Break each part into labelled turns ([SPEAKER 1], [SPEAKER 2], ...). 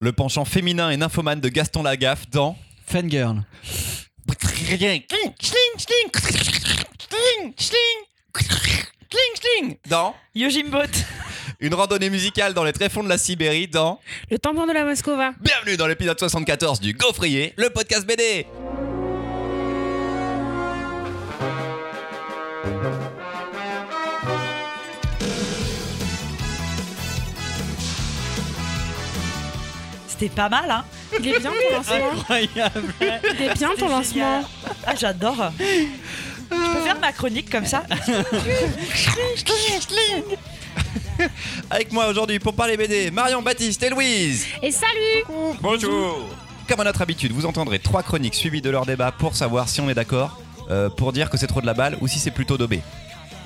[SPEAKER 1] le penchant féminin et nymphomane de Gaston Lagaffe dans
[SPEAKER 2] Fangirl.
[SPEAKER 1] dans
[SPEAKER 3] Yojimbot,
[SPEAKER 1] une randonnée musicale dans les tréfonds de la Sibérie dans
[SPEAKER 3] le tampon de la Moscova.
[SPEAKER 1] Bienvenue dans l'épisode 74 du Gaufrier, le podcast BD.
[SPEAKER 4] C'était pas mal, hein
[SPEAKER 3] Il est bien ton lancement.
[SPEAKER 2] Incroyable.
[SPEAKER 3] Il est bien
[SPEAKER 4] C'était
[SPEAKER 3] ton
[SPEAKER 4] génial.
[SPEAKER 3] lancement.
[SPEAKER 4] Ah, j'adore. Je peux faire ma chronique comme ça
[SPEAKER 1] Avec moi aujourd'hui pour parler BD, Marion Baptiste et Louise.
[SPEAKER 3] Et salut
[SPEAKER 1] Bonjour. Comme à notre habitude, vous entendrez trois chroniques suivies de leur débat pour savoir si on est d'accord, euh, pour dire que c'est trop de la balle ou si c'est plutôt daubé.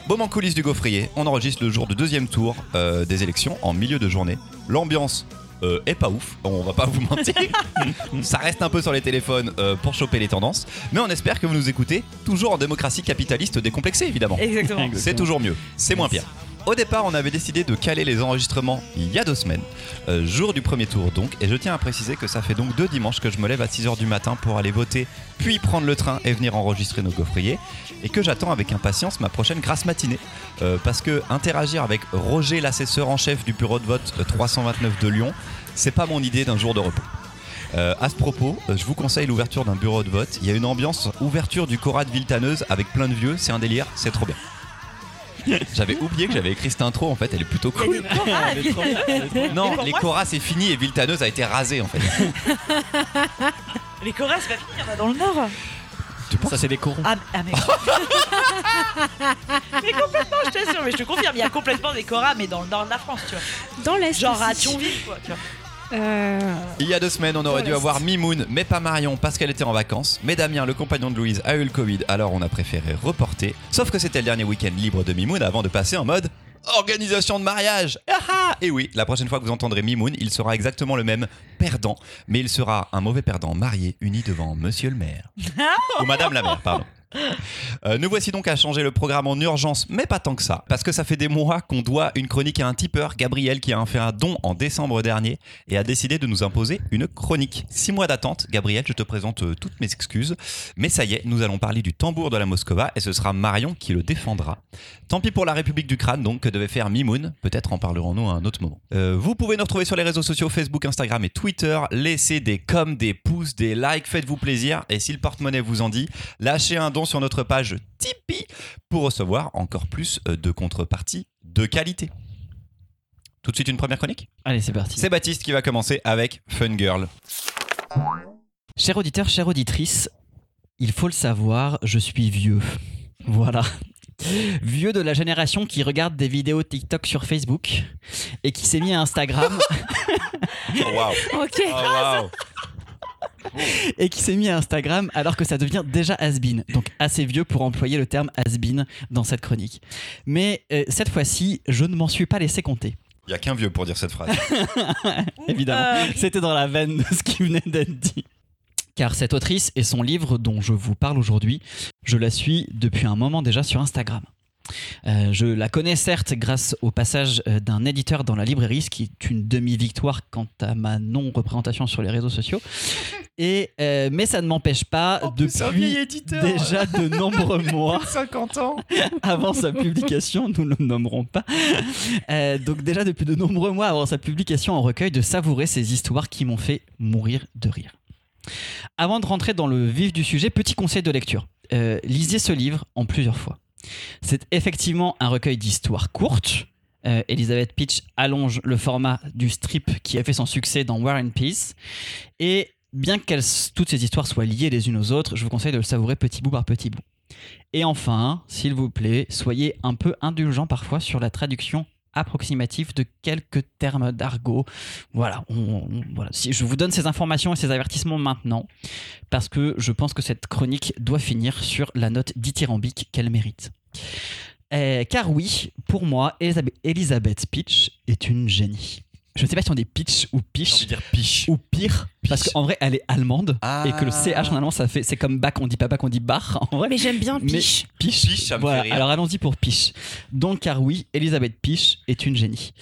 [SPEAKER 1] Moment coulisses du gaufrier, on enregistre le jour du deuxième tour euh, des élections en milieu de journée. L'ambiance euh, est pas ouf, on va pas vous mentir. Ça reste un peu sur les téléphones euh, pour choper les tendances, mais on espère que vous nous écoutez, toujours en démocratie capitaliste décomplexée évidemment.
[SPEAKER 4] Exactement.
[SPEAKER 1] C'est toujours mieux, c'est moins pire. Au départ, on avait décidé de caler les enregistrements il y a deux semaines, euh, jour du premier tour donc, et je tiens à préciser que ça fait donc deux dimanches que je me lève à 6h du matin pour aller voter, puis prendre le train et venir enregistrer nos gaufriers, et que j'attends avec impatience ma prochaine grasse matinée, euh, parce que interagir avec Roger, l'assesseur en chef du bureau de vote euh, 329 de Lyon, c'est pas mon idée d'un jour de repos. Euh, à ce propos, euh, je vous conseille l'ouverture d'un bureau de vote. Il y a une ambiance ouverture du Cora de Viltaneuse avec plein de vieux. C'est un délire, c'est trop bien. J'avais oublié que j'avais écrit cette intro en fait, elle est plutôt
[SPEAKER 4] Il y
[SPEAKER 1] cool.
[SPEAKER 4] a des chorales.
[SPEAKER 2] Elle est trop bien, elle est trop bien.
[SPEAKER 1] Non,
[SPEAKER 4] Des
[SPEAKER 1] les
[SPEAKER 4] Coras
[SPEAKER 1] Coras c'est fini et Viltaneuse a été rasée en fait.
[SPEAKER 4] Les chorales, c'est pas fini, il y en a dans le Nord.
[SPEAKER 2] Ça, c'est des corons.
[SPEAKER 4] Ah, ah, mais... mais complètement, je t'assure, mais je te confirme, il y a complètement des chorales, mais dans le Nord de la France, tu vois.
[SPEAKER 3] Dans l'Est.
[SPEAKER 4] Genre à
[SPEAKER 3] aussi.
[SPEAKER 4] Thionville, quoi. tu vois.
[SPEAKER 3] Euh,
[SPEAKER 1] Il y a deux semaines, on aurait dû
[SPEAKER 3] Voilà.
[SPEAKER 1] avoir Mimoun, mais pas Marion parce qu'elle était en vacances. Mais Damien, le compagnon de Louise, a eu le Covid, alors on a préféré reporter. Sauf que c'était le dernier week-end libre de Mimoun avant de passer en mode organisation de mariage. Ah ah Et oui, la prochaine fois que vous entendrez Mimoun, il sera exactement le même perdant, mais il sera un mauvais perdant marié uni devant Monsieur le maire ou Madame la maire, pardon. Euh, nous voici donc à changer le programme en urgence, mais pas tant que ça, parce que ça fait des mois qu'on doit une chronique à un tipeur, Gabriel, qui a fait un don en décembre dernier et a décidé de nous imposer une chronique. Six mois d'attente, Gabriel, je te présente euh, toutes mes excuses, mais ça y est, nous allons parler du tambour de la Moscova et ce sera Marion qui le défendra. Tant pis pour la République du crâne, donc, que devait faire Mimoun, peut-être en parlerons-nous à un autre moment. Euh, vous pouvez nous retrouver sur les réseaux sociaux Facebook, Instagram et Twitter, laissez des coms, des pouces, des likes, faites-vous plaisir, et si le porte-monnaie vous en dit, lâchez un don sur notre page Tipeee pour recevoir encore plus euh, de contreparties de qualité. Tout de suite une première chronique
[SPEAKER 2] Allez, c'est parti.
[SPEAKER 1] c'est Baptiste qui va commencer avec Fun Girl.
[SPEAKER 2] Cher auditeur, chère auditrice, il faut le savoir, je suis vieux. Voilà. Vieux de la génération qui regarde des vidéos TikTok sur Facebook et qui s'est mis à Instagram
[SPEAKER 1] Oh wow.
[SPEAKER 3] ok.
[SPEAKER 1] Oh wow.
[SPEAKER 2] et qui s'est mis à Instagram alors que ça devient déjà has-been. Donc assez vieux pour employer le terme has-been dans cette chronique. Mais euh, cette fois-ci, je ne m'en suis pas laissé compter.
[SPEAKER 1] Il y a qu'un vieux pour dire cette phrase.
[SPEAKER 2] Évidemment.
[SPEAKER 4] Euh,
[SPEAKER 2] C'était dans la veine de ce qui venait d'être dit. Car cette autrice et son livre dont je vous parle aujourd'hui, je la suis depuis un moment déjà sur Instagram. Euh, je la connais certes grâce au passage euh, d'un éditeur dans la librairie, ce qui est une demi-victoire quant à ma non-représentation sur les réseaux sociaux. Et, euh, mais ça ne m'empêche pas depuis
[SPEAKER 1] éditeur.
[SPEAKER 2] déjà de nombreux mois
[SPEAKER 1] 50 ans.
[SPEAKER 2] avant sa publication, nous ne le nommerons pas. Euh, donc déjà depuis de nombreux mois avant sa publication en recueil, de savourer ces histoires qui m'ont fait mourir de rire. Avant de rentrer dans le vif du sujet, petit conseil de lecture. Euh, lisez ce livre en plusieurs fois. C'est effectivement un recueil d'histoires courtes. Euh, Elizabeth Pitch allonge le format du strip qui a fait son succès dans War and Peace. Et bien que toutes ces histoires soient liées les unes aux autres, je vous conseille de le savourer petit bout par petit bout. Et enfin, s'il vous plaît, soyez un peu indulgent parfois sur la traduction approximative de quelques termes d'argot. Voilà, on- on- voilà. Si je vous donne ces informations et ces avertissements maintenant, parce que je pense que cette chronique doit finir sur la note dithyrambique qu'elle mérite. Euh, car oui, pour moi, Elisab- Elisabeth Pitch est une génie. Je ne sais pas si on dit Pitch
[SPEAKER 1] J'ai
[SPEAKER 2] ou
[SPEAKER 1] envie
[SPEAKER 2] Pitch
[SPEAKER 1] de dire piche.
[SPEAKER 2] ou pire, parce qu'en vrai, elle est allemande
[SPEAKER 1] Ah.
[SPEAKER 2] et que le CH en allemand, ça fait, c'est comme bac, on dit pas bac, on dit bar. En vrai,
[SPEAKER 3] Mais j'aime bien
[SPEAKER 2] Mais-
[SPEAKER 3] Piche.
[SPEAKER 2] Piche.
[SPEAKER 1] Piche, ça me
[SPEAKER 2] Voilà,
[SPEAKER 1] fait rire.
[SPEAKER 2] alors allons-y pour Piche. Donc, car oui, Elisabeth Piche est une génie.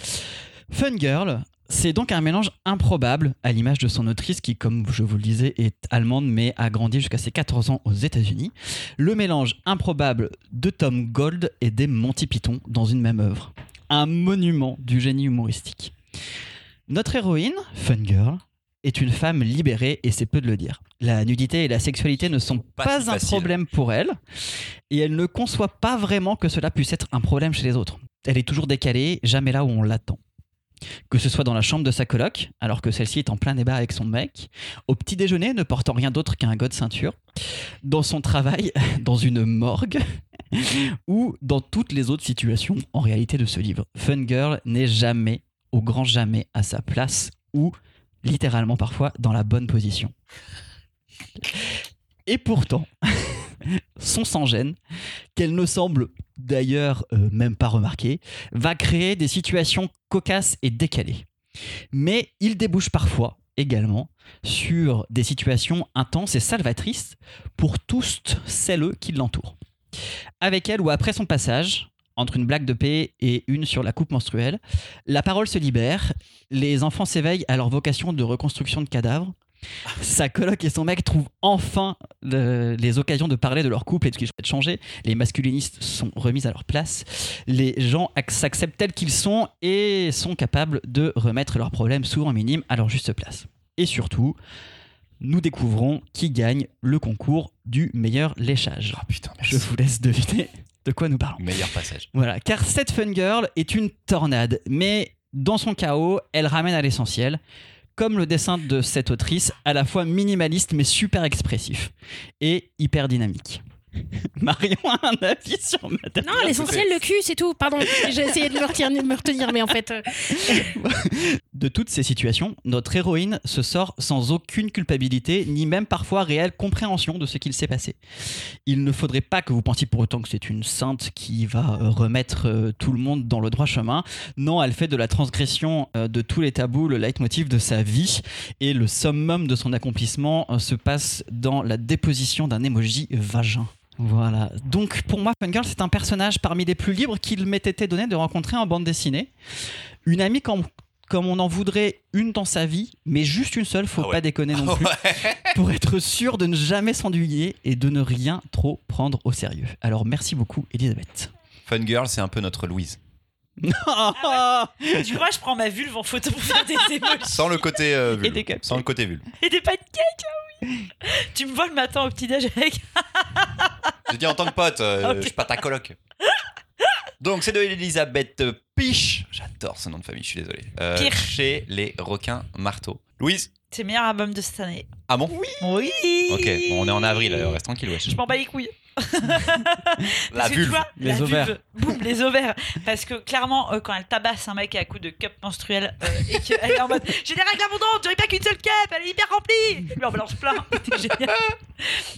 [SPEAKER 2] Fun Girl, C'est donc un mélange improbable à l'image de son autrice qui, comme je vous le disais, est allemande mais a grandi jusqu'à ses 14 ans aux États-Unis. Le mélange improbable de Tom Gold et des Monty Python dans une même œuvre. Un monument du génie humoristique. Notre héroïne, Fun Girl, est une femme libérée et c'est peu de le dire. La nudité et la sexualité ne sont
[SPEAKER 1] Pas
[SPEAKER 2] pas,
[SPEAKER 1] si
[SPEAKER 2] un
[SPEAKER 1] facile.
[SPEAKER 2] problème pour elle et elle ne conçoit pas vraiment que cela puisse être un problème chez les autres. Elle est toujours décalée, jamais là où on l'attend. Que ce soit dans la chambre de sa coloc, alors que celle-ci est en plein débat avec son mec, au petit déjeuner ne portant rien d'autre qu'un god ceinture, dans son travail, dans une morgue, ou dans toutes les autres situations en réalité de ce livre. Fun Girl n'est jamais, au grand jamais, à sa place ou littéralement parfois dans la bonne position. Et pourtant, son sans-gêne, qu'elle ne semble d'ailleurs euh, même pas remarquer, va créer des situations cocasses et décalées. Mais il débouche parfois également sur des situations intenses et salvatrices pour tous celles qui l'entourent. Avec elle ou après son passage, entre une blague de paix et une sur la coupe menstruelle, la parole se libère, les enfants s'éveillent à leur vocation de reconstruction de cadavres. Sa coloc et son mec trouvent enfin le- les occasions de parler de leur couple et de ce qu'ils souhaitent changer. Les masculinistes sont remis à leur place. Les gens ac- s'acceptent tels qu'ils sont et sont capables de remettre leurs problèmes, souvent minimes, à leur juste place. Et surtout, nous découvrons qui gagne le concours du meilleur léchage.
[SPEAKER 1] Ah putain,
[SPEAKER 2] Je
[SPEAKER 1] merci.
[SPEAKER 2] vous laisse deviner de quoi nous parlons.
[SPEAKER 1] Meilleur passage.
[SPEAKER 2] Voilà, car cette fun girl est une tornade, mais dans son chaos, elle ramène à l'essentiel, comme le dessin de cette autrice, à la fois minimaliste mais super expressif et hyper dynamique. Marion a un avis sur Madame.
[SPEAKER 3] Non, l'essentiel, le cul, c'est tout. Pardon, j'ai essayé de me retenir, de me retenir, mais en fait. euh,
[SPEAKER 2] De toutes ces situations, notre héroïne se sort sans aucune culpabilité, ni même parfois réelle compréhension de ce qu'il s'est passé. Il ne faudrait pas que vous pensiez pour autant que c'est une sainte qui va euh, remettre euh, tout le monde dans le droit chemin. Non, elle fait de la transgression euh, de tous les tabous le leitmotiv de sa vie, et le summum de son accomplissement euh, se passe dans la déposition d'un emoji vagin. Voilà. Donc pour moi, Fun Girl, c'est un personnage parmi les plus libres qu'il m'ait été donné de rencontrer en bande dessinée. Une amie quand comme on en voudrait une dans sa vie, mais juste une seule, faut
[SPEAKER 1] Ah ouais.
[SPEAKER 2] pas déconner non plus, pour être sûr de ne jamais s'ennuyer et de ne rien trop prendre au sérieux. Alors merci beaucoup, Elisabeth.
[SPEAKER 1] Fun Girl, c'est un peu notre Louise.
[SPEAKER 4] Ah Tu vois, je prends ma vulve en photo pour faire des émojis
[SPEAKER 1] Sans le côté euh, vulve.
[SPEAKER 2] Et des cupcakes.
[SPEAKER 1] Sans le côté vulve.
[SPEAKER 4] et des pancakes. ah oui. Tu me vois le matin au petit-déj avec.
[SPEAKER 1] Je dis en tant que pote, euh,
[SPEAKER 4] Ok.
[SPEAKER 1] je suis pas ta coloc. Donc c'est de Elisabeth Piche. J'adore ce nom de famille, je suis désolé. Euh,
[SPEAKER 4] Pirch.
[SPEAKER 1] Chez les requins marteaux. Louise
[SPEAKER 4] C'est le meilleur album de cette année.
[SPEAKER 1] Ah bon
[SPEAKER 4] Oui.
[SPEAKER 1] Ok, bon, on est en avril, alors reste tranquille, wesh.
[SPEAKER 4] Je m'en bats les couilles.
[SPEAKER 1] La
[SPEAKER 4] Parce que tu
[SPEAKER 1] vulve.
[SPEAKER 4] vois,
[SPEAKER 2] Les
[SPEAKER 4] la
[SPEAKER 2] ovaires.
[SPEAKER 4] vulve, boum, les ovaires. Parce que clairement, euh, quand elle tabasse un mec à coups de cup menstruelle euh, et qu'elle est en mode J'ai des règles abondantes, j'aurais pas qu'une seule cup, elle est hyper remplie. Lui en balance plein. C'était génial.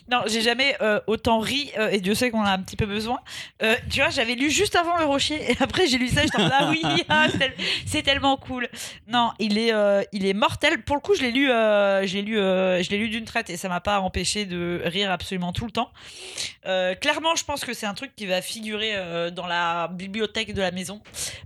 [SPEAKER 4] Non, j'ai jamais euh, autant ri euh, et Dieu sait qu'on en a un petit peu besoin. Euh, tu vois, j'avais lu juste avant Le Rocher et après j'ai lu ça, j'étais en mode Ah oui, ah, c'est tel- c'est tellement cool. Non, il est, euh, il est mortel. Pour le coup, je l'ai lu, euh, je l'ai lu, euh, je l'ai lu d'une traite et ça m'a pas empêché de rire absolument tout le temps. Euh, clairement, je pense que c'est un truc qui va figurer euh, dans la bibliothèque de la maison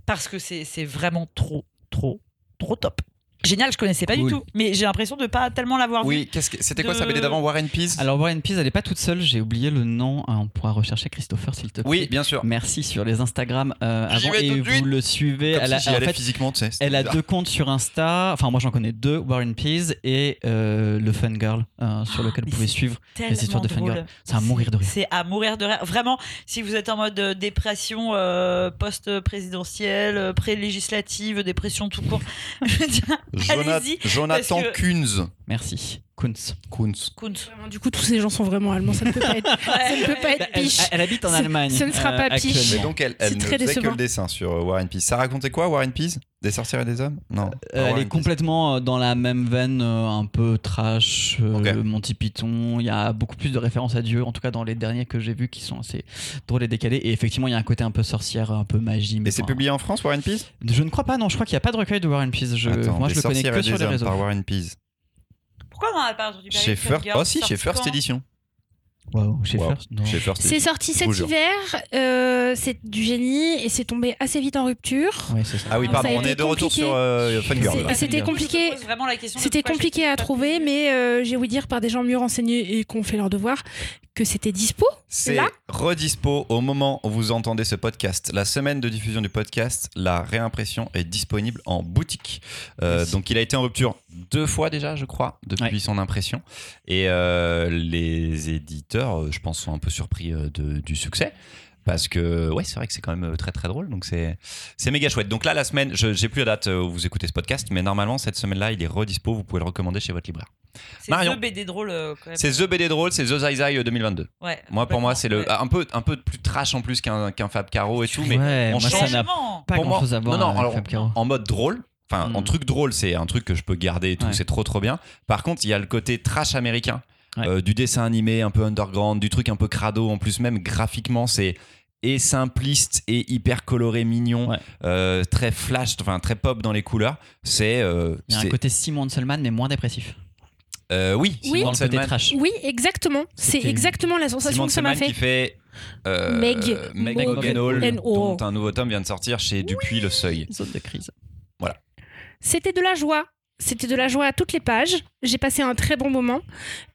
[SPEAKER 4] parce que c'est c'est vraiment trop, trop, trop top. Génial, je connaissais pas
[SPEAKER 2] Cool.
[SPEAKER 4] du tout, mais j'ai l'impression de pas tellement l'avoir vu.
[SPEAKER 1] Oui, qu'est-ce que- c'était quoi sa
[SPEAKER 4] De-
[SPEAKER 1] BD d'avant Warren Peace
[SPEAKER 2] Alors Warren Pease, elle est pas toute seule, j'ai oublié le nom, Ah, on pourra rechercher Christopher s'il te plaît.
[SPEAKER 1] Oui, bien sûr.
[SPEAKER 2] Merci sur les Instagram euh,
[SPEAKER 1] J'y
[SPEAKER 2] avant
[SPEAKER 1] vais tout
[SPEAKER 2] et
[SPEAKER 1] de suite.
[SPEAKER 2] vous le suivez.
[SPEAKER 1] Comme
[SPEAKER 2] Elle a-
[SPEAKER 1] si j'y
[SPEAKER 2] en
[SPEAKER 1] allais
[SPEAKER 2] fait,
[SPEAKER 1] physiquement, tu sais. c'était
[SPEAKER 2] Elle a
[SPEAKER 1] bizarre.
[SPEAKER 2] deux comptes sur Insta, enfin moi j'en connais deux, Warren Pease et euh, le Fun Girl, euh, sur
[SPEAKER 4] Ah,
[SPEAKER 2] lequel
[SPEAKER 4] mais
[SPEAKER 2] vous pouvez
[SPEAKER 4] c'est
[SPEAKER 2] suivre
[SPEAKER 4] Tellement
[SPEAKER 2] histoires de
[SPEAKER 4] drôle.
[SPEAKER 2] fangirl. C'est à mourir de rire.
[SPEAKER 4] C'est à mourir de rire. Vraiment, si vous êtes en mode euh, dépression euh, post-présidentielle, euh, pré-législative, dépression tout court, je veux dire,
[SPEAKER 1] Jonat-
[SPEAKER 4] allez-y,
[SPEAKER 1] Jonathan
[SPEAKER 4] parce que-
[SPEAKER 1] Kunz.
[SPEAKER 2] Merci. Kunz.
[SPEAKER 1] Kunz.
[SPEAKER 4] Kunt.
[SPEAKER 3] vraiment, Du coup, tous ces gens sont vraiment allemands. Ça ne peut pas être, ça ne peut pas être
[SPEAKER 2] Bah, Elle,
[SPEAKER 3] piche.
[SPEAKER 2] elle habite en
[SPEAKER 3] Ce-
[SPEAKER 2] Allemagne.
[SPEAKER 3] ce ne sera
[SPEAKER 2] euh,
[SPEAKER 3] pas piche.
[SPEAKER 2] actuellement.
[SPEAKER 1] Mais donc elle,
[SPEAKER 3] C'est
[SPEAKER 1] elle ne
[SPEAKER 3] très
[SPEAKER 1] faisait que
[SPEAKER 3] décevant.
[SPEAKER 1] le dessin sur euh, Warren Peace. Ça racontait quoi, Warren Peace Des sorcières et des hommes Non.
[SPEAKER 2] Euh, elle est complètement euh, dans la même veine, euh, un peu trash, euh,
[SPEAKER 1] Ok.
[SPEAKER 2] Monty Python. Il y a beaucoup plus de références à Dieu, en tout cas dans les derniers que j'ai vus qui sont assez drôles et décalés. Et effectivement, il y a un côté un peu sorcière, un peu magie.
[SPEAKER 1] Mais c'est
[SPEAKER 2] enfin,
[SPEAKER 1] publié en France, Warren Peace
[SPEAKER 2] Je ne crois pas, non, je crois qu'il n'y a pas de recueil de Warren Pease. Je,
[SPEAKER 1] Attends,
[SPEAKER 2] moi,
[SPEAKER 1] des
[SPEAKER 2] je le connais
[SPEAKER 1] sorcières
[SPEAKER 2] que
[SPEAKER 1] et des
[SPEAKER 2] sur les
[SPEAKER 1] hommes
[SPEAKER 2] réseaux.
[SPEAKER 1] par Warren Pease.
[SPEAKER 4] Pourquoi on en a pas entendu parler
[SPEAKER 1] Chez
[SPEAKER 4] de Fun
[SPEAKER 1] First,
[SPEAKER 4] Girl
[SPEAKER 1] oh si, chez
[SPEAKER 4] Sorti
[SPEAKER 1] First
[SPEAKER 4] quand
[SPEAKER 1] Edition.
[SPEAKER 2] Waouh, Schaeffer
[SPEAKER 1] Wow.
[SPEAKER 2] non.
[SPEAKER 1] Schaeffer,
[SPEAKER 3] C'est sorti cet
[SPEAKER 1] Bonjour.
[SPEAKER 3] hiver, euh, c'est du génie et c'est tombé assez vite en rupture.
[SPEAKER 2] Ouais, c'est ça.
[SPEAKER 1] Ah oui,
[SPEAKER 4] Ça
[SPEAKER 1] pardon,
[SPEAKER 3] a
[SPEAKER 1] on
[SPEAKER 3] été
[SPEAKER 1] est de retour
[SPEAKER 3] compliqué.
[SPEAKER 1] sur euh, Fun Girl.
[SPEAKER 3] C'est-
[SPEAKER 1] là.
[SPEAKER 3] C'était
[SPEAKER 2] Fun Girl.
[SPEAKER 3] compliqué.
[SPEAKER 4] Je me pose vraiment la question de
[SPEAKER 3] C'était
[SPEAKER 4] pourquoi
[SPEAKER 3] compliqué
[SPEAKER 4] j'étais
[SPEAKER 3] à
[SPEAKER 4] pas
[SPEAKER 3] trouver,
[SPEAKER 4] plus-
[SPEAKER 3] mais euh, j'ai ouï dire par des gens mieux renseignés et qui ont fait leur devoir que c'était dispo.
[SPEAKER 1] C'est
[SPEAKER 3] Là
[SPEAKER 1] redispo au moment où vous entendez ce podcast. La semaine de diffusion du podcast, la réimpression est disponible en boutique. Euh,
[SPEAKER 2] Yes.
[SPEAKER 1] Donc il a été en rupture deux fois déjà, je crois, depuis
[SPEAKER 2] Ouais.
[SPEAKER 1] son impression. Et euh, les éditeurs, euh, je pense, sont un peu surpris euh, de- du succès. Parce que, ouais, c'est vrai que c'est quand même euh, très très drôle. Donc c'est c'est méga chouette. Donc là, la semaine, je j'ai plus la date euh, où vous écoutez ce podcast, mais normalement, cette semaine-là, il est redispo. Vous pouvez le recommander chez votre libraire.
[SPEAKER 4] C'est
[SPEAKER 1] Marion.
[SPEAKER 4] deux BD drôles euh, quand même.
[SPEAKER 1] C'est
[SPEAKER 2] bah
[SPEAKER 1] The BD Drôle, c'est The Zai Zai euh, 2022.
[SPEAKER 4] Ouais,
[SPEAKER 1] Moi, pour moi, c'est le
[SPEAKER 4] Ouais.
[SPEAKER 1] un peu un peu plus trash en plus qu'un qu'un Fab Caro et tout, mais
[SPEAKER 2] Ouais,
[SPEAKER 1] on
[SPEAKER 2] moi, ça
[SPEAKER 1] change-
[SPEAKER 2] n'a
[SPEAKER 4] Franchement.
[SPEAKER 2] pas
[SPEAKER 1] pour moi-
[SPEAKER 2] grand chose à voir
[SPEAKER 1] non, non,
[SPEAKER 2] avec
[SPEAKER 1] alors-
[SPEAKER 2] Fab Caro.
[SPEAKER 1] en mode drôle. Enfin, en
[SPEAKER 2] Mm.
[SPEAKER 1] truc drôle, c'est un truc que je peux garder et tout,
[SPEAKER 2] Ouais.
[SPEAKER 1] c'est trop trop bien. Par contre, il y a le côté trash américain,
[SPEAKER 2] Ouais.
[SPEAKER 1] euh, du dessin animé un peu underground, du truc un peu crado. En plus, même graphiquement, c'est et simpliste et hyper coloré, mignon,
[SPEAKER 2] Ouais.
[SPEAKER 1] euh, très flash, enfin très pop dans les couleurs. C'est euh,
[SPEAKER 2] Il y a un
[SPEAKER 1] c'est-
[SPEAKER 2] côté Simon Hanselman, mais moins dépressif.
[SPEAKER 1] euh, oui,
[SPEAKER 3] Oui.
[SPEAKER 1] Simon
[SPEAKER 2] Dans le côté
[SPEAKER 1] Selman.
[SPEAKER 2] trash.
[SPEAKER 3] Oui, exactement. C'est
[SPEAKER 2] C'était-
[SPEAKER 3] exactement la sensation
[SPEAKER 1] Simon
[SPEAKER 3] que ça m'a
[SPEAKER 1] Selman
[SPEAKER 3] fait.
[SPEAKER 1] qui fait euh,
[SPEAKER 3] Meg
[SPEAKER 1] Meg
[SPEAKER 3] Meg
[SPEAKER 1] Morgan Hall,
[SPEAKER 3] Morgan
[SPEAKER 1] dont
[SPEAKER 3] Hall.
[SPEAKER 1] un nouveau tome vient de sortir chez Dupuis Le Seuil.
[SPEAKER 2] Zone de crise.
[SPEAKER 3] C'était de la joie. C'était de la joie à toutes les pages. J'ai passé un très bon moment.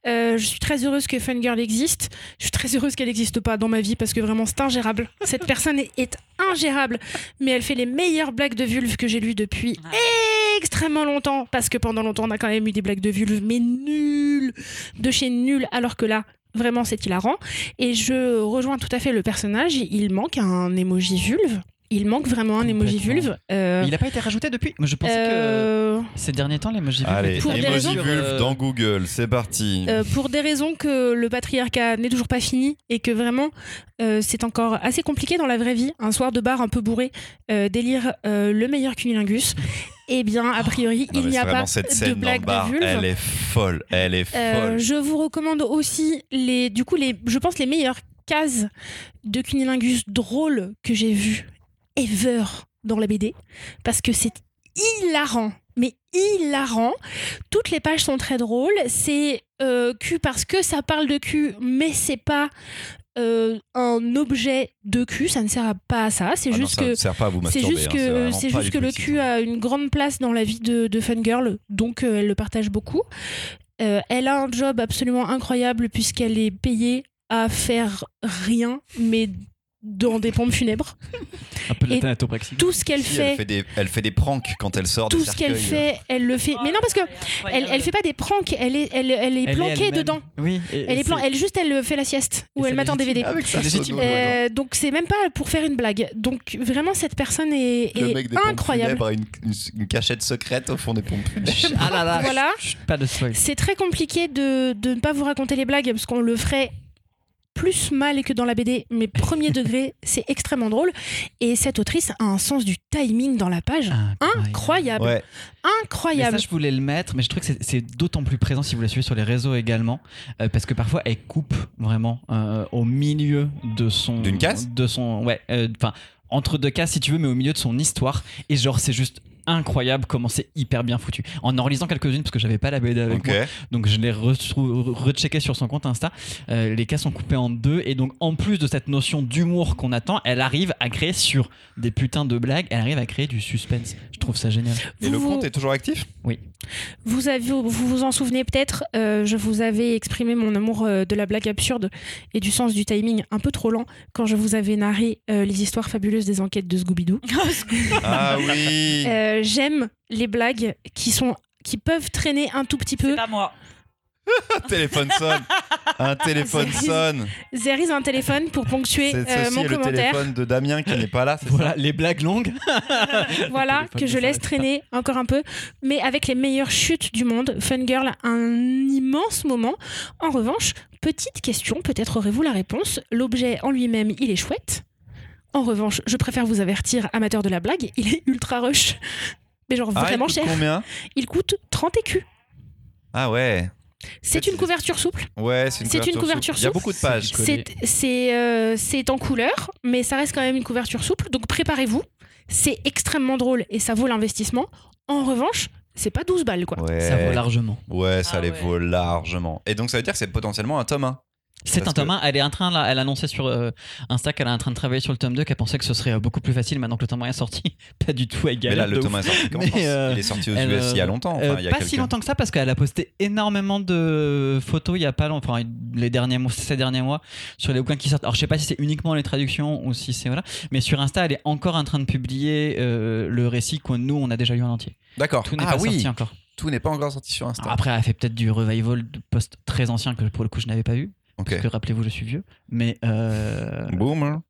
[SPEAKER 3] Euh, je suis très heureuse que Fun Girl existe. Je suis très heureuse qu'elle n'existe pas dans ma vie parce que vraiment c'est ingérable. Cette personne est, est ingérable, mais elle fait les meilleures blagues de vulve que j'ai lues depuis
[SPEAKER 4] Ah.
[SPEAKER 3] extrêmement longtemps. Parce que pendant longtemps on a quand même eu des blagues de vulve, mais nulles, de chez nulles, alors que là vraiment c'est hilarant. Et je rejoins tout à fait le personnage. Il manque un emoji vulve. Il manque vraiment un emoji
[SPEAKER 2] Complètement.
[SPEAKER 3] vulve. Euh,
[SPEAKER 2] Mais Il n'a pas été rajouté depuis. Moi, je pensais
[SPEAKER 3] euh,
[SPEAKER 2] que ces derniers temps, les Mojivulves
[SPEAKER 1] Allez,
[SPEAKER 2] étaient
[SPEAKER 3] Pour des
[SPEAKER 2] sur,
[SPEAKER 3] raisons-
[SPEAKER 1] emoji vulve
[SPEAKER 2] euh,
[SPEAKER 1] dans Google, c'est parti.
[SPEAKER 3] Euh, pour des raisons que le patriarcat n'est toujours pas fini et que vraiment euh, c'est encore assez compliqué dans la vraie vie, un soir de bar un peu bourré, euh, délire euh, le meilleur cunilingus, eh bien a priori
[SPEAKER 1] Non, mais
[SPEAKER 3] il n'y
[SPEAKER 1] c'est
[SPEAKER 3] a
[SPEAKER 1] vraiment
[SPEAKER 3] pas
[SPEAKER 1] cette
[SPEAKER 3] de
[SPEAKER 1] scène dans le
[SPEAKER 3] blague
[SPEAKER 1] bar,
[SPEAKER 3] de vulve.
[SPEAKER 1] elle est folle, elle est
[SPEAKER 3] Euh,
[SPEAKER 1] folle.
[SPEAKER 3] je vous recommande aussi les, du coup les, je pense les meilleures cases de cunilingus drôles que j'ai vues ever dans la BD parce que c'est hilarant. Mais hilarant. Toutes les pages sont très drôles. C'est euh, cul parce que ça parle de cul, mais c'est pas euh, un objet de cul. Ça ne sert à- pas à ça. C'est
[SPEAKER 1] Ah non,
[SPEAKER 3] juste
[SPEAKER 1] ça
[SPEAKER 3] que
[SPEAKER 1] ne sert pas à vous
[SPEAKER 3] c'est
[SPEAKER 1] masturber.
[SPEAKER 3] juste
[SPEAKER 1] hein,
[SPEAKER 3] que,
[SPEAKER 1] vraiment
[SPEAKER 3] c'est
[SPEAKER 1] pas hein.
[SPEAKER 3] juste
[SPEAKER 1] du
[SPEAKER 3] que
[SPEAKER 1] tout
[SPEAKER 3] le
[SPEAKER 1] utile.
[SPEAKER 3] cul a une grande place dans la vie de, de Fun Girl, donc euh, elle le partage beaucoup. Euh, elle a un job absolument incroyable puisqu'elle est payée à faire rien, mais dans des pompes funèbres.
[SPEAKER 2] un peu de la
[SPEAKER 3] Et
[SPEAKER 2] thanatopraxie.
[SPEAKER 3] Tout ce qu'elle
[SPEAKER 1] Si,
[SPEAKER 3] fait,
[SPEAKER 1] elle, fait des, elle fait des pranks quand elle sort
[SPEAKER 3] tout
[SPEAKER 1] des
[SPEAKER 3] ce qu'elle
[SPEAKER 1] cercueils.
[SPEAKER 3] fait, elle le fait. Mais non, parce que
[SPEAKER 4] Ah,
[SPEAKER 3] elle, elle fait pas des pranks, elle est, elle, elle est
[SPEAKER 2] Elle est
[SPEAKER 3] planquée
[SPEAKER 2] elle-même.
[SPEAKER 3] dedans.
[SPEAKER 2] Oui. et-
[SPEAKER 3] Elle
[SPEAKER 2] et
[SPEAKER 3] est plan,
[SPEAKER 2] c'est-
[SPEAKER 3] elle juste, elle euh, fait la sieste
[SPEAKER 2] et
[SPEAKER 3] ou
[SPEAKER 2] c'est
[SPEAKER 3] elle m'attend
[SPEAKER 2] légitime.
[SPEAKER 3] DVD.
[SPEAKER 1] Avec sa
[SPEAKER 2] C'est légitime.
[SPEAKER 1] sono, ouais.
[SPEAKER 3] Euh, donc c'est même pas pour faire une blague. Donc vraiment cette personne est,
[SPEAKER 1] Le
[SPEAKER 3] est
[SPEAKER 1] mec des pompes
[SPEAKER 3] incroyable.
[SPEAKER 1] funèbres a une, une- une cachette secrète au fond des pompes funèbres.
[SPEAKER 2] Ah là là.
[SPEAKER 3] Voilà.
[SPEAKER 2] chut, chut, Pas de spoil.
[SPEAKER 3] C'est très compliqué de, de ne pas vous raconter les blagues parce qu'on le ferait plus mal que dans la BD, mais premier degré, c'est extrêmement drôle. Et cette autrice a un sens du timing dans la page incroyable,
[SPEAKER 1] Ouais,
[SPEAKER 2] Ah, Mais ça,
[SPEAKER 3] incroyable.
[SPEAKER 2] je voulais le mettre, mais je trouve que c'est- c'est d'autant plus présent si vous la suivez sur les réseaux également, euh, parce que parfois elle coupe vraiment euh, au milieu de son.
[SPEAKER 1] D'une case
[SPEAKER 2] De son, ouais, euh, enfin entre deux cases si tu veux, mais au milieu de son histoire. Et genre c'est juste incroyable comment c'est hyper bien foutu. En en relisant quelques-unes parce que j'avais pas la BD avec
[SPEAKER 1] ok.
[SPEAKER 2] moi, donc je l'ai retrou- rechecké sur son compte Insta. Euh, les cas sont coupés en deux. Et donc, en plus de cette notion d'humour qu'on attend, elle arrive à créer sur des putains de blagues, elle arrive à créer du suspense. Je trouve ça génial.
[SPEAKER 1] Et le
[SPEAKER 3] Vous-
[SPEAKER 1] compte est toujours actif
[SPEAKER 3] Vous, avez, vous vous en souvenez peut-être, euh, je vous avais exprimé mon amour euh, de la blague absurde et du sens du timing un peu trop lent quand je vous avais narré euh, les histoires fabuleuses des enquêtes de Scooby-Doo.
[SPEAKER 1] Ah oui
[SPEAKER 3] Euh, J'aime les blagues qui, sont, qui peuvent traîner un tout petit peu.
[SPEAKER 4] C'est pas moi.
[SPEAKER 1] Un téléphone sonne Un téléphone
[SPEAKER 3] C'est-
[SPEAKER 1] sonne
[SPEAKER 3] Zeris a un téléphone pour ponctuer
[SPEAKER 1] C'est
[SPEAKER 3] euh,
[SPEAKER 1] ceci
[SPEAKER 3] mon
[SPEAKER 1] est le
[SPEAKER 3] commentaire.
[SPEAKER 1] téléphone de Damien qui n'est pas là, c'est
[SPEAKER 2] Voilà, les blagues longues.
[SPEAKER 3] voilà,
[SPEAKER 2] Téléphone
[SPEAKER 3] que
[SPEAKER 2] de
[SPEAKER 3] je laisse
[SPEAKER 2] Forest.
[SPEAKER 3] traîner encore un peu, mais avec les meilleures chutes du monde. Fun Girl, un immense moment. En revanche, petite question, peut-être aurez-vous la réponse. L'objet en lui-même, il est chouette. En revanche, je préfère vous avertir, amateur de la blague, il est ultra rush. Mais genre
[SPEAKER 1] Ah, il
[SPEAKER 3] vraiment
[SPEAKER 1] coûte
[SPEAKER 3] cher.
[SPEAKER 1] combien
[SPEAKER 3] Il coûte 30 écus.
[SPEAKER 1] Ah ouais,
[SPEAKER 3] C'est une couverture souple.
[SPEAKER 1] ouais, c'est une,
[SPEAKER 3] C'est une couverture
[SPEAKER 1] Il y a
[SPEAKER 3] souple.
[SPEAKER 1] beaucoup de pages.
[SPEAKER 2] Collé.
[SPEAKER 3] C'est c'est, euh, c'est en couleur, mais ça reste quand même une couverture souple. Donc préparez-vous. C'est extrêmement drôle et ça vaut l'investissement. En revanche, c'est pas 12 balles quoi.
[SPEAKER 1] Ouais.
[SPEAKER 2] Ça vaut largement.
[SPEAKER 1] Ouais, ça
[SPEAKER 4] Ah
[SPEAKER 1] les
[SPEAKER 4] ouais.
[SPEAKER 1] vaut largement. Et donc ça veut dire que c'est potentiellement un tome 1.
[SPEAKER 2] C'est
[SPEAKER 1] Parce
[SPEAKER 2] un tome 1, elle est en train, là, elle annonçait sur euh, Insta qu'elle est en train de travailler sur le tome 2, qu'elle pensait que ce serait euh, beaucoup plus facile maintenant que le tome 1 est sorti. Pas du tout, elle
[SPEAKER 1] Mais là,
[SPEAKER 2] galère.
[SPEAKER 1] le
[SPEAKER 2] de
[SPEAKER 1] tome est sorti qu'en
[SPEAKER 2] Mais,
[SPEAKER 1] France.
[SPEAKER 2] euh,
[SPEAKER 1] il est sorti aux US
[SPEAKER 2] elle,
[SPEAKER 1] il y a
[SPEAKER 2] euh,
[SPEAKER 1] longtemps.
[SPEAKER 2] Euh,
[SPEAKER 1] Enfin, il y a
[SPEAKER 2] pas
[SPEAKER 1] quelques-
[SPEAKER 2] si longtemps que ça parce qu'elle a posté énormément de photos il y a pas longtemps, enfin les derniers mois, ces derniers mois sur les bouquins qui sortent. Alors je sais pas si c'est uniquement les traductions ou si c'est voilà, mais sur Insta elle est encore en train de publier euh, le récit que nous on a déjà lu en entier.
[SPEAKER 1] D'accord.
[SPEAKER 2] Tout n'est
[SPEAKER 1] Ah
[SPEAKER 2] pas
[SPEAKER 1] oui,
[SPEAKER 2] sorti encore.
[SPEAKER 1] tout n'est pas encore sorti sur Insta.
[SPEAKER 2] Alors, après elle a fait peut-être du revival de post très ancien que pour le coup je n'avais pas vu
[SPEAKER 1] ok.
[SPEAKER 2] parce que rappelez-vous je suis vieux, mais euh,
[SPEAKER 1] Boom.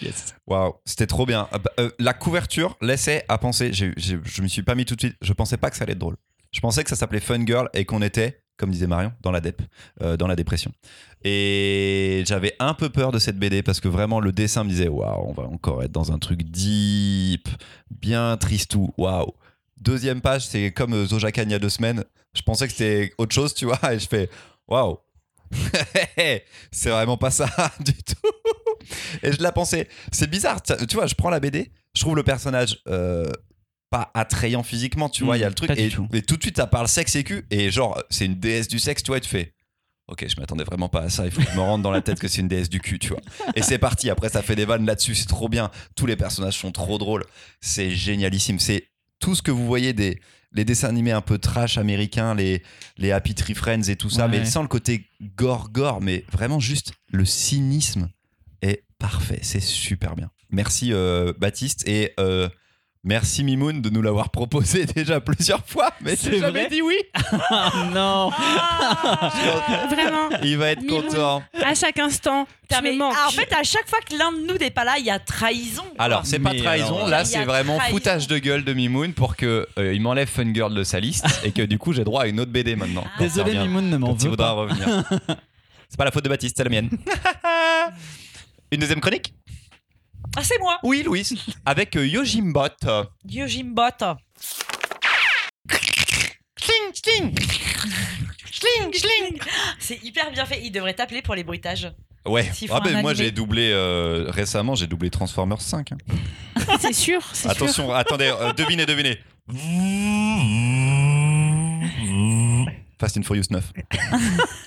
[SPEAKER 2] yes.
[SPEAKER 1] Waouh, c'était trop bien. Ah bah, euh, la couverture laissait à penser. j'ai- j'ai- je me suis pas mis tout de suite. Je pensais pas que ça allait être drôle. Je pensais que ça s'appelait Fun Girl et qu'on était, comme disait Marion, dans la dep, euh, dans la dépression. Et j'avais un peu peur de cette BD parce que vraiment le dessin me disait waouh, on va encore être dans un truc deep, bien tristou. Waouh. Deuxième page, c'est comme euh, Zojakan il y a deux semaines. Je pensais que c'était autre chose, tu vois, et je fais waouh. c'est vraiment pas ça du tout. Et je la pensais. C'est bizarre, tu tu vois, je prends la BD, je trouve le personnage euh, pas attrayant physiquement, tu vois,
[SPEAKER 2] Mm,
[SPEAKER 1] il y a le truc,
[SPEAKER 2] pas du
[SPEAKER 1] et,
[SPEAKER 2] tout.
[SPEAKER 1] et tout de suite ça parle sexe et cul, et genre, c'est une déesse du sexe, tu vois, et tu fais. Ok, je m'attendais vraiment pas à ça. Il faut que je me rende dans la tête que c'est une déesse du cul, tu vois. Et c'est parti. Après, ça fait des vannes là-dessus. C'est trop bien. Tous les personnages sont trop drôles. C'est génialissime. C'est tout ce que vous voyez des les dessins animés un peu trash américains, les, les Happy Tree Friends et tout ça,
[SPEAKER 2] Ouais.
[SPEAKER 1] mais sans le côté gore-gore, mais vraiment juste le cynisme est parfait. C'est super bien. Merci euh, Baptiste et euh, merci Mimoun de nous l'avoir proposé déjà plusieurs fois, mais
[SPEAKER 2] C'est
[SPEAKER 1] j'ai jamais
[SPEAKER 2] vrai
[SPEAKER 1] dit oui.
[SPEAKER 2] Ah, non.
[SPEAKER 3] Euh, Vraiment,
[SPEAKER 1] Il va être
[SPEAKER 3] Mimoun.
[SPEAKER 1] content.
[SPEAKER 3] à chaque instant, Ah tu
[SPEAKER 4] Putain, mais-
[SPEAKER 3] me manques.
[SPEAKER 4] ah, en fait, à chaque fois que l'un de nous n'est pas là, il y a trahison. quoi.
[SPEAKER 1] Alors, c'est pas
[SPEAKER 2] Mais
[SPEAKER 1] trahison,
[SPEAKER 2] alors,
[SPEAKER 1] là
[SPEAKER 4] il y a
[SPEAKER 1] c'est vraiment
[SPEAKER 4] trahison.
[SPEAKER 1] foutage de gueule de Mimoun pour que euh, il m'enlève Fun Girl de sa liste et que du coup j'ai droit à une autre BD maintenant. quand il
[SPEAKER 2] Désolé
[SPEAKER 1] revient.
[SPEAKER 2] Mimoun ne m'en
[SPEAKER 1] Quand il
[SPEAKER 2] veut
[SPEAKER 1] voudra
[SPEAKER 2] pas.
[SPEAKER 1] revenir. C'est pas la faute de Baptiste, c'est la mienne. Une deuxième chronique
[SPEAKER 4] Ah, c'est moi,
[SPEAKER 1] Oui, Louis. Avec euh, Yojimbot.
[SPEAKER 4] Dieu Jimbot. Schling, schling. Schling, schling. C'est hyper bien fait. Il devrait t'appeler pour les bruitages.
[SPEAKER 1] Ouais.
[SPEAKER 4] S'ils font
[SPEAKER 1] Ah ben,
[SPEAKER 4] un
[SPEAKER 1] moi,
[SPEAKER 4] animé.
[SPEAKER 1] j'ai doublé euh, récemment, j'ai doublé Transformers 5. hein.
[SPEAKER 3] c'est sûr, c'est sûr.
[SPEAKER 1] Attention, attendez, euh, devinez, devinez. Fast and Furious 9.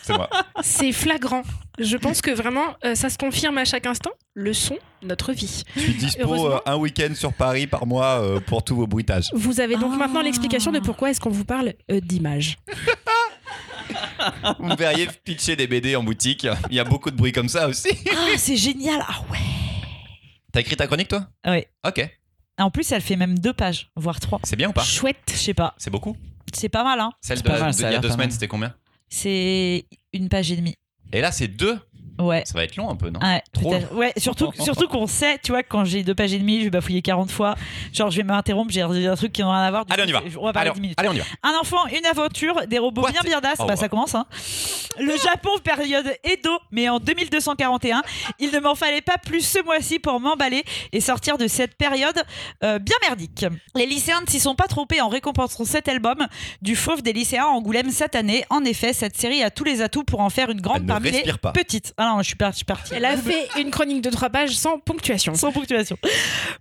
[SPEAKER 1] C'est moi.
[SPEAKER 3] C'est flagrant. Je pense que vraiment, euh, ça se confirme à chaque instant. Le son, notre vie.
[SPEAKER 1] Je suis dispo
[SPEAKER 3] Heureusement.
[SPEAKER 1] euh, un week-end sur Paris par mois euh, pour tous vos bruitages.
[SPEAKER 3] Vous avez donc
[SPEAKER 4] Ah.
[SPEAKER 3] maintenant l'explication de pourquoi est-ce qu'on vous parle euh, d'images.
[SPEAKER 1] Vous me verriez pitcher des BD en boutique. Il y a beaucoup de bruit comme ça aussi.
[SPEAKER 4] Ah, c'est génial. Ah ouais.
[SPEAKER 1] T'as écrit ta chronique, toi
[SPEAKER 4] Ouais.
[SPEAKER 1] Ok.
[SPEAKER 4] En plus, elle fait même deux pages, voire trois.
[SPEAKER 1] C'est bien ou pas
[SPEAKER 4] Je
[SPEAKER 3] Chouette.
[SPEAKER 4] sais pas.
[SPEAKER 1] C'est beaucoup
[SPEAKER 4] C'est pas mal, hein.
[SPEAKER 1] Celle
[SPEAKER 2] C'est
[SPEAKER 1] de,
[SPEAKER 2] pas mal,
[SPEAKER 1] de- il y
[SPEAKER 2] ça a
[SPEAKER 1] a
[SPEAKER 2] l'air
[SPEAKER 1] deux
[SPEAKER 2] pas
[SPEAKER 1] semaines,
[SPEAKER 2] mal.
[SPEAKER 1] c'était combien
[SPEAKER 4] C'est une page et demie.
[SPEAKER 1] Et là, c'est deux.
[SPEAKER 4] Ouais. Ah
[SPEAKER 1] Ça va être long un peu, non
[SPEAKER 4] Ouais,
[SPEAKER 1] Trop.
[SPEAKER 4] peut-être. Ouais, surtout, surtout qu'on sait, tu vois, que quand j'ai deux pages et demie, je vais bafouiller 40 fois. Genre, je vais m'interrompre, j'ai un truc qui n'a rien à voir. du
[SPEAKER 1] Allez,
[SPEAKER 4] coup,
[SPEAKER 1] on y va.
[SPEAKER 4] c'est- On va parler
[SPEAKER 1] allez,
[SPEAKER 4] 10 minutes.
[SPEAKER 1] allez, on y va.
[SPEAKER 4] Un enfant, une aventure, des robots
[SPEAKER 1] What
[SPEAKER 4] bien birdasses,
[SPEAKER 1] Oh,
[SPEAKER 4] bah
[SPEAKER 1] wow.
[SPEAKER 4] ça commence hein. Le Japon, période Edo, mais en 2241, il ne m'en fallait pas plus ce mois-ci pour m'emballer et sortir de cette période euh, bien merdique. Les lycéens ne s'y sont pas trompés en récompensant cet album du fauve des lycéens Angoulême cette année. En effet, cette série a tous les atouts pour en faire une grande
[SPEAKER 1] Elle ne
[SPEAKER 4] parmi les
[SPEAKER 1] respire pas.
[SPEAKER 4] petites. Ah non, je suis, par- je suis partie.
[SPEAKER 3] Elle a fait une chronique de trois pages sans ponctuation.
[SPEAKER 4] Sans ponctuation.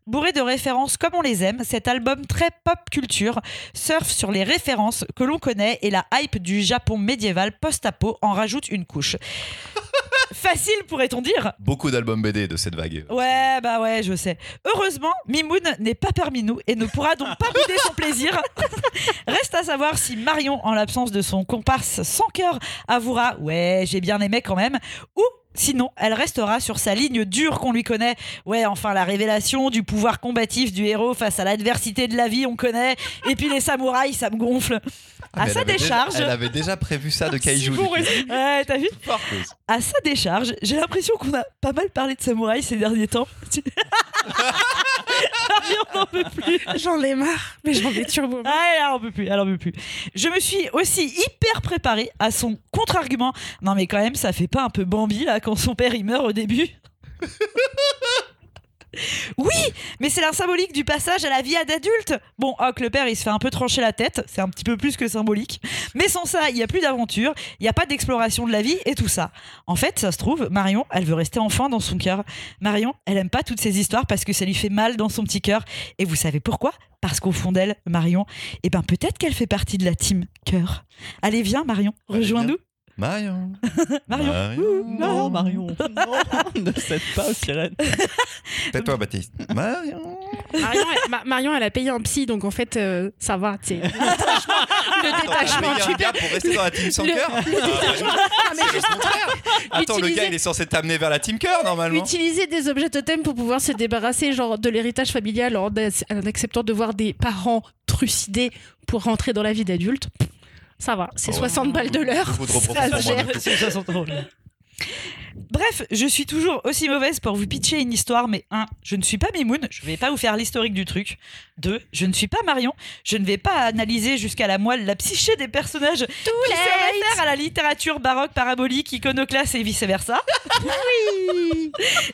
[SPEAKER 4] Bourré de références comme on les aime, cet album très pop culture surfe sur les références que l'on connaît et la hype du Japon médiéval post-apo en rajoute une couche. Facile pourrait-on dire
[SPEAKER 1] Beaucoup d'albums BD de cette vague.
[SPEAKER 4] Ouais, bah ouais, je sais. Heureusement, Mimoun n'est pas parmi nous et ne pourra donc pas bouder son plaisir. Reste à savoir si Marion, en l'absence de son comparse sans cœur, avouera Ouais, j'ai bien aimé quand même, ou sinon, elle restera sur sa ligne dure qu'on lui connaît. Ouais, enfin, la révélation du pouvoir combatif du héros face à l'adversité de la vie, on connaît. Et puis les samouraïs, ça me gonfle.
[SPEAKER 1] Ah,
[SPEAKER 4] à
[SPEAKER 1] mais
[SPEAKER 4] sa
[SPEAKER 1] elle avait
[SPEAKER 4] décharge.
[SPEAKER 1] déjà- elle avait déjà prévu ça de Kaiju. du coup.
[SPEAKER 4] Ouais, t'as vu
[SPEAKER 1] Fort, Louis.
[SPEAKER 4] à sa décharge, j'ai l'impression qu'on a pas mal parlé de samouraï ces derniers temps. Marion n'en peut plus.
[SPEAKER 3] J'en ai marre, mais j'en ai turbo. marre.
[SPEAKER 4] Ah, elle en peut plus, elle en peut plus. Je me suis aussi hyper préparée à son contre-argument. Non mais quand même, ça fait pas un peu Bambi là quand son père il meurt au début Oui, mais c'est la symbolique du passage à la vie d'adulte. Bon, Hawk, le père, il se fait un peu trancher la tête, c'est un petit peu plus que symbolique. Mais sans ça, il n'y a plus d'aventure, il n'y a pas d'exploration de la vie et tout ça. En fait, ça se trouve, Marion, elle veut rester enfant dans son cœur. Marion, elle aime pas toutes ces histoires parce que ça lui fait mal dans son petit cœur. Et vous savez pourquoi Parce qu'au fond d'elle, Marion, eh ben peut-être qu'elle fait partie de la team cœur. Allez, viens, Marion,
[SPEAKER 1] Allez,
[SPEAKER 4] rejoins-nous.
[SPEAKER 1] Marion.
[SPEAKER 4] Marion.
[SPEAKER 2] Non, Marion, non, ne cède pas aux sirènes.
[SPEAKER 1] Tais-toi, Baptiste. Marion.
[SPEAKER 3] Marion, elle, Ma- Marion, elle a payé un psy, donc en fait, euh, ça va, tu sais. Le détachement, le détachement,
[SPEAKER 1] Attends, t'as payé un
[SPEAKER 3] tu
[SPEAKER 1] gars pour rester dans la team sans
[SPEAKER 3] le- Ah,
[SPEAKER 1] cœur Ah,
[SPEAKER 3] le détachement. Non, mais juste-
[SPEAKER 1] Attends, le
[SPEAKER 3] Utiliser-
[SPEAKER 1] gars, il est censé t'amener vers la team cœur, normalement.
[SPEAKER 3] Utiliser des objets totems pour pouvoir se débarrasser genre de l'héritage familial en, ac- en acceptant de voir des parents trucidés pour rentrer dans la vie d'adulte, pff, ça va. C'est
[SPEAKER 1] Oh,
[SPEAKER 3] 60 balles de l'heure.
[SPEAKER 1] Vous vous reproposez
[SPEAKER 3] Ça
[SPEAKER 1] pour
[SPEAKER 3] se
[SPEAKER 1] moi
[SPEAKER 3] gère.
[SPEAKER 1] de-
[SPEAKER 2] C'est 60 euros.
[SPEAKER 4] Bref, je suis toujours aussi mauvaise pour vous pitcher une histoire, mais un, je ne suis pas Mimoun, je vais pas vous faire l'historique du truc. Deux, je ne suis pas Marion, je ne vais pas analyser jusqu'à la moelle la psyché des personnages qui se
[SPEAKER 3] late.
[SPEAKER 4] réfèrent à la littérature baroque, parabolique, iconoclaste et vice-versa.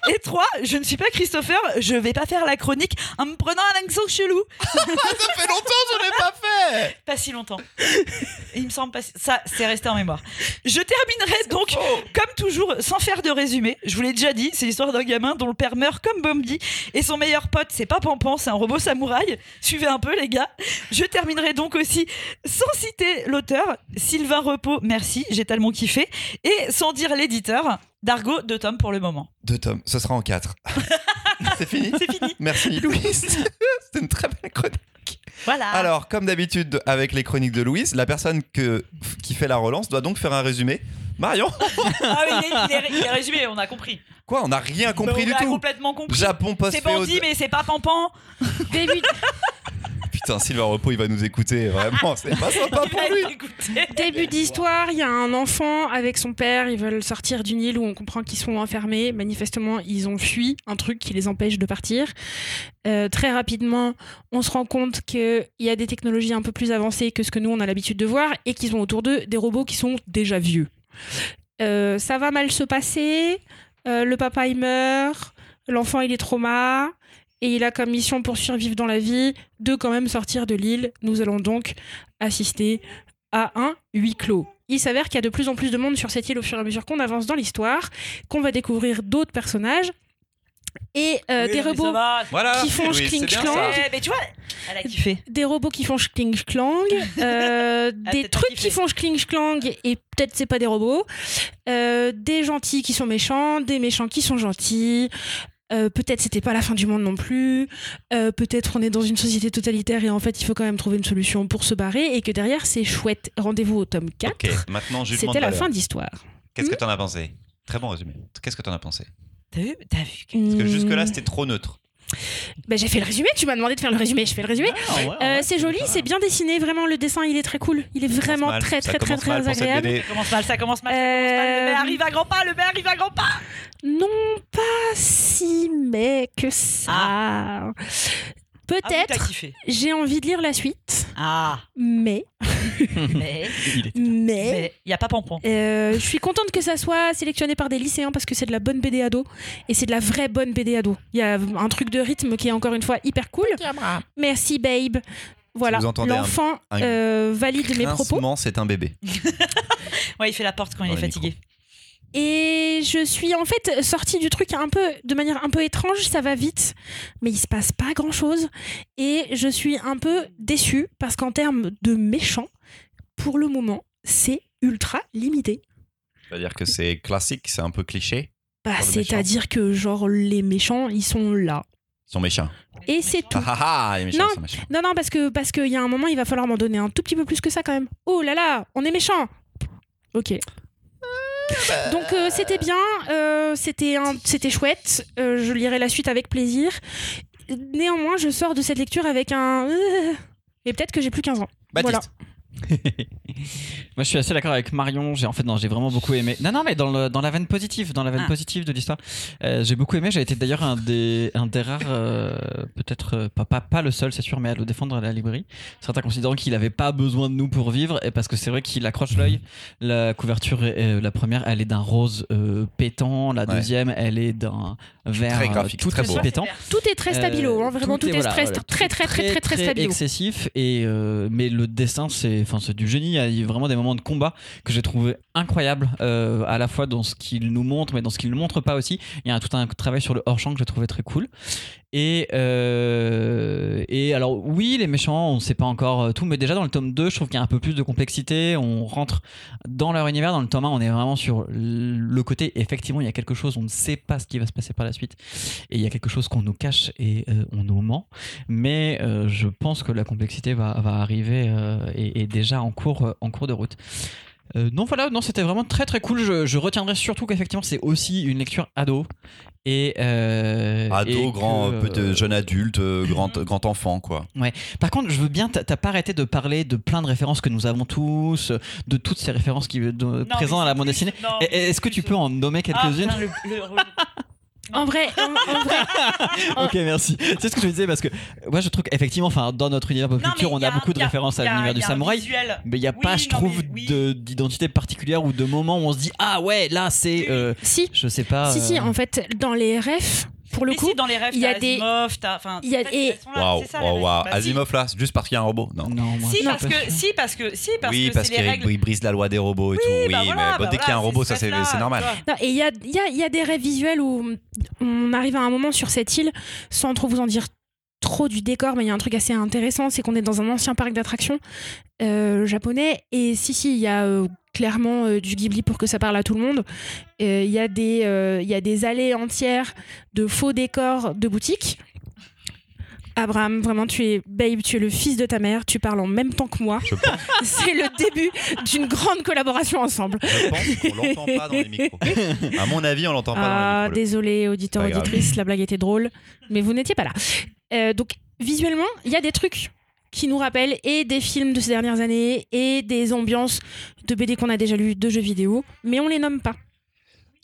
[SPEAKER 4] et trois, je ne suis pas Christopher, je vais pas faire la chronique en me prenant un accent chelou.
[SPEAKER 1] Ça fait longtemps que je l'ai pas fait.
[SPEAKER 4] Pas si longtemps. Il me semble pas si- Ça, c'est resté en mémoire. Je terminerai donc
[SPEAKER 1] Oh.
[SPEAKER 4] comme toujours, sans faire de résumé, je vous l'ai déjà dit, c'est l'histoire d'un gamin dont le père meurt comme Bombi et son meilleur pote, c'est pas Pampan, c'est un robot samouraï. Suivez un peu, les gars. Je terminerai donc aussi sans citer l'auteur, Sylvain Repos, merci, j'ai tellement kiffé, et sans dire l'éditeur, Dargo de Tom pour le moment.
[SPEAKER 1] Deux tomes, ce sera en quatre. C'est fini
[SPEAKER 4] C'est fini.
[SPEAKER 1] Merci, Louise. C'était une très belle chronique.
[SPEAKER 3] Ah.
[SPEAKER 4] Voilà.
[SPEAKER 1] Alors, comme d'habitude avec les chroniques de Louise, la personne que, qui fait la relance doit donc faire un résumé. Marion
[SPEAKER 4] Ah oui, il est, il est- il est résumé, on a compris.
[SPEAKER 1] Quoi On n'a rien compris
[SPEAKER 4] on
[SPEAKER 1] du
[SPEAKER 4] a
[SPEAKER 1] tout.
[SPEAKER 4] complètement compris.
[SPEAKER 1] Japon
[SPEAKER 4] C'est
[SPEAKER 1] post-féodal.
[SPEAKER 4] Bambi, mais c'est pas Pampan.
[SPEAKER 3] Début,
[SPEAKER 1] Putain, Sylvain Repos, il va nous écouter. Vraiment, c'est pas sympa
[SPEAKER 4] Il
[SPEAKER 1] pour
[SPEAKER 4] va
[SPEAKER 1] lui.
[SPEAKER 4] écouter.
[SPEAKER 3] début d'histoire, il y a un enfant avec son père, ils veulent sortir d'une île où on comprend qu'ils sont enfermés. Manifestement, ils ont fui un truc qui les empêche de partir. Euh, très rapidement, on se rend compte qu'il y a des technologies un peu plus avancées que ce que nous on a l'habitude de voir et qu'ils ont autour d'eux des robots qui sont déjà vieux. Euh, ça va mal se passer, euh, le papa il meurt, l'enfant il est trauma et il a comme mission pour survivre dans la vie de quand même sortir de l'île. Nous allons donc assister à un huis clos. Il s'avère qu'il y a de plus en plus de monde sur cette île au fur et à mesure qu'on avance dans l'histoire, qu'on va découvrir d'autres personnages et euh,
[SPEAKER 4] Oui,
[SPEAKER 3] des
[SPEAKER 4] non, mais
[SPEAKER 3] robots
[SPEAKER 4] ça va,
[SPEAKER 1] Voilà.
[SPEAKER 3] Qui font
[SPEAKER 1] Louise, c'est
[SPEAKER 3] schling
[SPEAKER 1] bien
[SPEAKER 3] schlang.
[SPEAKER 1] ça.
[SPEAKER 4] Ouais, mais tu vois, elle a kiffé.
[SPEAKER 3] des robots qui font schling schlang, euh,
[SPEAKER 4] Ah,
[SPEAKER 3] des
[SPEAKER 4] t'es
[SPEAKER 3] trucs
[SPEAKER 4] kiffé.
[SPEAKER 3] qui font schling schlang et peut-être c'est pas des robots, euh, des gentils qui sont méchants, des méchants qui sont gentils. euh, peut-être c'était pas la fin du monde non plus. euh, peut-être on est dans une société totalitaire et en fait il faut quand même trouver une solution pour se barrer et que derrière c'est chouette. Rendez-vous au tome 4.
[SPEAKER 1] Ok, maintenant, jugement de
[SPEAKER 3] C'était la
[SPEAKER 1] valeur.
[SPEAKER 3] fin d'histoire.
[SPEAKER 1] Qu'est-ce que t'en as pensé Très bon résumé. Qu'est-ce que t'en as pensé
[SPEAKER 4] T'as vu, t'as vu que-
[SPEAKER 1] Parce que jusque-là, c'était trop neutre.
[SPEAKER 3] Hmm. Bah, j'ai fait le résumé. Tu m'as demandé de faire le résumé. Je fais le résumé.
[SPEAKER 2] Ah,
[SPEAKER 1] Ah,
[SPEAKER 3] Euh, c'est joli, c'est bien dessiné. Vraiment, le dessin il est très cool. Il est
[SPEAKER 1] Ça
[SPEAKER 3] vraiment
[SPEAKER 1] commence mal.
[SPEAKER 3] très
[SPEAKER 1] Ça
[SPEAKER 3] très très
[SPEAKER 1] commence
[SPEAKER 3] très
[SPEAKER 1] mal pour cette
[SPEAKER 3] agréable.
[SPEAKER 1] BD.
[SPEAKER 4] Ça commence mal, ça commence mal, ça commence mal. Le
[SPEAKER 3] Euh,
[SPEAKER 4] maire arrive à grands pas, le maire arrive à grands pas.
[SPEAKER 3] Non, pas si, mais que ça.
[SPEAKER 4] Ah, t'as
[SPEAKER 3] Peut-être,
[SPEAKER 4] kiffé.
[SPEAKER 3] j'ai envie de lire la suite,
[SPEAKER 4] Ah,
[SPEAKER 3] mais,
[SPEAKER 4] mais
[SPEAKER 2] Il est-
[SPEAKER 3] mais,
[SPEAKER 4] mais il y a pas Pampon.
[SPEAKER 3] euh, je suis contente que ça soit sélectionné par des lycéens parce que c'est de la bonne BD ado et c'est de la vraie bonne BD ado. Il y a un truc de rythme qui est encore une fois hyper cool. Merci, babe. Voilà,
[SPEAKER 1] Si vous entendez un-
[SPEAKER 3] l'enfant
[SPEAKER 1] un
[SPEAKER 3] euh, valide mes propos.
[SPEAKER 1] Grincement, c'est un bébé.
[SPEAKER 4] Ouais, il fait la porte quand il
[SPEAKER 1] Dans
[SPEAKER 4] est
[SPEAKER 1] les
[SPEAKER 4] fatigué.
[SPEAKER 3] Et je suis en fait sortie du truc un peu de manière un peu étrange, ça va vite, mais il se passe pas grand chose. Et je suis un peu déçue parce qu'en termes de méchants, pour le moment, c'est ultra limité.
[SPEAKER 1] C'est-à-dire que c'est classique, c'est un peu cliché.
[SPEAKER 3] Bah,
[SPEAKER 1] Pour les
[SPEAKER 3] c'est-à-dire que genre les méchants, ils sont là.
[SPEAKER 1] Ils sont méchants.
[SPEAKER 3] Et c'est tout.
[SPEAKER 1] Ah ah ah, les méchants
[SPEAKER 3] Non.
[SPEAKER 1] ils sont méchants.
[SPEAKER 3] Non, non, parce que parce qu'il y a un moment, il va falloir m'en donner un tout petit peu plus que ça quand même. Oh là là, on est méchant. Ok.
[SPEAKER 2] Ah, bah.
[SPEAKER 3] Donc euh, c'était bien, euh, c'était un- c'était chouette. euh, je lirai la suite avec plaisir. Néanmoins, je sors de cette lecture avec un. euh, Et peut-être que j'ai plus 15 ans. Voilà.
[SPEAKER 1] Baptiste,
[SPEAKER 2] Moi, je suis assez d'accord avec Marion. J'ai en fait, non, j'ai vraiment beaucoup aimé. Non, non, mais dans, le- dans la veine positive, dans la veine
[SPEAKER 4] Ah.
[SPEAKER 2] positive de l'histoire, Euh, j'ai beaucoup aimé. J'ai été d'ailleurs un des, un des rares, euh, peut-être euh, pas, pas, pas le seul, c'est sûr, mais à le défendre à la librairie. Certains considérant qu'il n'avait pas besoin de nous pour vivre, et parce que c'est vrai qu'il
[SPEAKER 1] Mhm.
[SPEAKER 2] accroche l'œil. La couverture, est- euh, la première, elle est d'un rose euh, pétant. La
[SPEAKER 1] Ouais.
[SPEAKER 2] deuxième, elle est d'un vert
[SPEAKER 1] Très
[SPEAKER 2] euh,
[SPEAKER 1] graphique,
[SPEAKER 2] tout
[SPEAKER 1] très
[SPEAKER 2] aussi
[SPEAKER 1] beau.
[SPEAKER 2] pétant.
[SPEAKER 3] Tout est très stabilo, hein,
[SPEAKER 2] Euh,
[SPEAKER 3] vraiment tout,
[SPEAKER 2] est-
[SPEAKER 3] est,
[SPEAKER 2] voilà,
[SPEAKER 3] très,
[SPEAKER 2] voilà, tout
[SPEAKER 3] très,
[SPEAKER 2] est
[SPEAKER 3] très très très très stabilo.
[SPEAKER 2] excessif et euh, mais le dessin c'est enfin c'est du génie. Il y a eu vraiment des moments de combat que j'ai trouvé incroyables euh, à la fois dans ce qu'il nous montre mais dans ce qu'il ne montre pas aussi. Il y a un- tout un travail sur le hors champ que j'ai trouvé très cool. Et, euh, et alors, oui, les méchants, on ne sait pas encore euh, tout, mais déjà dans le tome 2, je trouve qu'il y a un peu plus de complexité. On rentre dans leur univers. Dans le tome 1, on est vraiment sur le côté, effectivement, il y a quelque chose, on ne sait pas ce qui va se passer par la suite. Et il y a quelque chose qu'on nous cache et euh, on nous ment. Mais euh, je pense que la complexité va, va arriver euh, et, et déjà en cours, en cours de route. Euh, non, voilà, non, c'était vraiment très très cool. Je, je retiendrai surtout qu'effectivement, c'est aussi une lecture ado. Et, euh, et
[SPEAKER 1] Ado,
[SPEAKER 2] que,
[SPEAKER 1] grand,
[SPEAKER 2] euh,
[SPEAKER 1] euh, peut- jeune adulte, euh, grand, grand enfant, quoi.
[SPEAKER 2] Par contre, je veux bien, t'as t'as pas arrêté de parler de plein de références que nous avons tous, de toutes ces références qui de- présentes à la bande dessinée.
[SPEAKER 4] Non,
[SPEAKER 1] Eh,
[SPEAKER 2] Et- et Eh, Est-ce que tu peux en nommer quelques-unes
[SPEAKER 4] Ah, putain, le- le-
[SPEAKER 3] En vrai, en, en vrai,
[SPEAKER 2] Ok, merci. C'est ce que je disais parce que moi, je trouve qu'effectivement, enfin, dans notre univers pop
[SPEAKER 4] Non, mais
[SPEAKER 2] culture, on
[SPEAKER 4] il y
[SPEAKER 2] a,
[SPEAKER 4] a un-
[SPEAKER 2] beaucoup de
[SPEAKER 4] il y a-
[SPEAKER 2] références à
[SPEAKER 4] il y a-
[SPEAKER 2] l'univers du
[SPEAKER 4] il y a un
[SPEAKER 2] samouraï.
[SPEAKER 4] visuel.
[SPEAKER 2] Mais il n'y a
[SPEAKER 4] Oui,
[SPEAKER 2] pas,
[SPEAKER 4] non,
[SPEAKER 2] je
[SPEAKER 4] mais
[SPEAKER 2] trouve,
[SPEAKER 4] oui.
[SPEAKER 2] de- d'identité particulière ou de moment où on se dit Ah ouais, là c'est. euh,
[SPEAKER 3] si,
[SPEAKER 2] je sais pas.
[SPEAKER 3] si, si,
[SPEAKER 2] euh,
[SPEAKER 3] en fait, dans les refs, pour le
[SPEAKER 4] Mais
[SPEAKER 3] coup,
[SPEAKER 4] si, dans les rêves,
[SPEAKER 3] il y a
[SPEAKER 4] t'as
[SPEAKER 3] des-
[SPEAKER 4] Asimov, t'as- enfin,
[SPEAKER 3] il y a-
[SPEAKER 4] en fait,
[SPEAKER 3] et-
[SPEAKER 4] elles sont là,
[SPEAKER 1] Waouh,
[SPEAKER 4] Ah, c'est ça, les
[SPEAKER 1] waouh,
[SPEAKER 4] règles.
[SPEAKER 1] waouh.
[SPEAKER 4] Bah, si.
[SPEAKER 1] Asimov là, c'est juste parce qu'il y a un robot. Non.
[SPEAKER 2] Non, moi,
[SPEAKER 4] Si,
[SPEAKER 2] je
[SPEAKER 4] parce
[SPEAKER 2] suis pas
[SPEAKER 4] que,
[SPEAKER 2] sûr.
[SPEAKER 4] si, parce que, si, parce
[SPEAKER 1] oui,
[SPEAKER 4] que
[SPEAKER 1] parce
[SPEAKER 4] c'est les
[SPEAKER 1] qu'il
[SPEAKER 4] règles.
[SPEAKER 1] brise- brise la loi des robots et tout. Oui,
[SPEAKER 4] Bah
[SPEAKER 1] mais
[SPEAKER 4] voilà,
[SPEAKER 1] bon,
[SPEAKER 4] bah
[SPEAKER 1] dès qu'il y a un
[SPEAKER 4] voilà,
[SPEAKER 1] robot,
[SPEAKER 4] c'est
[SPEAKER 1] ça
[SPEAKER 4] ce
[SPEAKER 1] c'est
[SPEAKER 4] fait-là,
[SPEAKER 1] c'est normal.
[SPEAKER 4] tu vois.
[SPEAKER 3] Non, et il y a, il y a- il y a des rêves visuels où on arrive à un moment sur cette île, sans trop vous en dire trop du décor, mais il y a un truc assez intéressant, c'est qu'on est dans un ancien parc d'attractions euh, japonais, et si, si, il y a euh, clairement euh, du Ghibli pour que ça parle à tout le monde. Euh, Il y, a des, euh, il y a des allées entières de faux décors de boutiques. Abraham, vraiment, tu es babe, tu es le fils de ta mère, tu parles en même temps que moi.
[SPEAKER 1] Je pense,
[SPEAKER 3] C'est le début d'une grande collaboration ensemble.
[SPEAKER 1] je pense qu'on l'entend pas dans les micros. À mon avis, on l'entend pas dans
[SPEAKER 3] Ah,
[SPEAKER 1] les micros.
[SPEAKER 3] désolé, auditeur,
[SPEAKER 1] Pas grave.
[SPEAKER 3] auditrice, la blague était drôle, mais vous n'étiez pas là. Euh, donc, visuellement, il y a des trucs qui nous rappellent et des films de ces dernières années et des ambiances de BD qu'on a déjà lues, de jeux vidéo, mais on les nomme pas.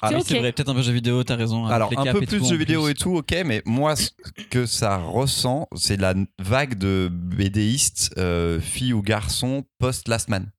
[SPEAKER 1] Ah, mais
[SPEAKER 3] c'est
[SPEAKER 2] Oui,
[SPEAKER 3] ok.
[SPEAKER 2] C'est vrai, peut-être un peu jeu vidéo, t'as raison. avec
[SPEAKER 1] Alors,
[SPEAKER 2] les
[SPEAKER 1] un
[SPEAKER 2] capes
[SPEAKER 1] peu
[SPEAKER 2] et
[SPEAKER 1] plus
[SPEAKER 2] tout, en
[SPEAKER 1] de vidéo
[SPEAKER 2] plus.
[SPEAKER 1] et tout, ok, mais moi, ce que ça ressent, c'est la vague de BDistes, euh, filles ou garçons, post-Last Man.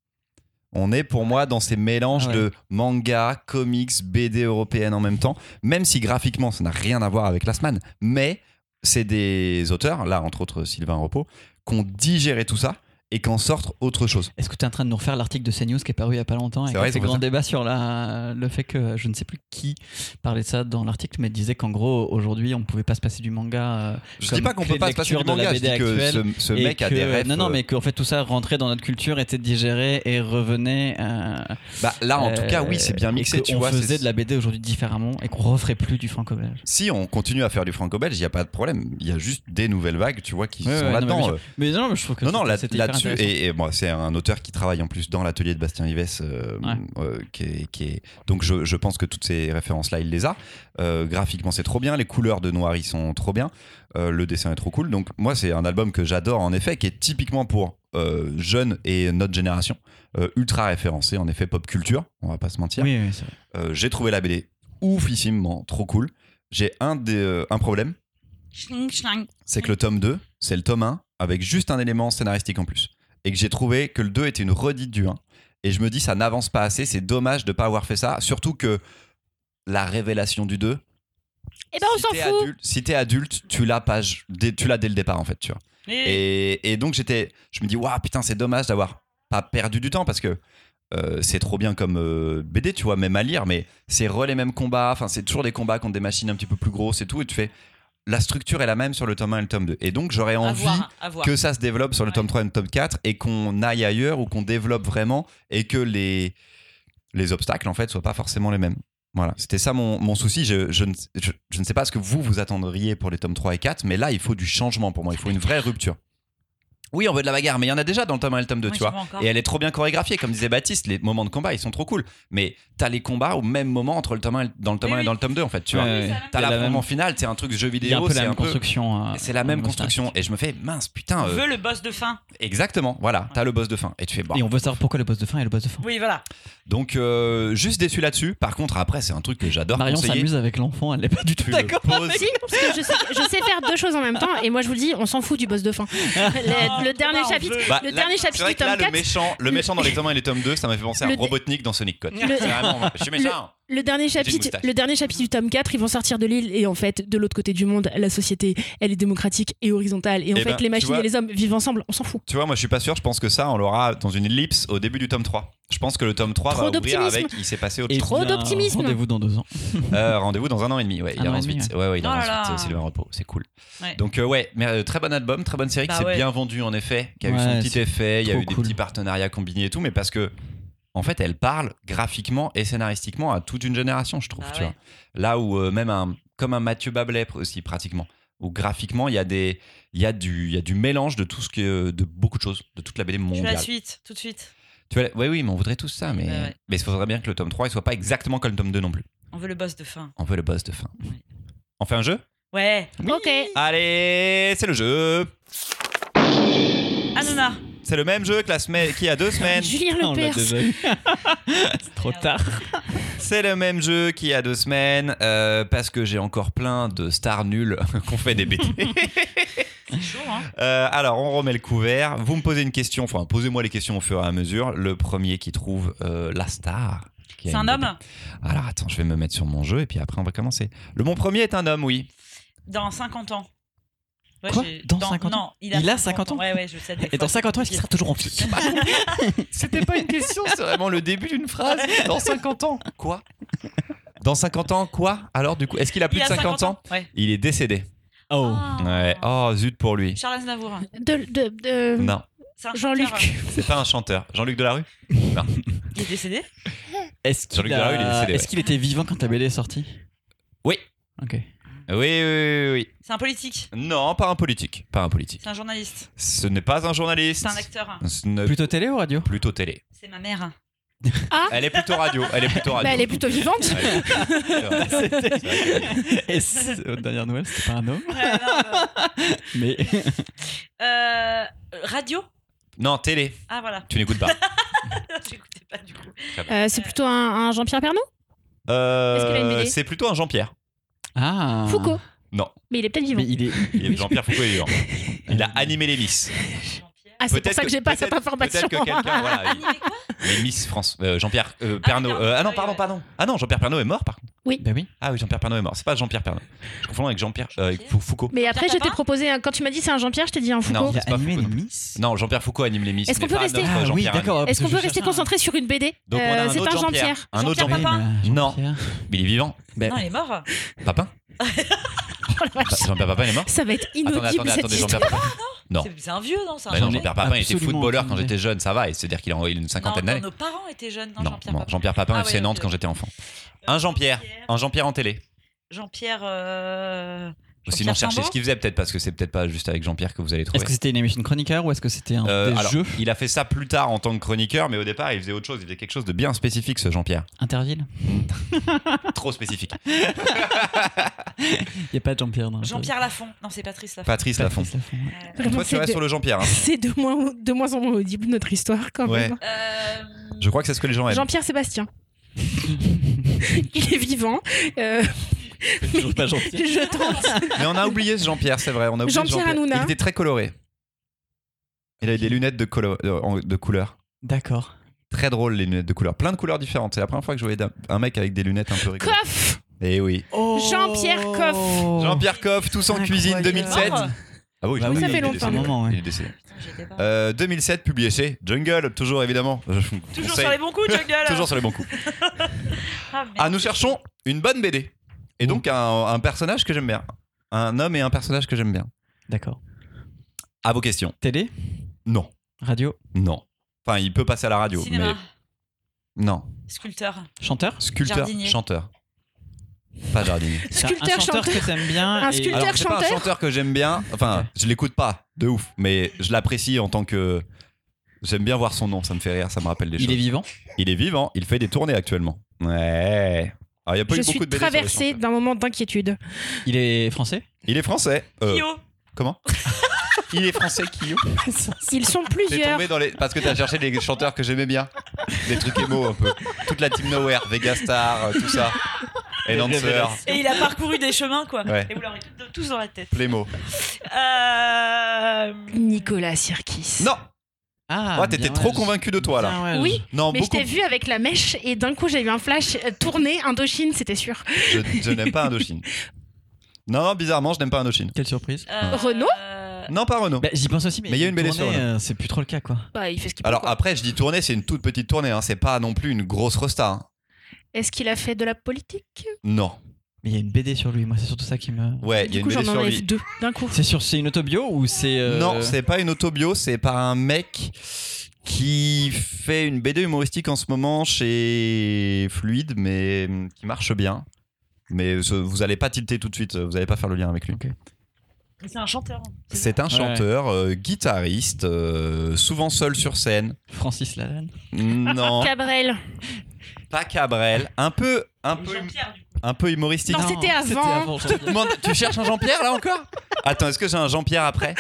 [SPEAKER 1] On est pour moi dans ces mélanges
[SPEAKER 2] Ah ouais.
[SPEAKER 1] de manga, comics, BD européenne en même temps, même si graphiquement ça n'a rien à voir avec Last Man. Mais c'est des auteurs, là entre autres Sylvain Repos, qui ont digéré tout ça et qu'en sortent autre chose.
[SPEAKER 2] Est-ce que tu es en train de nous refaire l'article de CNews qui est paru il y a pas longtemps
[SPEAKER 1] C'est
[SPEAKER 2] et
[SPEAKER 1] vrai, c'est
[SPEAKER 2] qui fait grand
[SPEAKER 1] pour ça.
[SPEAKER 2] débat sur la, le fait que je ne sais plus qui parlait de ça dans l'article, mais disait qu'en gros aujourd'hui on pouvait pas se passer du manga. euh,
[SPEAKER 1] Je
[SPEAKER 2] comme
[SPEAKER 1] dis pas qu'on
[SPEAKER 2] clé
[SPEAKER 1] peut
[SPEAKER 2] de
[SPEAKER 1] pas se passer
[SPEAKER 2] lecture
[SPEAKER 1] du
[SPEAKER 2] de la
[SPEAKER 1] manga, je
[SPEAKER 2] BD
[SPEAKER 1] dis que
[SPEAKER 2] actuelle,
[SPEAKER 1] ce, ce
[SPEAKER 2] et
[SPEAKER 1] mec a
[SPEAKER 2] que-
[SPEAKER 1] des rêves.
[SPEAKER 2] Non, non,
[SPEAKER 1] euh,
[SPEAKER 2] mais qu'en fait tout ça rentrait dans notre culture, était digéré et revenait. euh,
[SPEAKER 1] bah, là, en tout
[SPEAKER 2] euh,
[SPEAKER 1] cas, oui, c'est bien
[SPEAKER 2] et
[SPEAKER 1] mixé.
[SPEAKER 2] qu'on
[SPEAKER 1] Tu vois,
[SPEAKER 2] faisait
[SPEAKER 1] c'est-
[SPEAKER 2] de la BD aujourd'hui différemment et qu'on referait plus du franco-belge.
[SPEAKER 1] Si on continue à faire du franco-belge, il n'y a pas de problème. Il y a juste des nouvelles vagues, tu vois, qui
[SPEAKER 2] Ouais,
[SPEAKER 1] sont
[SPEAKER 2] ouais, non,
[SPEAKER 1] là-dedans. Euh,
[SPEAKER 2] mais bien Mais non, mais je trouve que
[SPEAKER 1] Non, non,
[SPEAKER 2] c'était-
[SPEAKER 1] là-
[SPEAKER 2] c'était hyper
[SPEAKER 1] là-dessus.
[SPEAKER 2] intéressant.
[SPEAKER 1] et et moi, c'est un auteur qui travaille en plus dans l'atelier de Bastien Yves. euh,
[SPEAKER 2] Ouais.
[SPEAKER 1] euh, qui est- qui est- Donc, je, je pense que toutes ces références-là, il les a. Euh, graphiquement, c'est trop bien. Les couleurs de noir, ils sont trop bien. Euh, le dessin est trop cool. Donc, moi, c'est un album que j'adore, en effet, qui est typiquement pour euh, jeunes et notre génération. euh, ultra référencé, en effet, pop culture. On va pas se mentir.
[SPEAKER 2] Oui, oui, c'est vrai.
[SPEAKER 1] Euh, j'ai trouvé la BD oufissimement, trop cool. J'ai un, des- euh, un problème,
[SPEAKER 4] Chling, chling.
[SPEAKER 1] c'est que le tome 2, c'est le tome 1, avec juste un élément scénaristique en plus. Et que j'ai trouvé que le 2 était une redite du 1. Et je me dis, ça n'avance pas assez, c'est dommage de ne pas avoir fait ça. Surtout que la révélation du 2,
[SPEAKER 3] Eh ben, on
[SPEAKER 1] si
[SPEAKER 3] s'en
[SPEAKER 1] t'es
[SPEAKER 3] fout
[SPEAKER 1] adulte, si t'es adulte, tu l'as pas- dès- tu l'as dès le départ en fait, tu vois.
[SPEAKER 4] Et-
[SPEAKER 1] Et, et donc j'étais, je me dis, waouh, putain, c'est dommage d'avoir pas perdu du temps parce que euh, c'est trop bien comme euh, BD, tu vois, même à lire, mais c'est re les mêmes combats, enfin, c'est toujours des combats contre des machines un petit peu plus grosses et tout, et tu fais, la structure est la même sur le tome 1 et le tome 2. Et donc j'aurais
[SPEAKER 4] à
[SPEAKER 1] envie
[SPEAKER 4] voir, à voir.
[SPEAKER 1] que ça se développe sur le tome 3 et le tome 4 et qu'on aille ailleurs ou qu'on développe vraiment et que les, les obstacles en fait soient pas forcément les mêmes. Voilà, c'était ça mon, mon souci. Je, je, ne, je, je ne sais pas ce que vous vous attendriez pour les tomes 3 et 4, mais là il faut du changement pour moi, il faut une vraie rupture. Oui, on veut de la bagarre, mais il y en a déjà dans le tome 1 et le tome 2,
[SPEAKER 4] Moi,
[SPEAKER 1] tu
[SPEAKER 4] j'en
[SPEAKER 1] vois.
[SPEAKER 4] veux encore.
[SPEAKER 1] Et elle est trop bien chorégraphiée, comme disait Baptiste, les moments de combat ils sont trop cool. Mais t'as les combats au même moment entre le tome 1 et le- dans le tome
[SPEAKER 4] Oui,
[SPEAKER 1] 1 et
[SPEAKER 4] oui.
[SPEAKER 1] dans le tome 2 en fait, tu vois.
[SPEAKER 2] Ouais, ouais.
[SPEAKER 4] c'est la
[SPEAKER 1] T'as
[SPEAKER 2] Il y
[SPEAKER 1] la,
[SPEAKER 2] a la même-
[SPEAKER 1] vraiment finale, c'est un truc jeu
[SPEAKER 2] Il y a un
[SPEAKER 1] vidéo,
[SPEAKER 2] peu
[SPEAKER 1] c'est
[SPEAKER 2] la même
[SPEAKER 1] un peu.
[SPEAKER 2] construction. euh,
[SPEAKER 1] C'est la même
[SPEAKER 2] au niveau
[SPEAKER 1] construction. Et je me fais, mince, putain.
[SPEAKER 4] On
[SPEAKER 1] euh,
[SPEAKER 4] veut le boss de fin.
[SPEAKER 1] Exactement, voilà, t'as le boss de fin et tu fais bon.
[SPEAKER 2] Et on veut savoir pourquoi le boss de fin est le boss de fin.
[SPEAKER 4] Oui, voilà.
[SPEAKER 1] Donc euh, juste déçu là-dessus. Par contre, après, c'est un truc que j'adore
[SPEAKER 2] Marion
[SPEAKER 1] conseiller.
[SPEAKER 2] s'amuse avec l'enfant, elle n'est pas du tout
[SPEAKER 1] Tu
[SPEAKER 2] d'accord.
[SPEAKER 1] le poses.
[SPEAKER 3] Si, parce que je sais, je sais faire deux choses en même temps, et moi je vous le dis, on s'en fout du boss de fin. Le, le
[SPEAKER 4] Non,
[SPEAKER 3] dernier
[SPEAKER 4] Ah, on
[SPEAKER 3] chapitre,
[SPEAKER 4] veut-
[SPEAKER 1] Bah,
[SPEAKER 3] le
[SPEAKER 1] là,
[SPEAKER 3] dernier
[SPEAKER 1] c'est
[SPEAKER 3] chapitre
[SPEAKER 1] vrai
[SPEAKER 3] du
[SPEAKER 1] que là,
[SPEAKER 3] tome
[SPEAKER 1] le
[SPEAKER 3] 4,
[SPEAKER 1] méchant, le méchant dans les tomes 1 et les tomes 2, ça m'a fait penser à
[SPEAKER 3] Le-
[SPEAKER 1] Robotnik dans Sonic Code.
[SPEAKER 4] Le-
[SPEAKER 1] C'est vraiment, je suis méchant.
[SPEAKER 3] le dernier
[SPEAKER 1] J'ai une
[SPEAKER 3] chapitre,
[SPEAKER 1] moustache.
[SPEAKER 3] le dernier chapitre du tome 4, ils vont sortir de l'île, et en fait, de l'autre côté du monde, la société, elle est démocratique et horizontale, et en
[SPEAKER 1] Eh
[SPEAKER 3] fait,
[SPEAKER 1] ben,
[SPEAKER 3] les
[SPEAKER 1] tu
[SPEAKER 3] machines
[SPEAKER 1] vois-
[SPEAKER 3] et les hommes vivent ensemble, on s'en fout.
[SPEAKER 1] Tu vois, moi, je suis pas sûr. Je pense que ça, on l'aura dans une ellipse au début du tome 3. Je pense que le tome 3
[SPEAKER 3] Trop
[SPEAKER 1] va ouvrir
[SPEAKER 3] d'optimisme.
[SPEAKER 1] avec Il s'est passé autre
[SPEAKER 2] Et
[SPEAKER 1] chose.
[SPEAKER 3] Trop
[SPEAKER 2] bien,
[SPEAKER 3] d'optimisme.
[SPEAKER 2] Rendez-vous dans deux ans.
[SPEAKER 1] Euh, Rendez-vous dans un an et demi. Ouais, il
[SPEAKER 2] Un
[SPEAKER 1] a
[SPEAKER 2] an et
[SPEAKER 1] ensuite, ouais, ouais, il a
[SPEAKER 4] Oh là là.
[SPEAKER 1] ensuite euh, Sylvain Repos. C'est cool.
[SPEAKER 4] Ouais.
[SPEAKER 1] Donc, euh, ouais, mais, euh, très bon album, très bonne série
[SPEAKER 4] Bah
[SPEAKER 1] qui s'est
[SPEAKER 4] ouais.
[SPEAKER 1] bien vendue en effet, qui a eu son
[SPEAKER 2] Ouais,
[SPEAKER 1] petit
[SPEAKER 2] c'est
[SPEAKER 1] effet, il y a
[SPEAKER 2] trop
[SPEAKER 1] eu des
[SPEAKER 2] cool.
[SPEAKER 1] petits partenariats combinés et tout, mais parce que. En fait, elle parle graphiquement et scénaristiquement à toute une génération, je trouve.
[SPEAKER 4] Bah
[SPEAKER 1] tu
[SPEAKER 4] ouais.
[SPEAKER 1] vois. Là où euh, même un, comme un Mathieu Bablet aussi pratiquement, où graphiquement il y a des, il y a du, il y a du mélange de tout ce que, de beaucoup de choses, de toute la BD
[SPEAKER 4] Je veux
[SPEAKER 1] mondiale.
[SPEAKER 4] la suite, tout de suite.
[SPEAKER 1] Tu vois, oui, oui, mais on voudrait tous ça, mais,
[SPEAKER 4] Ouais, ouais.
[SPEAKER 1] mais il faudrait bien que le tome 3 il soit pas exactement comme le tome 2 non plus.
[SPEAKER 4] On veut le boss de fin.
[SPEAKER 1] On veut le boss de fin.
[SPEAKER 4] Oui.
[SPEAKER 1] On fait un jeu
[SPEAKER 4] Ouais.
[SPEAKER 3] Ok.
[SPEAKER 1] Eh Allez, c'est le jeu
[SPEAKER 4] Anona.
[SPEAKER 1] C'est le même jeu que la semaine qui a deux semaines.
[SPEAKER 3] Julien
[SPEAKER 2] On l'a
[SPEAKER 3] Lepers.
[SPEAKER 2] déjà eu. C'est trop tard.
[SPEAKER 1] C'est le même jeu qu'il y a deux semaines euh, parce que j'ai encore plein de stars nulles qu'on fait des BD.
[SPEAKER 4] C'est chaud, hein.
[SPEAKER 1] Euh, alors, on remet le couvert. Vous me posez une question, enfin, posez-moi les questions au fur et à mesure. Le premier qui trouve euh, la star. qui a
[SPEAKER 4] C'est un
[SPEAKER 1] une
[SPEAKER 4] homme
[SPEAKER 1] BD. Alors, attends, je vais me mettre sur mon jeu et puis après, on va commencer. Le mon premier est un homme, oui.
[SPEAKER 4] dans 50 ans. Ouais,
[SPEAKER 2] Quoi
[SPEAKER 4] j'ai-
[SPEAKER 2] Dans 50 ans
[SPEAKER 4] Non, il
[SPEAKER 2] Il
[SPEAKER 4] a
[SPEAKER 2] a 50 ans
[SPEAKER 4] Ouais, ouais, je sais. des
[SPEAKER 2] Et
[SPEAKER 4] fois,
[SPEAKER 2] dans 50 ans, est-ce qu'il sera toujours en vie
[SPEAKER 1] C'était pas une question, c'est vraiment le début d'une phrase. Dans 50 ans. Quoi Dans 50 ans, quoi Alors, du coup, est-ce qu'il a plus
[SPEAKER 4] Il
[SPEAKER 1] de
[SPEAKER 4] a
[SPEAKER 1] 50, ans
[SPEAKER 4] Ouais. Ah.
[SPEAKER 1] Il est décédé.
[SPEAKER 2] Oh.
[SPEAKER 1] Ouais. Oh, zut pour lui.
[SPEAKER 4] Charles Aznavour.
[SPEAKER 3] De, de, de-
[SPEAKER 1] Non,
[SPEAKER 4] C'est un
[SPEAKER 3] Jean-Luc.
[SPEAKER 4] chanteur.
[SPEAKER 1] c'est pas un chanteur. Jean-Luc Delarue
[SPEAKER 4] Il est décédé
[SPEAKER 2] Est-ce
[SPEAKER 1] Jean-Luc
[SPEAKER 2] qu'il
[SPEAKER 1] Delarue, il est
[SPEAKER 2] a-
[SPEAKER 1] décédé,
[SPEAKER 2] est-ce
[SPEAKER 1] ouais.
[SPEAKER 2] qu'il était vivant quand ta BD est sortie
[SPEAKER 1] Oui.
[SPEAKER 2] Ok.
[SPEAKER 1] Oui, oui, oui, oui.
[SPEAKER 4] C'est un politique.
[SPEAKER 1] Non, pas un politique. Pas un politique.
[SPEAKER 4] C'est un journaliste.
[SPEAKER 1] Ce n'est pas un journaliste.
[SPEAKER 4] C'est un acteur.
[SPEAKER 1] Ce n'est
[SPEAKER 2] Plutôt télé ou radio
[SPEAKER 1] plutôt télé.
[SPEAKER 4] C'est ma mère.
[SPEAKER 1] Elle est plutôt radio. Elle est plutôt radio.
[SPEAKER 3] Bah, elle est plutôt vivante.
[SPEAKER 1] Ouais. C'est vrai. C'est vrai.
[SPEAKER 2] Et c'est- aux dernières nouvelles, c'était pas un homme.
[SPEAKER 4] Ouais, non,
[SPEAKER 2] Mais
[SPEAKER 4] euh, euh, radio
[SPEAKER 1] Non, télé.
[SPEAKER 4] Ah voilà.
[SPEAKER 1] Tu n'écoutes pas.
[SPEAKER 4] J'écoutais pas du coup.
[SPEAKER 3] Euh, c'est plutôt un, un Jean-Pierre Pernaut
[SPEAKER 1] Euh,
[SPEAKER 3] Est-ce qu'il a une BD
[SPEAKER 1] c'est plutôt un Jean-Pierre.
[SPEAKER 2] ah.
[SPEAKER 3] Foucault.
[SPEAKER 1] Non.
[SPEAKER 3] Mais il est peut-être vivant.
[SPEAKER 2] Mais il est.
[SPEAKER 1] Il est Jean-Pierre Foucault est vivant. Il a animé les Miss.
[SPEAKER 4] Jean-Pierre.
[SPEAKER 3] Ah, c'est pour
[SPEAKER 1] Peut-être
[SPEAKER 3] ça que,
[SPEAKER 1] que-
[SPEAKER 3] j'ai pas cette
[SPEAKER 1] peut-être-
[SPEAKER 3] information.
[SPEAKER 1] Peut-être que quelqu'un. Ah, Voilà,
[SPEAKER 4] Animé quoi
[SPEAKER 1] les Miss France. Euh, Jean-Pierre euh, Pernaut.
[SPEAKER 4] oui, non,
[SPEAKER 1] Euh, ah non,
[SPEAKER 4] oui,
[SPEAKER 1] pardon,
[SPEAKER 4] oui.
[SPEAKER 1] pardon. Ah non, Jean-Pierre Pernaut est mort par contre.
[SPEAKER 2] Ben oui.
[SPEAKER 1] Ah oui, Jean-Pierre Pernaut est mort. C'est pas Jean-Pierre Pernaut. Je confonds avec Jean-Pierre euh, avec Fou- Foucault.
[SPEAKER 3] Mais après, je t'ai
[SPEAKER 4] Papin
[SPEAKER 3] proposé, un- quand tu m'as dit c'est un Jean-Pierre, je t'ai dit un Foucault.
[SPEAKER 1] Non,
[SPEAKER 2] Il
[SPEAKER 1] c'est pas
[SPEAKER 2] a animé
[SPEAKER 1] Foucault.
[SPEAKER 2] les Miss.
[SPEAKER 1] Non, Jean-Pierre Foucault anime les Miss.
[SPEAKER 3] Est-ce
[SPEAKER 1] mais
[SPEAKER 3] qu'on peut
[SPEAKER 1] pas
[SPEAKER 3] rester-
[SPEAKER 1] notre
[SPEAKER 2] Ah oui,
[SPEAKER 1] Jean-Pierre
[SPEAKER 2] d'accord.
[SPEAKER 3] Est-ce qu'on
[SPEAKER 2] parce que
[SPEAKER 3] peut
[SPEAKER 2] je
[SPEAKER 3] rester
[SPEAKER 2] cherche un-
[SPEAKER 3] concentré sur une BD
[SPEAKER 1] Donc on a un
[SPEAKER 3] Euh, C'est
[SPEAKER 1] autre
[SPEAKER 3] un
[SPEAKER 1] Jean-Pierre.
[SPEAKER 3] Jean-Pierre.
[SPEAKER 1] Un autre
[SPEAKER 4] Jean-Pierre
[SPEAKER 1] Jean-Pierre.
[SPEAKER 4] Papin.
[SPEAKER 1] Non.
[SPEAKER 2] Jean-Pierre.
[SPEAKER 1] Il est vivant.
[SPEAKER 4] Non, il est mort.
[SPEAKER 1] Papin
[SPEAKER 3] Oh la vache.
[SPEAKER 1] Jean-Pierre Papin il est mort
[SPEAKER 3] Ça va être
[SPEAKER 1] Attendez,
[SPEAKER 3] inaudible
[SPEAKER 1] attendez,
[SPEAKER 3] cette
[SPEAKER 1] attendez,
[SPEAKER 3] histoire.
[SPEAKER 1] Jean-Pierre Papin. Non.
[SPEAKER 4] C'est c'est un vieux, non C'est un
[SPEAKER 1] Bah non,
[SPEAKER 4] Jean-Pierre.
[SPEAKER 1] Jean-Pierre Papin était
[SPEAKER 2] Absolument
[SPEAKER 1] footballeur quand
[SPEAKER 2] aucune
[SPEAKER 1] j'étais jeune, ça va. et C'est-à-dire qu'il a il a une
[SPEAKER 4] Non,
[SPEAKER 1] cinquantaine
[SPEAKER 4] non,
[SPEAKER 1] d'années.
[SPEAKER 4] nos parents étaient jeunes. Non,
[SPEAKER 1] Non,
[SPEAKER 4] Jean-Pierre.
[SPEAKER 1] non,
[SPEAKER 4] Papin.
[SPEAKER 1] Jean-Pierre Papin,
[SPEAKER 4] Ah
[SPEAKER 1] FC
[SPEAKER 4] ouais,
[SPEAKER 1] Nantes
[SPEAKER 4] ok.
[SPEAKER 1] quand j'étais enfant. Un Jean-Pierre. Un Jean-Pierre en télé.
[SPEAKER 4] Jean-Pierre. euh,
[SPEAKER 1] Sinon,
[SPEAKER 4] Jean-Pierre
[SPEAKER 1] cherchez
[SPEAKER 4] Flambeau
[SPEAKER 1] ce qu'il faisait peut-être parce que c'est peut-être pas juste avec Jean-Pierre que vous allez trouver.
[SPEAKER 2] Est-ce que c'était une émission de chroniqueur ou est-ce que c'était un
[SPEAKER 1] Euh,
[SPEAKER 2] des
[SPEAKER 1] alors,
[SPEAKER 2] jeux
[SPEAKER 1] il a fait ça plus tard en tant que chroniqueur, mais au départ, il faisait autre chose. Il faisait quelque chose de bien spécifique, ce Jean-Pierre.
[SPEAKER 2] Interville
[SPEAKER 1] Trop spécifique.
[SPEAKER 2] Il n'y a pas de Jean-Pierre dans
[SPEAKER 4] Jean-Pierre Lafont. Non, c'est Patrice Lafont.
[SPEAKER 1] Patrice Lafont.
[SPEAKER 2] Patrice Lafont, ouais.
[SPEAKER 4] Euh,
[SPEAKER 3] Vraiment,
[SPEAKER 1] Toi, tu
[SPEAKER 3] C'est
[SPEAKER 1] restes sur
[SPEAKER 3] de,
[SPEAKER 1] le Jean-Pierre. hein.
[SPEAKER 3] c'est de moins, de moins en moins audible notre histoire quand
[SPEAKER 1] Ouais.
[SPEAKER 3] même.
[SPEAKER 4] euh,
[SPEAKER 1] Je crois que c'est ce que les gens aiment.
[SPEAKER 3] Jean-Pierre Sébastien. il est vivant. Euh,
[SPEAKER 2] Toujours pas Jean-Pierre.
[SPEAKER 3] je tente.
[SPEAKER 1] Mais on a oublié ce Jean-Pierre, c'est vrai. On a oublié ce
[SPEAKER 3] Jean-Pierre Hanouna.
[SPEAKER 1] Il était très coloré. Il avait des lunettes de, colo- de- en- de couleur.
[SPEAKER 2] D'accord.
[SPEAKER 1] Très drôle, les lunettes de couleur. Plein de couleurs différentes. C'est la première fois que je voyais d'un- un mec avec des lunettes un peu rigolotes.
[SPEAKER 3] Coff
[SPEAKER 1] Eh oui.
[SPEAKER 3] Jean-Pierre Coff.
[SPEAKER 1] Jean-Pierre Coff, tous en cuisine
[SPEAKER 2] Oh. Incroyable.
[SPEAKER 1] 2007.
[SPEAKER 4] Mort
[SPEAKER 1] Ah oui,
[SPEAKER 2] Bah
[SPEAKER 1] je-
[SPEAKER 2] oui,
[SPEAKER 1] il
[SPEAKER 3] ça fait
[SPEAKER 1] est
[SPEAKER 3] longtemps.
[SPEAKER 1] décédé.
[SPEAKER 2] Moment, ouais.
[SPEAKER 1] Il est décédé.
[SPEAKER 4] Putain, j'y étais pas.
[SPEAKER 1] Euh, 2007, publié chez Jungle, toujours évidemment. Je vous
[SPEAKER 4] Toujours
[SPEAKER 1] conseille.
[SPEAKER 4] sur les bons coups, Jungle.
[SPEAKER 1] Toujours sur les bons coups.
[SPEAKER 4] Ah, merde.
[SPEAKER 1] Ah, nous cherchons une bonne BD. Et donc un, un personnage que j'aime bien. Un homme et un personnage que j'aime bien.
[SPEAKER 2] D'accord.
[SPEAKER 1] À vos questions.
[SPEAKER 2] Télé
[SPEAKER 1] Non.
[SPEAKER 2] Radio
[SPEAKER 1] Non. Enfin, il peut passer à la radio.
[SPEAKER 4] Cinéma.
[SPEAKER 1] Mais non.
[SPEAKER 4] Sculpteur.
[SPEAKER 2] Chanteur
[SPEAKER 1] Sculpteur,
[SPEAKER 4] Jardinier.
[SPEAKER 1] chanteur. Pas jardinier.
[SPEAKER 2] C'est un-
[SPEAKER 3] Sculpteur,
[SPEAKER 2] un chanteur
[SPEAKER 3] chanteur.
[SPEAKER 2] que t'aimes bien.
[SPEAKER 3] Un
[SPEAKER 2] et-
[SPEAKER 3] sculpteur.
[SPEAKER 1] Alors, c'est pas un
[SPEAKER 3] chanteur
[SPEAKER 1] chanteur que j'aime bien. Enfin,
[SPEAKER 2] Ok.
[SPEAKER 1] je l'écoute pas, de ouf. Mais je l'apprécie en tant que. J'aime bien voir son nom, ça me fait rire, ça me rappelle des
[SPEAKER 2] il est
[SPEAKER 1] choses.
[SPEAKER 2] vivant.
[SPEAKER 1] il est vivant, il fait des tournées actuellement. Ouais. Alors, il n'y a pas
[SPEAKER 3] Je
[SPEAKER 1] eu beaucoup
[SPEAKER 3] suis
[SPEAKER 1] de BD sur les
[SPEAKER 3] traversée
[SPEAKER 1] chanteurs.
[SPEAKER 3] d'un moment d'inquiétude.
[SPEAKER 2] Il est français.
[SPEAKER 1] Il est français. Euh,
[SPEAKER 4] Kyo.
[SPEAKER 1] comment Il est français, Kyo.
[SPEAKER 3] Ils sont
[SPEAKER 1] T'es
[SPEAKER 3] plusieurs.
[SPEAKER 1] tombé dans les. Parce que t'as cherché des chanteurs que j'aimais bien. Des trucs émo un peu. Toute la Team Nowhere, Vega Star, euh, tout ça. Et Dancer,
[SPEAKER 4] Et il a parcouru des chemins, quoi.
[SPEAKER 1] Ouais.
[SPEAKER 4] Et vous l'aurez tous- tous dans la tête.
[SPEAKER 1] Plémo.
[SPEAKER 4] Euh...
[SPEAKER 3] Nicolas Sirkis.
[SPEAKER 1] Non
[SPEAKER 2] Ah.
[SPEAKER 1] Oh, T'étais
[SPEAKER 2] bien,
[SPEAKER 1] trop
[SPEAKER 2] ouais,
[SPEAKER 1] convaincu de toi là.
[SPEAKER 2] bien, ouais,
[SPEAKER 3] Oui,
[SPEAKER 1] Non,
[SPEAKER 3] Mais Ah je
[SPEAKER 1] beaucoup.
[SPEAKER 3] t'ai vu avec la mèche et d'un coup j'ai eu un flash euh, tourné Indochine, c'était sûr.
[SPEAKER 1] Je, je n'aime pas Indochine. Non, non, bizarrement, je n'aime pas Indochine.
[SPEAKER 2] Quelle surprise.
[SPEAKER 4] euh,
[SPEAKER 3] Renaud
[SPEAKER 4] euh, euh,
[SPEAKER 1] Non, pas Renaud.
[SPEAKER 2] Bah, J'y pense aussi, mais,
[SPEAKER 1] Mais il y a une belle sur,
[SPEAKER 2] tournée,
[SPEAKER 1] là.
[SPEAKER 2] euh, C'est plus trop le cas, quoi.
[SPEAKER 4] bah, il fait ce qu'il peut.
[SPEAKER 1] Alors ah.
[SPEAKER 4] quoi.
[SPEAKER 1] après, je dis tournée, c'est une toute petite tournée, hein. c'est pas non plus une grosse resta. hein.
[SPEAKER 3] Est-ce qu'il a fait de la politique
[SPEAKER 1] Non.
[SPEAKER 2] Mais il y a une BD sur lui, moi, c'est surtout ça qui me.
[SPEAKER 1] Ouais, il y a
[SPEAKER 3] Du
[SPEAKER 1] une
[SPEAKER 3] coup,
[SPEAKER 1] BD
[SPEAKER 3] j'en
[SPEAKER 1] sur
[SPEAKER 3] enlève
[SPEAKER 1] lui.
[SPEAKER 3] deux d'un coup.
[SPEAKER 2] C'est sur, c'est une autobio ou c'est euh,
[SPEAKER 1] Non, c'est pas une autobio, c'est par un mec qui fait une BD humoristique en ce moment chez Fluide, mais hum, qui marche bien. Mais ce- vous allez pas tilter tout de suite, vous allez pas faire le lien avec lui.
[SPEAKER 4] Mais C'est un chanteur. hein.
[SPEAKER 1] C'est un
[SPEAKER 2] Ouais.
[SPEAKER 1] chanteur, euh, guitariste, euh, souvent seul sur scène.
[SPEAKER 2] Francis Lalanne
[SPEAKER 1] Non,
[SPEAKER 3] Cabrel.
[SPEAKER 1] pas Cabrel, un peu, un
[SPEAKER 4] Et
[SPEAKER 1] peu,
[SPEAKER 4] Jean-Pierre, du coup.
[SPEAKER 1] un peu humoristique.
[SPEAKER 3] Non, c'était avant.
[SPEAKER 1] Tu demandes- tu cherches un Jean-Pierre là encore Attends, est-ce que j'ai un Jean-Pierre après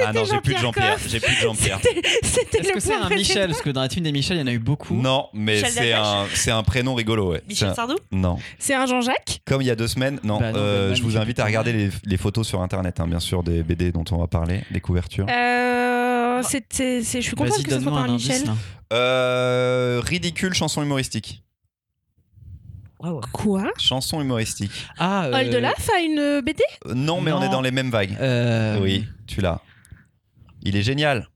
[SPEAKER 1] Ah non, j'ai plus de Jean-Pierre, j'ai plus de Jean-Pierre.
[SPEAKER 3] C'était c'était
[SPEAKER 2] Est-ce
[SPEAKER 3] le
[SPEAKER 2] que c'est
[SPEAKER 3] point
[SPEAKER 2] un
[SPEAKER 3] précédent.
[SPEAKER 2] Michel Parce que dans la team des Michel, il y en a eu beaucoup.
[SPEAKER 1] Non, mais
[SPEAKER 4] Michel
[SPEAKER 1] c'est un, c'est un prénom rigolo, ouais. C'est
[SPEAKER 4] Michel
[SPEAKER 1] un-
[SPEAKER 4] Sardou
[SPEAKER 1] Non.
[SPEAKER 3] C'est un Jean-Jacques.
[SPEAKER 1] Comme il y a deux semaines, non.
[SPEAKER 2] Bah non,
[SPEAKER 1] euh,
[SPEAKER 2] bah,
[SPEAKER 1] je vous
[SPEAKER 2] Michel
[SPEAKER 1] invite à regarder les, les photos sur internet, hein, bien sûr, des BD dont on va parler, des couvertures.
[SPEAKER 3] Euh, c'est- c'est- c'est- je suis contente
[SPEAKER 2] Vas-y,
[SPEAKER 3] que ce soit
[SPEAKER 2] donne-moi
[SPEAKER 3] pas
[SPEAKER 2] un
[SPEAKER 3] un Michel.
[SPEAKER 2] indice. hein. là.
[SPEAKER 1] Euh, ridicule, chanson humoristique.
[SPEAKER 3] Quoi
[SPEAKER 1] Chanson humoristique.
[SPEAKER 2] Ah, euh,
[SPEAKER 3] Oldelaf a une BD
[SPEAKER 1] Euh, non, mais on est
[SPEAKER 2] Non.
[SPEAKER 1] dans les mêmes vagues.
[SPEAKER 2] euh,
[SPEAKER 1] Oui, tu l'as. Il est génial.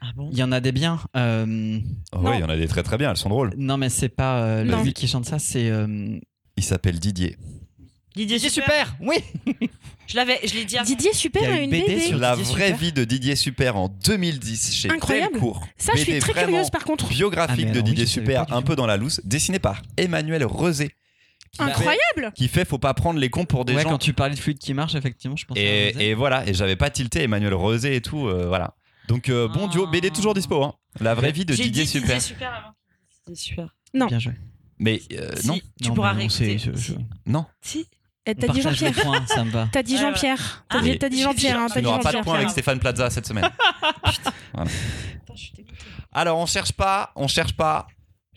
[SPEAKER 4] Ah bon
[SPEAKER 2] Il y en a des biens. Euh,
[SPEAKER 1] Oh, oui, il y en a des très très bien, elles sont drôles.
[SPEAKER 2] non, mais c'est pas euh,
[SPEAKER 3] Non.
[SPEAKER 2] lui qui chante ça, c'est. euh,
[SPEAKER 1] Il s'appelle Didier.
[SPEAKER 4] Didier Super.
[SPEAKER 2] Oui
[SPEAKER 4] Je l'avais, je l'ai dit. avant.
[SPEAKER 3] Didier
[SPEAKER 2] Il y
[SPEAKER 3] Super
[SPEAKER 2] a
[SPEAKER 3] a
[SPEAKER 2] une
[SPEAKER 3] une
[SPEAKER 2] BD
[SPEAKER 3] BD.
[SPEAKER 2] sur-
[SPEAKER 1] La
[SPEAKER 2] Didier
[SPEAKER 1] vraie
[SPEAKER 2] Super.
[SPEAKER 1] vie de Didier Super en 2010 chez
[SPEAKER 3] Incroyable.
[SPEAKER 1] Delcourt.
[SPEAKER 3] Ça, je suis
[SPEAKER 1] BD
[SPEAKER 3] très
[SPEAKER 1] vraiment
[SPEAKER 3] curieuse par contre.
[SPEAKER 2] Ah, mais
[SPEAKER 1] Biographique de
[SPEAKER 2] alors oui,
[SPEAKER 1] Didier
[SPEAKER 2] je savais pas
[SPEAKER 1] Super,
[SPEAKER 2] du
[SPEAKER 1] un
[SPEAKER 2] tout.
[SPEAKER 1] peu dans la loose, dessinée par Emmanuel Rosé,
[SPEAKER 3] Incroyable
[SPEAKER 1] qui fait Faut pas prendre les cons pour des
[SPEAKER 2] Ouais,
[SPEAKER 1] gens.
[SPEAKER 2] quand tu parlais de fluide qui marche, effectivement, je pense.
[SPEAKER 1] Et, et voilà, et j'avais pas tilté Emmanuel Rosé et tout, euh, voilà. Donc euh, bon
[SPEAKER 4] Ah.
[SPEAKER 1] duo, BD toujours dispo, hein. La vraie vie de
[SPEAKER 4] J'ai dit
[SPEAKER 1] Didier Super.
[SPEAKER 4] Didier Super avant. Didier Super.
[SPEAKER 3] Non.
[SPEAKER 2] Bien joué.
[SPEAKER 1] Mais euh,
[SPEAKER 4] Si,
[SPEAKER 1] non,
[SPEAKER 4] tu
[SPEAKER 2] Non,
[SPEAKER 4] pourras
[SPEAKER 2] mais on
[SPEAKER 4] réécouter.
[SPEAKER 2] sait, je- je-
[SPEAKER 1] non,
[SPEAKER 4] Si.
[SPEAKER 3] Eh,
[SPEAKER 2] on
[SPEAKER 3] T'as dit
[SPEAKER 2] partage les
[SPEAKER 3] Jean-Pierre.
[SPEAKER 2] points, ça me va.
[SPEAKER 3] T'as dit
[SPEAKER 4] Ouais, ouais.
[SPEAKER 3] Jean-Pierre.
[SPEAKER 4] Ah,
[SPEAKER 3] T'as dit- t'as dit
[SPEAKER 4] j'ai-
[SPEAKER 3] Jean-Pierre. hein,
[SPEAKER 4] j'ai-
[SPEAKER 3] T'as
[SPEAKER 1] tu
[SPEAKER 3] dit
[SPEAKER 1] n'auras pas de
[SPEAKER 3] Jean-Pierre.
[SPEAKER 1] point avec Stéphane Plaza cette semaine.
[SPEAKER 4] Putain, je suis dégoûtée.
[SPEAKER 1] Alors on cherche pas, on cherche pas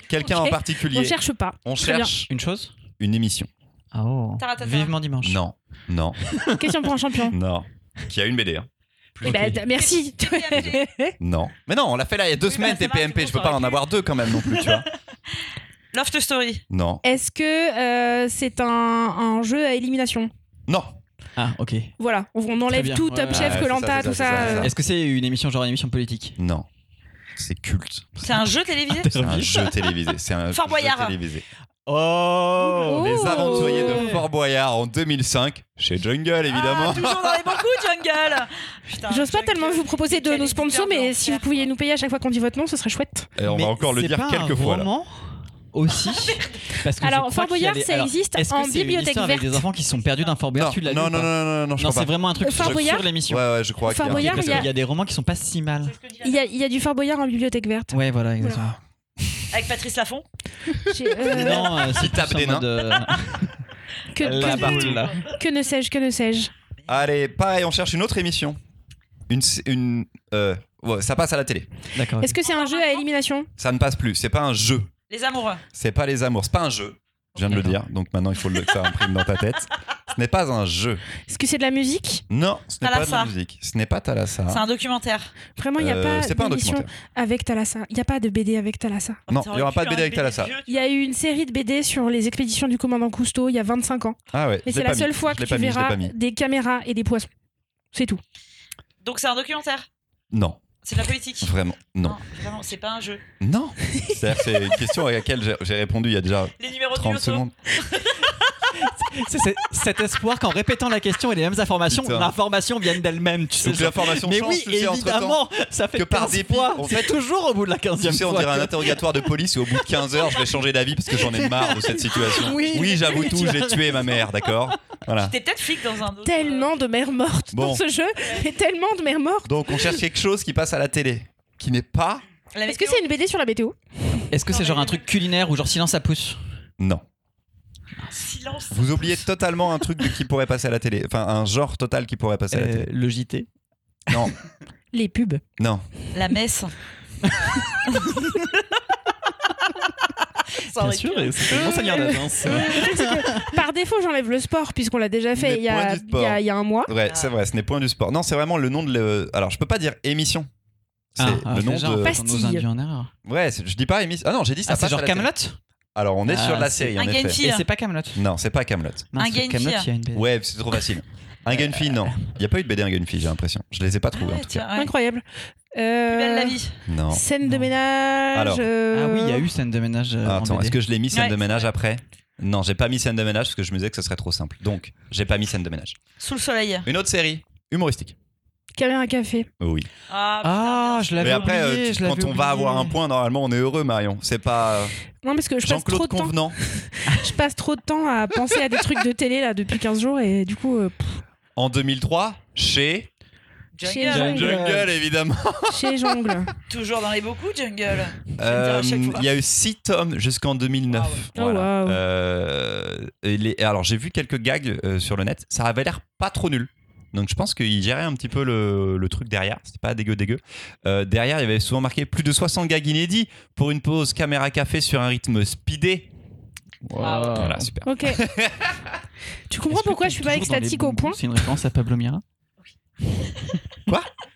[SPEAKER 1] quelqu'un
[SPEAKER 3] Ok.
[SPEAKER 1] en particulier.
[SPEAKER 3] On cherche pas.
[SPEAKER 1] On
[SPEAKER 3] Très
[SPEAKER 1] cherche
[SPEAKER 2] Une chose
[SPEAKER 1] une émission.
[SPEAKER 2] Ah oh.
[SPEAKER 4] Taratata.
[SPEAKER 2] Vivement dimanche.
[SPEAKER 1] Non, non,
[SPEAKER 3] bien. Question pour un champion.
[SPEAKER 1] non. Qui a une BD, hein.
[SPEAKER 3] Eh
[SPEAKER 2] Ok.
[SPEAKER 3] ben, t'as- merci.
[SPEAKER 4] TPMG.
[SPEAKER 1] Non. Mais non, on l'a fait là il y a deux
[SPEAKER 4] Oui,
[SPEAKER 1] semaines,
[SPEAKER 4] bah, ça va,
[SPEAKER 1] TPMP.
[SPEAKER 4] c'est bon,
[SPEAKER 1] Je peux
[SPEAKER 4] ça
[SPEAKER 1] pas
[SPEAKER 4] aurait
[SPEAKER 1] en
[SPEAKER 4] pu.
[SPEAKER 1] avoir deux quand même non plus, tu vois.
[SPEAKER 4] Loft Story.
[SPEAKER 1] Non,
[SPEAKER 3] Est-ce que euh, c'est un, un jeu à élimination
[SPEAKER 1] non.
[SPEAKER 2] Ah, ok.
[SPEAKER 3] Voilà, on- on enlève
[SPEAKER 2] bien.
[SPEAKER 3] tout,
[SPEAKER 2] Ouais,
[SPEAKER 3] Top
[SPEAKER 2] ouais,
[SPEAKER 1] ouais,
[SPEAKER 3] Chef,
[SPEAKER 1] c'est ça,
[SPEAKER 3] Colanta,
[SPEAKER 1] c'est ça, c'est
[SPEAKER 3] tout ça.
[SPEAKER 1] ça,
[SPEAKER 3] euh,
[SPEAKER 1] c'est
[SPEAKER 2] Est-ce que c'est une émission genre une émission politique
[SPEAKER 1] Non. C'est culte.
[SPEAKER 4] C'est un jeu télévisé
[SPEAKER 1] C'est un jeu télévisé. C'est un
[SPEAKER 4] Fort
[SPEAKER 1] jeu
[SPEAKER 4] Boyard.
[SPEAKER 1] télévisé.
[SPEAKER 2] Oh
[SPEAKER 1] Les
[SPEAKER 3] Oh.
[SPEAKER 1] aventuriers de Fort Boyard en 2005, chez Jungle évidemment.
[SPEAKER 4] Ah, toujours dans les bons coups, Jungle. Putain,
[SPEAKER 3] J'ose pas
[SPEAKER 4] Jungle.
[SPEAKER 3] tellement vous proposer de
[SPEAKER 4] Quel
[SPEAKER 3] nos
[SPEAKER 4] éditeur
[SPEAKER 3] sponsors,
[SPEAKER 4] de
[SPEAKER 3] mais
[SPEAKER 4] l'enfer,
[SPEAKER 3] si vous pouviez
[SPEAKER 4] quoi.
[SPEAKER 3] nous payer à chaque fois qu'on dit votre nom, ce serait chouette.
[SPEAKER 1] Et on
[SPEAKER 2] Mais
[SPEAKER 1] va encore le
[SPEAKER 2] c'est
[SPEAKER 1] dire
[SPEAKER 2] pas
[SPEAKER 1] quelques
[SPEAKER 2] un
[SPEAKER 1] fois. là.
[SPEAKER 2] roman aussi Parce que je
[SPEAKER 3] Ah, Alors,
[SPEAKER 2] crois
[SPEAKER 3] Fort
[SPEAKER 2] qu'il y a
[SPEAKER 3] Boyard,
[SPEAKER 2] des-
[SPEAKER 3] ça
[SPEAKER 2] alors,
[SPEAKER 3] existe
[SPEAKER 2] est-ce que
[SPEAKER 3] en
[SPEAKER 2] c'est une
[SPEAKER 3] bibliothèque
[SPEAKER 2] histoire
[SPEAKER 3] verte.
[SPEAKER 2] avec des enfants qui sont perdus dans Fort Boyard,
[SPEAKER 1] Non,
[SPEAKER 2] tu l'as
[SPEAKER 1] non,
[SPEAKER 2] lu ou
[SPEAKER 1] non,
[SPEAKER 2] pas
[SPEAKER 1] non, non, non, je
[SPEAKER 2] Non,
[SPEAKER 1] crois
[SPEAKER 2] c'est
[SPEAKER 1] pas.
[SPEAKER 2] vraiment un truc
[SPEAKER 3] Fort
[SPEAKER 2] sur
[SPEAKER 3] Boyard
[SPEAKER 2] l'émission.
[SPEAKER 1] Ouais, ouais, je crois.
[SPEAKER 3] Fort
[SPEAKER 1] qu'il y a un
[SPEAKER 3] Boyard,
[SPEAKER 1] truc
[SPEAKER 2] Parce
[SPEAKER 3] il y a-
[SPEAKER 1] là-dessus.
[SPEAKER 2] qu'il y a des romans qui sont pas si mal.
[SPEAKER 4] C'est ce que dit la-
[SPEAKER 3] Il y a, il y a du Fort Boyard en bibliothèque verte.
[SPEAKER 2] Ouais, voilà, exactement.
[SPEAKER 4] Avec Patrice Laffont.
[SPEAKER 3] J'ai, euh,
[SPEAKER 2] Mais non, euh, c'est
[SPEAKER 1] Il tape
[SPEAKER 2] plus en
[SPEAKER 1] des nains.
[SPEAKER 2] mode, euh,
[SPEAKER 3] que,
[SPEAKER 2] la
[SPEAKER 3] que,
[SPEAKER 2] barre, là.
[SPEAKER 3] que ne sais-je, que ne sais-je.
[SPEAKER 1] Allez, pareil, on cherche une autre émission. Une. s- une euh, ouais, ça passe à la télé.
[SPEAKER 2] D'accord.
[SPEAKER 3] Est-ce que c'est un jeu à élimination
[SPEAKER 1] Ça ne passe plus. C'est pas un jeu.
[SPEAKER 4] Les amoureux.
[SPEAKER 1] C'est pas les amours. C'est pas un jeu. Je viens de le dire. Donc maintenant, il faut le faire imprime dans ta tête. Ce n'est pas un jeu.
[SPEAKER 3] Est-ce que c'est de la musique
[SPEAKER 1] Non, ce n'est pas de la
[SPEAKER 4] Thalassa.
[SPEAKER 1] musique. Ce n'est pas Thalassa.
[SPEAKER 4] C'est un documentaire.
[SPEAKER 3] Vraiment, il n'y a
[SPEAKER 1] Euh,
[SPEAKER 3] pas
[SPEAKER 1] c'est pas un
[SPEAKER 3] d'émission
[SPEAKER 1] documentaire.
[SPEAKER 3] avec Thalassa. Il n'y a pas de BD avec Thalassa.
[SPEAKER 1] Non, il
[SPEAKER 4] Ça aurait
[SPEAKER 1] n'y aura
[SPEAKER 4] pu
[SPEAKER 1] pas de
[SPEAKER 4] faire
[SPEAKER 1] BD
[SPEAKER 4] une
[SPEAKER 1] avec Thalassa.
[SPEAKER 4] de vieux, tu
[SPEAKER 3] Il y a eu une série de BD sur les expéditions du commandant Cousteau il y a 25 ans.
[SPEAKER 1] Ah ouais.
[SPEAKER 3] Et
[SPEAKER 1] je l'ai
[SPEAKER 3] c'est
[SPEAKER 1] pas
[SPEAKER 3] la
[SPEAKER 1] mis.
[SPEAKER 3] seule fois
[SPEAKER 1] Je
[SPEAKER 3] que
[SPEAKER 1] l'ai
[SPEAKER 3] tu
[SPEAKER 1] pas mis, je l'ai
[SPEAKER 3] verras
[SPEAKER 1] pas mis.
[SPEAKER 3] des caméras et des poissons. C'est tout.
[SPEAKER 4] vois. Donc c'est un documentaire.
[SPEAKER 1] Non,
[SPEAKER 4] C'est de la politique.
[SPEAKER 1] vraiment,
[SPEAKER 2] Ah.
[SPEAKER 1] non.
[SPEAKER 4] vraiment, c'est pas un jeu.
[SPEAKER 1] Non. C'est-à-dire que c'est une question à laquelle j'ai- j'ai répondu il y a déjà
[SPEAKER 4] Les
[SPEAKER 2] Oh,
[SPEAKER 4] numéros de
[SPEAKER 1] 30
[SPEAKER 4] l'auto.
[SPEAKER 1] secondes.
[SPEAKER 2] C'est- c'est- cet espoir qu'en répétant la question et les mêmes informations,
[SPEAKER 1] Putain.
[SPEAKER 2] l'information vient d'elle-même, tu sais.
[SPEAKER 1] Donc
[SPEAKER 2] genre.
[SPEAKER 1] l'information
[SPEAKER 2] Mais
[SPEAKER 1] change,
[SPEAKER 2] oui,
[SPEAKER 1] tu sais, entre-temps.
[SPEAKER 2] évidemment, ça fait
[SPEAKER 1] que par
[SPEAKER 2] 15
[SPEAKER 1] dépit,
[SPEAKER 2] fois.
[SPEAKER 1] on
[SPEAKER 2] C'est toujours au bout de la 15e
[SPEAKER 1] Tu sais, on
[SPEAKER 2] fois.
[SPEAKER 1] dirait un
[SPEAKER 2] que-
[SPEAKER 1] interrogatoire de police et au bout de 15 heures, je vais changer d'avis parce que j'en ai marre de cette situation.
[SPEAKER 2] Oui.
[SPEAKER 1] j'avoue
[SPEAKER 2] Oui,
[SPEAKER 1] tout,
[SPEAKER 2] tu as
[SPEAKER 1] j'ai tué ma mère, d'accord Voilà.
[SPEAKER 4] T'es peut-être flic dans un autre.
[SPEAKER 3] Tellement de mères mortes
[SPEAKER 1] Bon.
[SPEAKER 3] dans ce jeu, mais tellement de mères mortes.
[SPEAKER 1] Donc on cherche quelque chose qui passe à la télé, qui n'est pas.
[SPEAKER 4] La
[SPEAKER 3] Est-ce que
[SPEAKER 4] météo.
[SPEAKER 3] c'est une BD sur la météo
[SPEAKER 2] Est-ce que c'est genre un truc culinaire ou genre silence à pouce
[SPEAKER 1] Non.
[SPEAKER 4] silence
[SPEAKER 1] Vous oubliez totalement un truc de- qui pourrait passer à la télé. Enfin, un genre total qui pourrait passer à la
[SPEAKER 2] Euh,
[SPEAKER 1] télé.
[SPEAKER 2] Le JT
[SPEAKER 1] Non,
[SPEAKER 3] Les pubs.
[SPEAKER 1] non.
[SPEAKER 4] La messe. Ça aurait
[SPEAKER 2] Bien sûr,
[SPEAKER 4] pu.
[SPEAKER 2] et c'est mon seigneur d'agence.
[SPEAKER 3] Par défaut, j'enlève le sport puisqu'on l'a déjà fait
[SPEAKER 1] Les
[SPEAKER 3] il y, a,
[SPEAKER 1] points du sport.
[SPEAKER 3] il y a- il y a un mois.
[SPEAKER 1] Ouais, c'est vrai, ce n'est point du sport. Non, c'est vraiment le nom de. le- Alors, je peux pas dire émission. C'est
[SPEAKER 2] Ah, ah,
[SPEAKER 1] le nom
[SPEAKER 2] déjà,
[SPEAKER 1] de.
[SPEAKER 2] on nous
[SPEAKER 3] Pastille.
[SPEAKER 2] induit en erreur.
[SPEAKER 1] Ouais, c'est- je dis pas émission. Ah non, j'ai dit ça
[SPEAKER 2] Ah, c'est
[SPEAKER 1] passe à
[SPEAKER 2] genre
[SPEAKER 1] la télé.
[SPEAKER 2] Camelot
[SPEAKER 1] Alors, on est
[SPEAKER 2] Ah,
[SPEAKER 1] sur la
[SPEAKER 2] c'est-
[SPEAKER 1] série,
[SPEAKER 4] Un
[SPEAKER 1] en
[SPEAKER 4] gars, une
[SPEAKER 1] effet.
[SPEAKER 4] fille.
[SPEAKER 2] Et c'est pas Camelot.
[SPEAKER 1] Non, c'est pas Camelot.
[SPEAKER 2] Non,
[SPEAKER 4] Un
[SPEAKER 2] c'est
[SPEAKER 4] gars, une
[SPEAKER 2] Kaamelott,
[SPEAKER 4] fille.
[SPEAKER 2] il y a une BD.
[SPEAKER 1] Ouais, c'est trop facile.
[SPEAKER 2] Euh,
[SPEAKER 1] Un gars, une fille, non. Il n'y a pas eu de BD, un gars, une fille, j'ai l'impression. Je les ai pas trouvés, en tout cas.
[SPEAKER 3] Incroyable. Euh,
[SPEAKER 4] Belle la vie.
[SPEAKER 1] Non.
[SPEAKER 3] Scène de
[SPEAKER 2] Non.
[SPEAKER 3] ménage.
[SPEAKER 1] Alors.
[SPEAKER 2] Ah oui, il y a
[SPEAKER 3] euh,
[SPEAKER 2] eu scène de ménage. euh,
[SPEAKER 1] Ah,
[SPEAKER 2] en
[SPEAKER 1] attends,
[SPEAKER 2] BD.
[SPEAKER 1] est-ce que je l'ai mis scène
[SPEAKER 4] Ouais.
[SPEAKER 1] de ménage après Non, j'ai pas mis scène de ménage parce que je me disais que ce serait trop simple. Donc, j'ai pas mis scène de ménage.
[SPEAKER 4] Sous le soleil.
[SPEAKER 1] Une autre série humoristique. Oh
[SPEAKER 3] Calais à café.
[SPEAKER 1] Oui.
[SPEAKER 4] Ah,
[SPEAKER 2] Ah, je l'avais
[SPEAKER 1] Mais après,
[SPEAKER 2] oublié,
[SPEAKER 1] euh, tu-
[SPEAKER 2] je l'avais
[SPEAKER 1] quand on va
[SPEAKER 2] oublié.
[SPEAKER 1] avoir un point, normalement, on est heureux, Marion. C'est pas euh,
[SPEAKER 3] Non, parce que je passe, trop
[SPEAKER 1] Jean-Claude
[SPEAKER 3] de temps,
[SPEAKER 1] Convenant.
[SPEAKER 3] je passe trop de temps à penser à des trucs de télé là depuis 15 jours et du coup, euh, pff,
[SPEAKER 1] En 2003, chez
[SPEAKER 3] Chez
[SPEAKER 4] Jungle.
[SPEAKER 3] Jungle.
[SPEAKER 1] Jungle, évidemment.
[SPEAKER 3] chez Jongle.
[SPEAKER 4] Toujours dans les beaucoup, Jungle.
[SPEAKER 1] Euh,
[SPEAKER 4] à chaque
[SPEAKER 1] Il
[SPEAKER 4] fois.
[SPEAKER 1] y a eu 6 tomes jusqu'en 2009.
[SPEAKER 4] Ah ouais.
[SPEAKER 3] Oh,
[SPEAKER 1] Voilà.
[SPEAKER 3] waouh.
[SPEAKER 1] Euh, et les- alors, j'ai vu quelques gags euh, sur le net. Ça avait l'air pas trop nul. Donc, je pense qu'il gérait un petit peu le, le truc derrière. C'était pas dégueu, dégueu. Euh, derrière, il y avait souvent marqué plus de 60 gags inédits pour une pause caméra café sur un rythme speedé.
[SPEAKER 4] Ah ouais.
[SPEAKER 1] Voilà, super.
[SPEAKER 3] Ok. tu comprends
[SPEAKER 2] Est-ce que
[SPEAKER 3] pourquoi
[SPEAKER 2] t'es
[SPEAKER 3] je suis pas
[SPEAKER 2] toujours dans les
[SPEAKER 3] extatique au
[SPEAKER 2] bonbons
[SPEAKER 3] point
[SPEAKER 2] C'est une référence à Pablo Mira.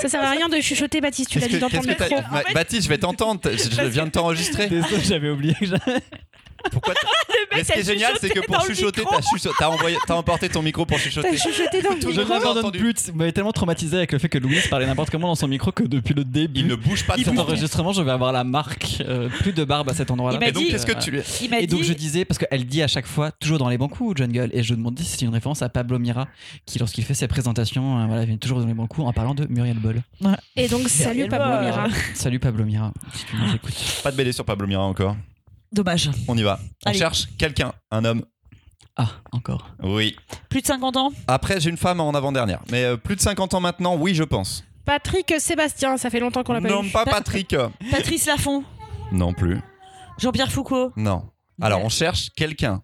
[SPEAKER 3] Ça sert à rien de chuchoter, Baptiste. Tu l'as
[SPEAKER 1] Qu'est-ce
[SPEAKER 3] dit
[SPEAKER 1] que-
[SPEAKER 3] dans ton
[SPEAKER 1] qu'est-ce que t'as-
[SPEAKER 3] micro.
[SPEAKER 4] micro.
[SPEAKER 1] Ma-
[SPEAKER 4] En fait-
[SPEAKER 1] Baptiste, je vais t'entendre. Je, je viens de t'enregistrer.
[SPEAKER 2] Désolé, j'avais oublié que j'avais.
[SPEAKER 1] Pourquoi t'as-
[SPEAKER 4] Le
[SPEAKER 1] Mais ce qui est génial, c'est que pour chuchoter, t'as chucho- t'as envoyé- t'as emporté ton micro pour
[SPEAKER 3] T'as
[SPEAKER 1] chuchoter.
[SPEAKER 3] chuchoté dans le
[SPEAKER 1] Toujours J'ai
[SPEAKER 2] Je ne
[SPEAKER 3] micro.
[SPEAKER 1] vraiment
[SPEAKER 2] m'abandonne
[SPEAKER 1] entendu.
[SPEAKER 2] plus. Tu m'avais tellement traumatisé avec le fait que Louise parlait n'importe comment dans son micro que depuis le début.
[SPEAKER 1] Il ne bouge pas de
[SPEAKER 2] de
[SPEAKER 1] son
[SPEAKER 2] cet
[SPEAKER 1] micro.
[SPEAKER 2] enregistrement, je vais avoir la marque. euh, plus de barbe à cet endroit-là.
[SPEAKER 4] Il m'a
[SPEAKER 1] Et donc,
[SPEAKER 4] dit-
[SPEAKER 1] qu'est-ce que tu.
[SPEAKER 4] Il m'a
[SPEAKER 2] Et
[SPEAKER 4] dit.
[SPEAKER 2] donc je disais, parce qu'elle dit à chaque fois, toujours dans les bons coups, John Gull, et je demandais si c'est une référence à Pablo Mira, qui lorsqu'il fait ses présentations, euh, voilà, vient toujours dans les bons coups en parlant de Muriel Boll.
[SPEAKER 3] Et donc, salut,
[SPEAKER 4] Muriel
[SPEAKER 3] Pablo
[SPEAKER 4] Boll.
[SPEAKER 3] Mira.
[SPEAKER 2] Salut Pablo Mira, si tu nous écoutes.
[SPEAKER 1] Pas de BD sur Pablo Mira encore.
[SPEAKER 4] Dommage.
[SPEAKER 1] On y va. On
[SPEAKER 4] Allez.
[SPEAKER 1] cherche quelqu'un, un homme.
[SPEAKER 2] Ah, encore.
[SPEAKER 1] Oui.
[SPEAKER 4] Plus de 50 ans.
[SPEAKER 1] Après, j'ai une femme en avant-dernière. Mais euh, plus de 50 ans maintenant, oui, je pense.
[SPEAKER 3] Patrick Sébastien, ça fait longtemps qu'on l'a pas
[SPEAKER 1] non,
[SPEAKER 3] vu.
[SPEAKER 1] pas Patrick.
[SPEAKER 4] Patrice Laffont.
[SPEAKER 1] non plus.
[SPEAKER 4] Jean-Pierre Foucault.
[SPEAKER 1] Non. Alors, on cherche quelqu'un.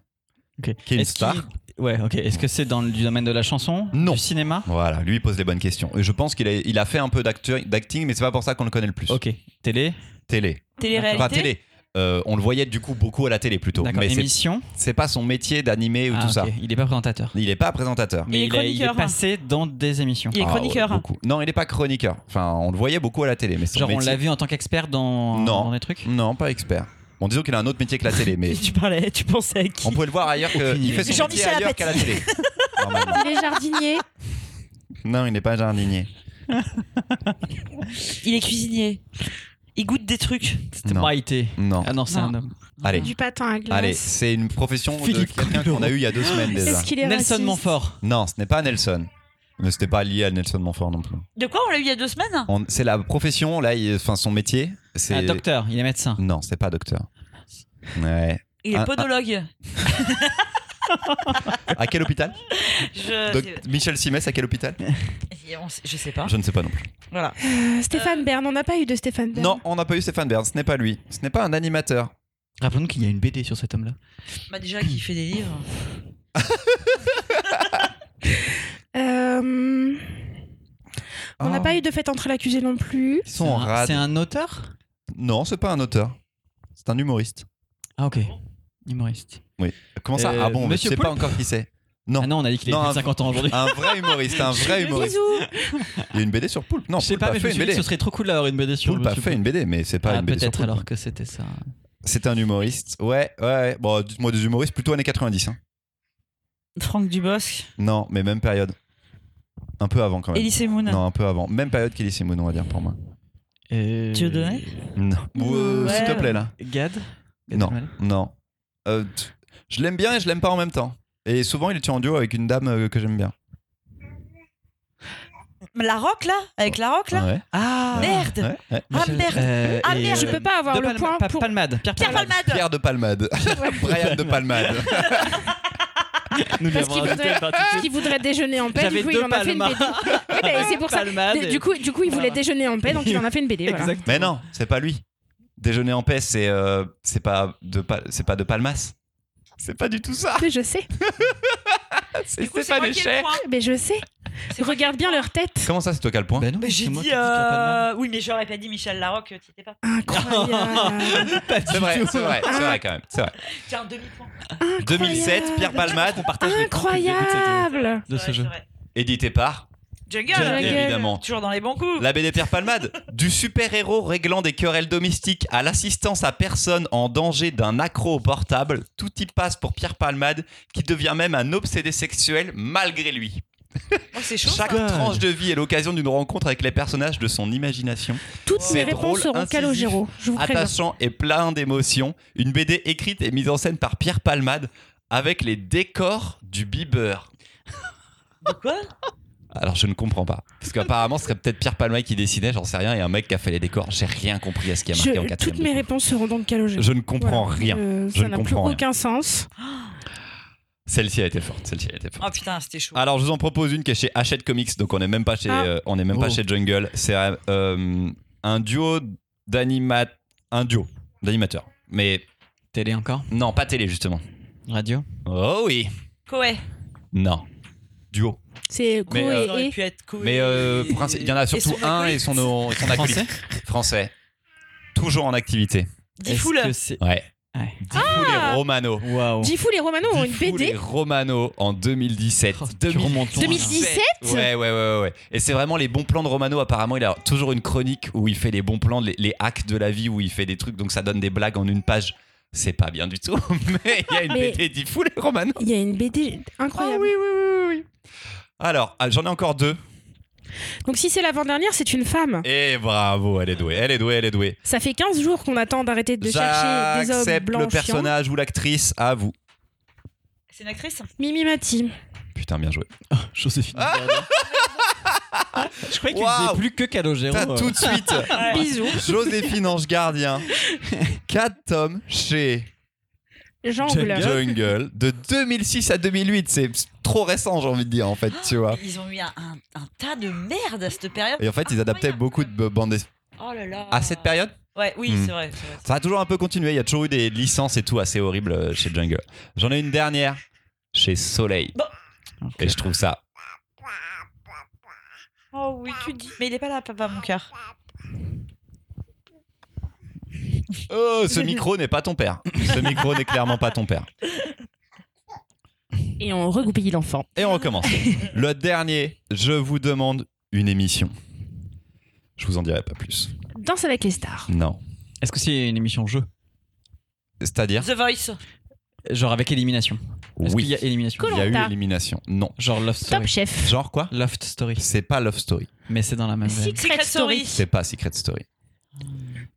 [SPEAKER 2] Ok.
[SPEAKER 1] Qui est une
[SPEAKER 2] Est-ce qu'il-
[SPEAKER 1] star.
[SPEAKER 2] Ouais, ok. Est-ce que c'est dans le- du domaine de la chanson
[SPEAKER 1] Non.
[SPEAKER 2] Du cinéma
[SPEAKER 1] Voilà, lui, il pose les bonnes questions. Et je pense qu'il a, il a fait un peu d'actu- d'acting, mais c'est pas pour ça qu'on le connaît le plus.
[SPEAKER 2] Ok. Télé
[SPEAKER 1] Télé.
[SPEAKER 4] Télé-réalité.
[SPEAKER 2] Bah,
[SPEAKER 1] Pas télé. Euh, on le voyait du coup beaucoup à la télé plutôt.
[SPEAKER 2] D'accord.
[SPEAKER 1] Mais c'est-
[SPEAKER 2] Émission
[SPEAKER 1] c'est pas son métier d'animer ou
[SPEAKER 2] Ah,
[SPEAKER 1] tout ça.
[SPEAKER 2] ok. Il n'est pas présentateur.
[SPEAKER 1] Il est pas présentateur.
[SPEAKER 2] Mais
[SPEAKER 4] est
[SPEAKER 2] il, a- il
[SPEAKER 4] chroniqueur.
[SPEAKER 2] est passé dans des émissions.
[SPEAKER 4] Il est
[SPEAKER 1] Ah,
[SPEAKER 4] chroniqueur.
[SPEAKER 2] oh,
[SPEAKER 1] ouais, beaucoup. non, il n'est pas chroniqueur. Enfin, on le voyait beaucoup à la télé, mais son
[SPEAKER 2] Genre on
[SPEAKER 1] métier-
[SPEAKER 2] l'a vu en tant qu'expert dans,
[SPEAKER 1] Non.
[SPEAKER 2] dans des trucs
[SPEAKER 1] Non, pas expert. Bon, disons qu'il a un autre métier que la télé,
[SPEAKER 2] oh.
[SPEAKER 1] mais
[SPEAKER 4] tu parlais, tu pensais à qui
[SPEAKER 1] on pouvait le voir ailleurs
[SPEAKER 2] Aucune
[SPEAKER 1] qu'il
[SPEAKER 2] idée.
[SPEAKER 1] fait son métier
[SPEAKER 4] Jean-Michel
[SPEAKER 1] ailleurs
[SPEAKER 4] Apathy.
[SPEAKER 1] qu'à la télé. Normalement.
[SPEAKER 3] Il est jardinier.
[SPEAKER 1] Non, il n'est pas jardinier.
[SPEAKER 4] Il est cuisinier. Il goûte des trucs.
[SPEAKER 2] C'était
[SPEAKER 1] Non.
[SPEAKER 2] pas été.
[SPEAKER 1] Non.
[SPEAKER 2] Ah non, c'est
[SPEAKER 4] Non.
[SPEAKER 2] un homme.
[SPEAKER 1] Allez,
[SPEAKER 3] Du patin à glace.
[SPEAKER 1] allez, c'est une profession de
[SPEAKER 2] Philippe
[SPEAKER 1] quelqu'un
[SPEAKER 2] Coelho.
[SPEAKER 1] qu'on a eu il y a deux semaines déjà.
[SPEAKER 3] Est-ce qu'il est
[SPEAKER 2] Nelson
[SPEAKER 3] raciste
[SPEAKER 2] Montfort.
[SPEAKER 1] Non, ce n'est pas Nelson. Mais c'était pas lié à Nelson Montfort non plus.
[SPEAKER 4] De quoi on l'a eu il y a deux semaines
[SPEAKER 1] On- C'est la profession, là, il- enfin son métier. C'est
[SPEAKER 2] Un docteur, il est médecin.
[SPEAKER 1] Non, c'est pas docteur. Ouais.
[SPEAKER 4] Il
[SPEAKER 2] Ah,
[SPEAKER 4] est
[SPEAKER 1] Un-
[SPEAKER 4] podologue.
[SPEAKER 1] À quel hôpital
[SPEAKER 4] Je...
[SPEAKER 1] Doc- Michel Simès, à quel hôpital
[SPEAKER 4] c'est- on sait- je sais pas.
[SPEAKER 1] Je ne sais pas non plus.
[SPEAKER 4] Voilà.
[SPEAKER 3] Euh, Stéphane Bern, on n'a pas eu de Stéphane Bern.
[SPEAKER 1] Non, on n'a pas eu Stéphane Bern, ce n'est pas lui. Ce n'est pas un animateur.
[SPEAKER 2] Rappelons qu'il y a une BD sur cet homme-là.
[SPEAKER 4] Bah déjà qui fait des livres.
[SPEAKER 3] Euh, On n'a
[SPEAKER 1] Oh.
[SPEAKER 3] pas eu de fête entre l'accusé non plus.
[SPEAKER 1] Ils
[SPEAKER 2] C'est
[SPEAKER 1] sont en
[SPEAKER 2] un,
[SPEAKER 1] rade.
[SPEAKER 2] c'est un auteur
[SPEAKER 1] Non, c'est pas un auteur. C'est un humoriste.
[SPEAKER 2] Ah ok. Humoriste.
[SPEAKER 1] Comment ça
[SPEAKER 2] Euh,
[SPEAKER 1] Ah bon, mais tu
[SPEAKER 2] Monsieur
[SPEAKER 1] sais pas
[SPEAKER 2] Poulpe
[SPEAKER 1] encore qui c'est. Non.
[SPEAKER 2] Ah non, on a dit qu'il
[SPEAKER 1] Non, ah,
[SPEAKER 2] avait plus
[SPEAKER 1] un-
[SPEAKER 2] de 50 ans aujourd'hui.
[SPEAKER 1] Un vrai humoriste, un vrai humoriste.
[SPEAKER 3] Bisous.
[SPEAKER 1] Il y a une BD sur Poulpe. Non,
[SPEAKER 2] je sais
[SPEAKER 1] Poulpe
[SPEAKER 2] pas,
[SPEAKER 1] a
[SPEAKER 2] mais je
[SPEAKER 1] fait
[SPEAKER 2] me
[SPEAKER 1] une
[SPEAKER 2] suis dit que
[SPEAKER 1] BD.
[SPEAKER 2] ce serait trop cool d'avoir une BD sur
[SPEAKER 1] Poulpe a
[SPEAKER 2] Monsieur
[SPEAKER 1] fait une BD, mais c'est pas
[SPEAKER 2] Ah,
[SPEAKER 1] une BD sur
[SPEAKER 2] peut-être
[SPEAKER 1] Poulpe.
[SPEAKER 2] alors que c'était ça.
[SPEAKER 1] C'est un humoriste. Ouais, ouais, ouais. Bon, dites-moi des humoristes plutôt années 90. hein.
[SPEAKER 4] Franck Dubosc.
[SPEAKER 1] Non, mais même période. Un peu avant quand même.
[SPEAKER 4] Elise Moon.
[SPEAKER 1] Non, un peu avant. Même période qu'Élie Moon, on va dire pour moi.
[SPEAKER 2] Euh,
[SPEAKER 4] Tu veux donner
[SPEAKER 1] Non. Ouh, S'il
[SPEAKER 4] Ouais.
[SPEAKER 1] te plaît, là.
[SPEAKER 2] Gad Gad
[SPEAKER 1] Non,
[SPEAKER 2] Elmaleh
[SPEAKER 1] non. Euh, t- je l'aime bien et je l'aime pas en même temps. Et souvent, il est en duo avec une dame euh, que j'aime bien.
[SPEAKER 4] La rock là Avec la rock là
[SPEAKER 1] Ouais,
[SPEAKER 2] Ah
[SPEAKER 4] Merde
[SPEAKER 1] ouais, ouais.
[SPEAKER 4] Ah merde
[SPEAKER 2] Euh,
[SPEAKER 4] Ah,
[SPEAKER 2] et,
[SPEAKER 4] merde.
[SPEAKER 3] Tu
[SPEAKER 2] euh,
[SPEAKER 3] peux pas avoir
[SPEAKER 2] de
[SPEAKER 3] le
[SPEAKER 2] Palma-
[SPEAKER 3] point
[SPEAKER 2] Pa-
[SPEAKER 3] pour.
[SPEAKER 2] Palmade. Pierre,
[SPEAKER 4] Pierre
[SPEAKER 2] Palmade.
[SPEAKER 4] Palmade
[SPEAKER 1] Pierre de Palmade. Brian de Palmade.
[SPEAKER 2] Nous lui
[SPEAKER 3] Parce
[SPEAKER 2] avons
[SPEAKER 3] qu'il
[SPEAKER 2] rajouté
[SPEAKER 3] voudrait-
[SPEAKER 2] une partie-
[SPEAKER 3] Qui voudrait déjeuner en paix,
[SPEAKER 2] J'avais
[SPEAKER 3] du coup
[SPEAKER 2] deux
[SPEAKER 3] il en a fait une
[SPEAKER 2] Palmas.
[SPEAKER 3] BD. Eh ben, c'est pour ça.
[SPEAKER 2] Palmade
[SPEAKER 3] Du-
[SPEAKER 2] et-
[SPEAKER 3] Du coup, du coup, il voulait
[SPEAKER 2] Voilà.
[SPEAKER 3] déjeuner en paix, donc il en a fait une BD. voilà.
[SPEAKER 2] Exactement.
[SPEAKER 1] Mais non, c'est pas lui. Déjeuner en paix, c'est euh, c'est pas de Pal- c'est pas de Palmas. C'est pas du tout ça.
[SPEAKER 3] Mais je sais,
[SPEAKER 1] C'est
[SPEAKER 4] Du coup, c'est
[SPEAKER 1] Stéphane
[SPEAKER 4] moi qui ai le
[SPEAKER 1] Echer.
[SPEAKER 4] point.
[SPEAKER 3] mais je sais.
[SPEAKER 4] C'est moi
[SPEAKER 3] Regarde bien leur tête.
[SPEAKER 1] Comment ça, c'est toi qui as le point
[SPEAKER 2] Ben non,
[SPEAKER 4] Mais
[SPEAKER 2] c'est
[SPEAKER 4] j'ai
[SPEAKER 2] moi
[SPEAKER 4] dit.
[SPEAKER 2] qui ai Palmade.
[SPEAKER 4] euh, Oui, mais j'aurais pas dit Michel Larocque, tu étais pas.
[SPEAKER 3] Incroyable.
[SPEAKER 2] Pas du
[SPEAKER 1] C'est vrai,
[SPEAKER 2] tout.
[SPEAKER 1] c'est vrai, c'est vrai quand même. C'est vrai.
[SPEAKER 4] Tiens, demi-point.
[SPEAKER 1] 2007, Pierre Palmade,
[SPEAKER 2] On partage les points depuis le début de cette-
[SPEAKER 4] Ah,
[SPEAKER 3] Incroyable.
[SPEAKER 2] de ce
[SPEAKER 4] Ouais,
[SPEAKER 2] jeu.
[SPEAKER 4] c'est vrai.
[SPEAKER 1] édité par
[SPEAKER 4] Jungle,
[SPEAKER 1] Bien
[SPEAKER 3] Jungle.
[SPEAKER 1] évidemment.
[SPEAKER 4] toujours dans les bons coups.
[SPEAKER 1] La BD Pierre Palmade, du super-héros réglant des querelles domestiques à l'assistance à personne en danger d'un accro au portable, tout y passe pour Pierre Palmade, qui devient même un obsédé sexuel malgré lui.
[SPEAKER 4] Oh, c'est chaud.
[SPEAKER 1] Chaque
[SPEAKER 4] ça.
[SPEAKER 2] God.
[SPEAKER 1] tranche de vie est l'occasion d'une rencontre avec les personnages de son imagination.
[SPEAKER 3] Toutes
[SPEAKER 1] C'est
[SPEAKER 3] mes réponses
[SPEAKER 1] drôle,
[SPEAKER 3] seront
[SPEAKER 1] incisif, Ah,
[SPEAKER 3] Calogero. Je vous préviens.
[SPEAKER 1] attachant et plein d'émotions. Une BD écrite et mise en scène par Pierre Palmade avec les décors du Bieber.
[SPEAKER 4] De quoi
[SPEAKER 1] Alors je ne comprends pas. Parce qu'apparemment, ce serait peut-être Pierre Palmade qui dessinait, j'en sais rien, et un mec qui a fait les décors. J'ai rien compris à ce qui a marqué en
[SPEAKER 3] Je-
[SPEAKER 1] quatrième.
[SPEAKER 3] toutes
[SPEAKER 1] de
[SPEAKER 3] mes
[SPEAKER 1] couve.
[SPEAKER 3] réponses seront donc Calogero.
[SPEAKER 1] Je ne comprends
[SPEAKER 3] Voilà.
[SPEAKER 1] rien.
[SPEAKER 3] Euh,
[SPEAKER 1] Je
[SPEAKER 3] ça
[SPEAKER 1] ne
[SPEAKER 3] n'a plus
[SPEAKER 1] comprends rien.
[SPEAKER 3] aucun sens.
[SPEAKER 1] Celle-ci a été forte. Celle-ci a été forte.
[SPEAKER 4] Oh putain, c'était chaud.
[SPEAKER 1] Alors je vous en propose une qui est chez Hachette Comics, donc on n'est même pas chez,
[SPEAKER 3] Ah.
[SPEAKER 1] euh, on est même pas
[SPEAKER 2] Oh.
[SPEAKER 1] chez Jungle. C'est euh, un duo d'animat, un duo d'animateurs. Mais
[SPEAKER 2] Télé encore
[SPEAKER 1] non, pas télé justement.
[SPEAKER 2] Radio
[SPEAKER 1] Oh oui.
[SPEAKER 4] Koé.
[SPEAKER 1] Non. Duo.
[SPEAKER 3] C'est Go
[SPEAKER 1] Mais, euh,
[SPEAKER 4] Ça
[SPEAKER 3] et,
[SPEAKER 4] aurait
[SPEAKER 3] et-
[SPEAKER 4] pu être Koé.
[SPEAKER 1] Mais euh, princi- il y en a surtout un et son, et son acolyte.
[SPEAKER 2] Français
[SPEAKER 1] Français. Toujours en activité.
[SPEAKER 4] Diffoul.
[SPEAKER 2] Est-ce que c'est-
[SPEAKER 1] Ouais.
[SPEAKER 2] Ouais.
[SPEAKER 1] Diffoul et Romano.
[SPEAKER 2] Waouh.
[SPEAKER 3] Gifu, les Romano ont une
[SPEAKER 1] Diffoul et
[SPEAKER 3] BD.
[SPEAKER 1] Romano en 2017.
[SPEAKER 2] Oh,
[SPEAKER 1] Deux
[SPEAKER 2] tu
[SPEAKER 1] mille-
[SPEAKER 2] remontes loin, là.
[SPEAKER 3] 2017
[SPEAKER 1] Ouais, ouais, ouais, ouais, ouais. Et c'est vraiment les bons plans de Romano. Apparemment, il a toujours une chronique où il fait les bons plans, les, les hacks de la vie, où il fait des trucs, donc ça donne des blagues en une page. C'est pas bien du tout, mais il y a une
[SPEAKER 3] Mais-
[SPEAKER 1] BD Diffoul et Romano.
[SPEAKER 3] Il y a une BD incroyable.
[SPEAKER 1] Alors, ah, j'en ai encore deux.
[SPEAKER 3] Donc si c'est l'avant-dernière, c'est une femme.
[SPEAKER 1] Et bravo, elle est douée, elle est douée, elle est douée.
[SPEAKER 3] Ça fait 15 jours qu'on attend d'arrêter de chercher des hommes
[SPEAKER 1] J'accepte
[SPEAKER 3] blancs
[SPEAKER 1] le personnage ou l'actrice à vous.
[SPEAKER 4] C'est une actrice
[SPEAKER 3] chiants. Mimi Mati.
[SPEAKER 1] Putain, bien joué.
[SPEAKER 2] Joséphine. Je croyais qu'il
[SPEAKER 1] Waouh.
[SPEAKER 2] faisait plus que Calogero.
[SPEAKER 1] T'as
[SPEAKER 2] euh.
[SPEAKER 1] tout de suite Ah.
[SPEAKER 3] Bisous.
[SPEAKER 1] Joséphine Ange Gardien, 4 tomes chez
[SPEAKER 3] J'angle.
[SPEAKER 1] Jungle de 2006 à 2008. C'est trop récent, j'ai envie de dire, en fait, tu vois.
[SPEAKER 4] Ils ont eu un, un- un tas de merde à cette période.
[SPEAKER 1] Et en fait, ils adaptaient
[SPEAKER 4] Incroyable.
[SPEAKER 1] beaucoup de bandes dessinées.
[SPEAKER 4] Oh là là.
[SPEAKER 1] À cette période,
[SPEAKER 4] Ouais, oui,
[SPEAKER 1] Hmm.
[SPEAKER 4] c'est vrai. c'est vrai.
[SPEAKER 1] ça a toujours un peu continué. Il y a toujours eu des licences et tout assez horribles euh, chez Jungle. J'en ai une dernière chez Soleil.
[SPEAKER 4] Bon.
[SPEAKER 1] Et je trouve ça.
[SPEAKER 4] Oh oui, tu dis. Mais il est pas là, papa, mon cœur.
[SPEAKER 1] Oh, ce micro n'est pas ton père. Ce micro n'est clairement pas ton père.
[SPEAKER 3] Et on regoupille l'enfant.
[SPEAKER 1] Et on recommence. Le dernier, je vous demande une émission. Je vous en dirai pas plus.
[SPEAKER 3] Danse avec les stars.
[SPEAKER 1] Non.
[SPEAKER 2] Est-ce que c'est une émission jeu
[SPEAKER 1] C'est-à-dire
[SPEAKER 4] The Voice. Oh,
[SPEAKER 2] Genre avec élimination Est-ce
[SPEAKER 1] Oui.
[SPEAKER 2] qu'il y a élimination
[SPEAKER 3] Cool.
[SPEAKER 1] Il y a eu
[SPEAKER 3] Koh-Lanta.
[SPEAKER 1] élimination. Non.
[SPEAKER 2] Genre Love Story.
[SPEAKER 3] Top chef.
[SPEAKER 1] Genre quoi
[SPEAKER 2] Love Story.
[SPEAKER 1] C'est pas Love Story.
[SPEAKER 2] Mais c'est dans la même veine.
[SPEAKER 3] Secret
[SPEAKER 4] Secret Story.
[SPEAKER 3] Story.
[SPEAKER 1] C'est pas Secret Story.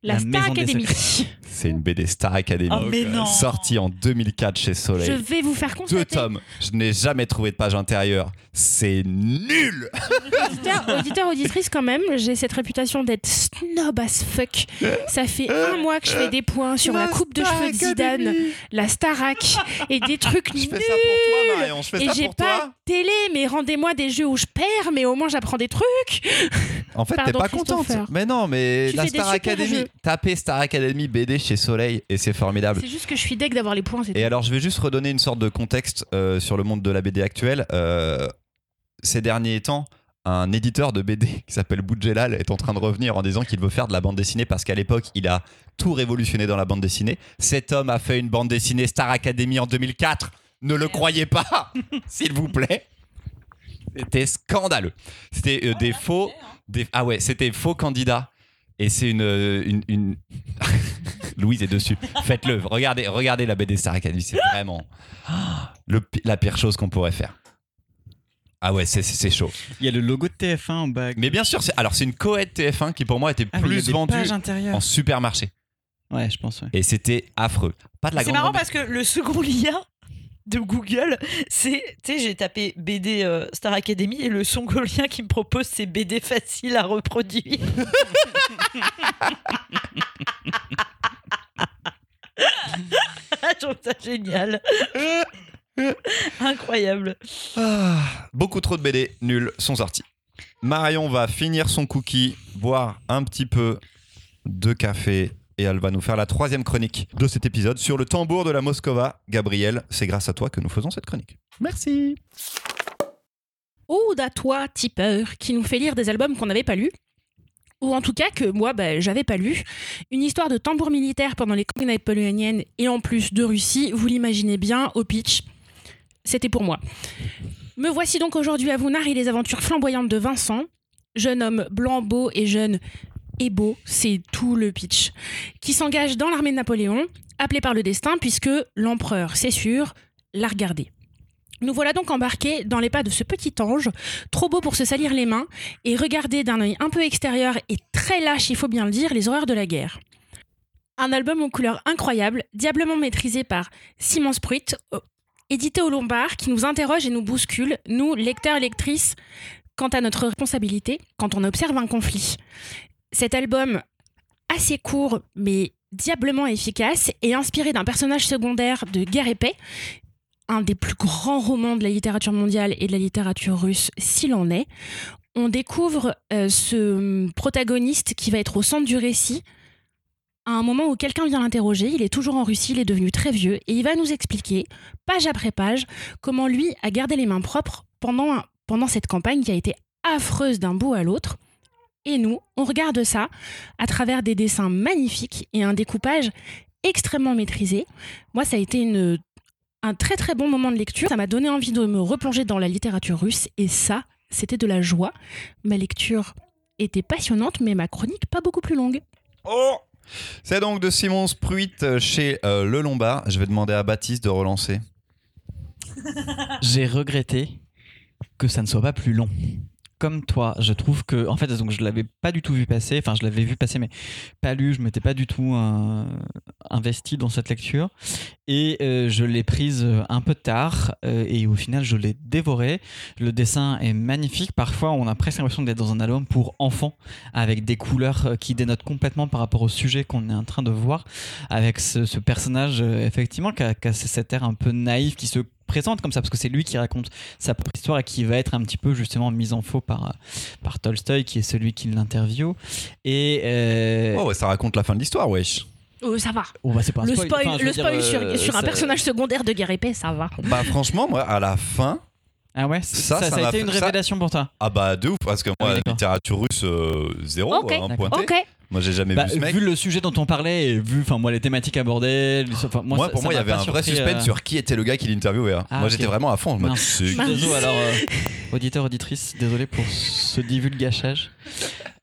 [SPEAKER 3] La,
[SPEAKER 2] La
[SPEAKER 3] Star
[SPEAKER 2] maison des
[SPEAKER 3] Academy.
[SPEAKER 1] C'est une BD Star Academy.
[SPEAKER 4] Oh, mais non.
[SPEAKER 1] Sortie en 2004 chez
[SPEAKER 3] Je
[SPEAKER 1] Soleil.
[SPEAKER 3] vais vous faire constater.
[SPEAKER 1] Deux tomes. Je n'ai jamais trouvé de page intérieure. C'est nul
[SPEAKER 3] Auditeur, auditeur, auditrice quand même, j'ai cette réputation d'être snob as fuck. Ça fait un mois que je fais des points sur la coupe de cheveux de Zidane, la Starac et des trucs
[SPEAKER 1] Je fais ça pour
[SPEAKER 3] nuls.
[SPEAKER 1] toi, Marion. Je fais
[SPEAKER 3] Et
[SPEAKER 1] ça
[SPEAKER 3] j'ai
[SPEAKER 1] pour
[SPEAKER 3] pas
[SPEAKER 1] toi.
[SPEAKER 3] de télé, mais rendez-moi des jeux où je perds, mais au moins j'apprends des trucs.
[SPEAKER 1] En fait, t'es
[SPEAKER 3] Pardon,
[SPEAKER 1] pas contente.
[SPEAKER 3] Christopher.
[SPEAKER 1] Mais non, mais
[SPEAKER 3] Tu
[SPEAKER 1] la
[SPEAKER 3] fais des
[SPEAKER 1] Star
[SPEAKER 3] super
[SPEAKER 1] Academy.
[SPEAKER 3] jeux.
[SPEAKER 1] Tapez Star Academy BD chez Soleil et c'est formidable.
[SPEAKER 3] C'est juste que je suis deg d'avoir les points. c'est
[SPEAKER 1] Ah, Et
[SPEAKER 3] tout.
[SPEAKER 1] alors, je vais juste redonner une sorte de contexte euh, sur le monde de la BD actuelle. Euh, ces derniers temps, un éditeur de BD qui s'appelle Boudjelal est en train de revenir en disant qu'il veut faire de la bande dessinée parce qu'à l'époque, il a tout révolutionné dans la bande dessinée. Cet homme a fait une bande dessinée Star Academy en 2004. Ne le croyez pas, s'il vous plaît. C'était scandaleux. C'était euh, des faux, des- ah ouais, c'était faux candidat. Et c'est une, euh, une, une- Louise est dessus. Faites-le. Regardez, regardez la BD Star Academy. C'est vraiment Ah, le, pi- la pire chose qu'on pourrait faire. Ah ouais, c'est- c'est c'est chaud.
[SPEAKER 2] Il y a le logo de TF1 en bas.
[SPEAKER 1] Mais bien sûr, c'est- alors c'est une coed TF1 qui pour moi était
[SPEAKER 2] Ah, mais il y a
[SPEAKER 1] plus
[SPEAKER 2] des
[SPEAKER 1] vendue
[SPEAKER 2] pages intérieures.
[SPEAKER 1] en supermarché.
[SPEAKER 2] Ouais, je pense, ouais.
[SPEAKER 1] Et c'était affreux. Pas de la
[SPEAKER 4] C'est
[SPEAKER 1] grande.
[SPEAKER 4] marrant
[SPEAKER 1] bande-
[SPEAKER 4] parce que le second lien de Google, c'est. Tu sais, j'ai tapé BD euh, Star Academy et le second lien qui me propose, c'est BD facile à reproduire. Je trouve ça génial. Incroyable.
[SPEAKER 1] Ah, beaucoup trop de BD nuls sont sortis. Marion va finir son cookie, boire un petit peu de café et elle va nous faire la troisième chronique de cet épisode sur le tambour de la Moscova. Gabriel, c'est grâce à toi que nous faisons cette chronique. Merci.
[SPEAKER 3] Ode à toi, tipeur, qui nous fait lire des albums qu'on n'avait pas lus. Ou en tout cas que moi, bah, j'avais pas lu. Une histoire de tambour militaire pendant les campagnes napoléoniennes et en plus de Russie, vous l'imaginez bien, au pitch, c'était pour moi. Me voici donc aujourd'hui à vous narrer les aventures flamboyantes de Vincent, jeune homme blanc, beau et jeune et beau, c'est tout le pitch, qui s'engage dans l'armée de Napoléon, appelé par le destin, puisque l'empereur, c'est sûr, l'a regardé. Nous voilà donc embarqués dans les pas de ce petit ange, trop beau pour se salir les mains, et regarder d'un œil un peu extérieur et très lâche, il faut bien le dire, les horreurs de la guerre. Un album aux couleurs incroyables, diablement maîtrisé par Simon Spruit, euh, édité au Lombard, qui nous interroge et nous bouscule, nous, lecteurs et lectrices, quant à notre responsabilité quand on observe un conflit. Cet album, assez court mais diablement efficace, est inspiré d'un personnage secondaire de Guerre et Paix, un des plus grands romans de la littérature mondiale et de la littérature russe, s'il en est. On découvre euh, ce hum, protagoniste qui va être au centre du récit, à un moment où quelqu'un vient l'interroger, il est toujours en Russie, il est devenu très vieux, et il va nous expliquer, page après page, comment lui a gardé les mains propres pendant, un- pendant cette campagne qui a été affreuse d'un bout à l'autre. Et nous, on regarde ça à travers des dessins magnifiques et un découpage extrêmement maîtrisé. Moi, ça a été une, un très très bon moment de lecture. Ça m'a donné envie de me replonger dans la littérature russe, et ça, c'était de la joie. Ma lecture était passionnante, mais ma chronique pas beaucoup plus longue.
[SPEAKER 1] Oh C'est donc de Simon Spruit euh, chez euh, Le Lombard. Je vais demander à Baptiste de relancer.
[SPEAKER 2] J'ai regretté que ça ne soit pas plus long. Comme toi, je trouve que en fait, donc je l'avais pas du tout vu passer. Enfin, je l'avais vu passer, mais pas lu. Je m'étais pas du tout euh, investi dans cette lecture et euh, je l'ai prise euh, un peu tard euh, et au final, je l'ai dévorée. Le dessin est magnifique. Parfois, on a presque l'impression d'être dans un album pour enfants avec des couleurs euh, qui dénotent complètement par rapport au sujet qu'on est en train de voir avec ce, ce personnage, euh, effectivement, qui a, qui a cet air un peu naïf, qui se présente comme ça, parce que c'est lui qui raconte sa propre histoire et qui va être un petit peu justement mise en faux par, euh, par Tolstoy, qui est celui qui l'interviewe. Et. euh,
[SPEAKER 1] Oh, ouais, ça raconte la fin de l'histoire, wesh.
[SPEAKER 3] Euh, ça va.
[SPEAKER 2] oh, bah, c'est pas un
[SPEAKER 3] le
[SPEAKER 2] spoil,
[SPEAKER 3] spoil,
[SPEAKER 2] enfin, je
[SPEAKER 3] le
[SPEAKER 2] veux dire,
[SPEAKER 3] spoil
[SPEAKER 2] euh,
[SPEAKER 3] sur, sur un
[SPEAKER 2] ça-
[SPEAKER 3] personnage secondaire de guerre épée, ça va.
[SPEAKER 1] Bah, franchement, moi, à la fin.
[SPEAKER 2] Ah ouais,
[SPEAKER 1] Ça,
[SPEAKER 2] ça, ça,
[SPEAKER 1] ça
[SPEAKER 2] a
[SPEAKER 1] m'a
[SPEAKER 2] été
[SPEAKER 1] fait-
[SPEAKER 2] une
[SPEAKER 1] ça-
[SPEAKER 2] révélation pour toi.
[SPEAKER 1] Ah, bah, de ouf, parce que
[SPEAKER 2] Ah oui,
[SPEAKER 1] moi,
[SPEAKER 2] d'accord.
[SPEAKER 1] littérature russe, euh, zéro,
[SPEAKER 3] Ok.
[SPEAKER 1] hein,
[SPEAKER 2] D'accord.
[SPEAKER 1] pointé.
[SPEAKER 3] Ok.
[SPEAKER 1] Moi, j'ai jamais
[SPEAKER 2] Bah,
[SPEAKER 1] vu ce mec.
[SPEAKER 2] vu le sujet dont on parlait et vu enfin, moi, les thématiques abordées, les- enfin, moi,
[SPEAKER 1] moi,
[SPEAKER 2] ça-
[SPEAKER 1] pour
[SPEAKER 2] ça
[SPEAKER 1] moi, il y
[SPEAKER 2] m'a
[SPEAKER 1] avait
[SPEAKER 2] pas
[SPEAKER 1] un vrai
[SPEAKER 2] surpris,
[SPEAKER 1] suspense
[SPEAKER 2] euh,
[SPEAKER 1] sur qui était le gars qui l'interviewait. hein.
[SPEAKER 2] Ah,
[SPEAKER 1] moi,
[SPEAKER 2] ok.
[SPEAKER 1] j'étais vraiment à fond. Je me
[SPEAKER 2] Mince.
[SPEAKER 1] dis,
[SPEAKER 2] Je suis désolé, alors, euh, auditeur, auditrice, désolé pour ce divulgachage.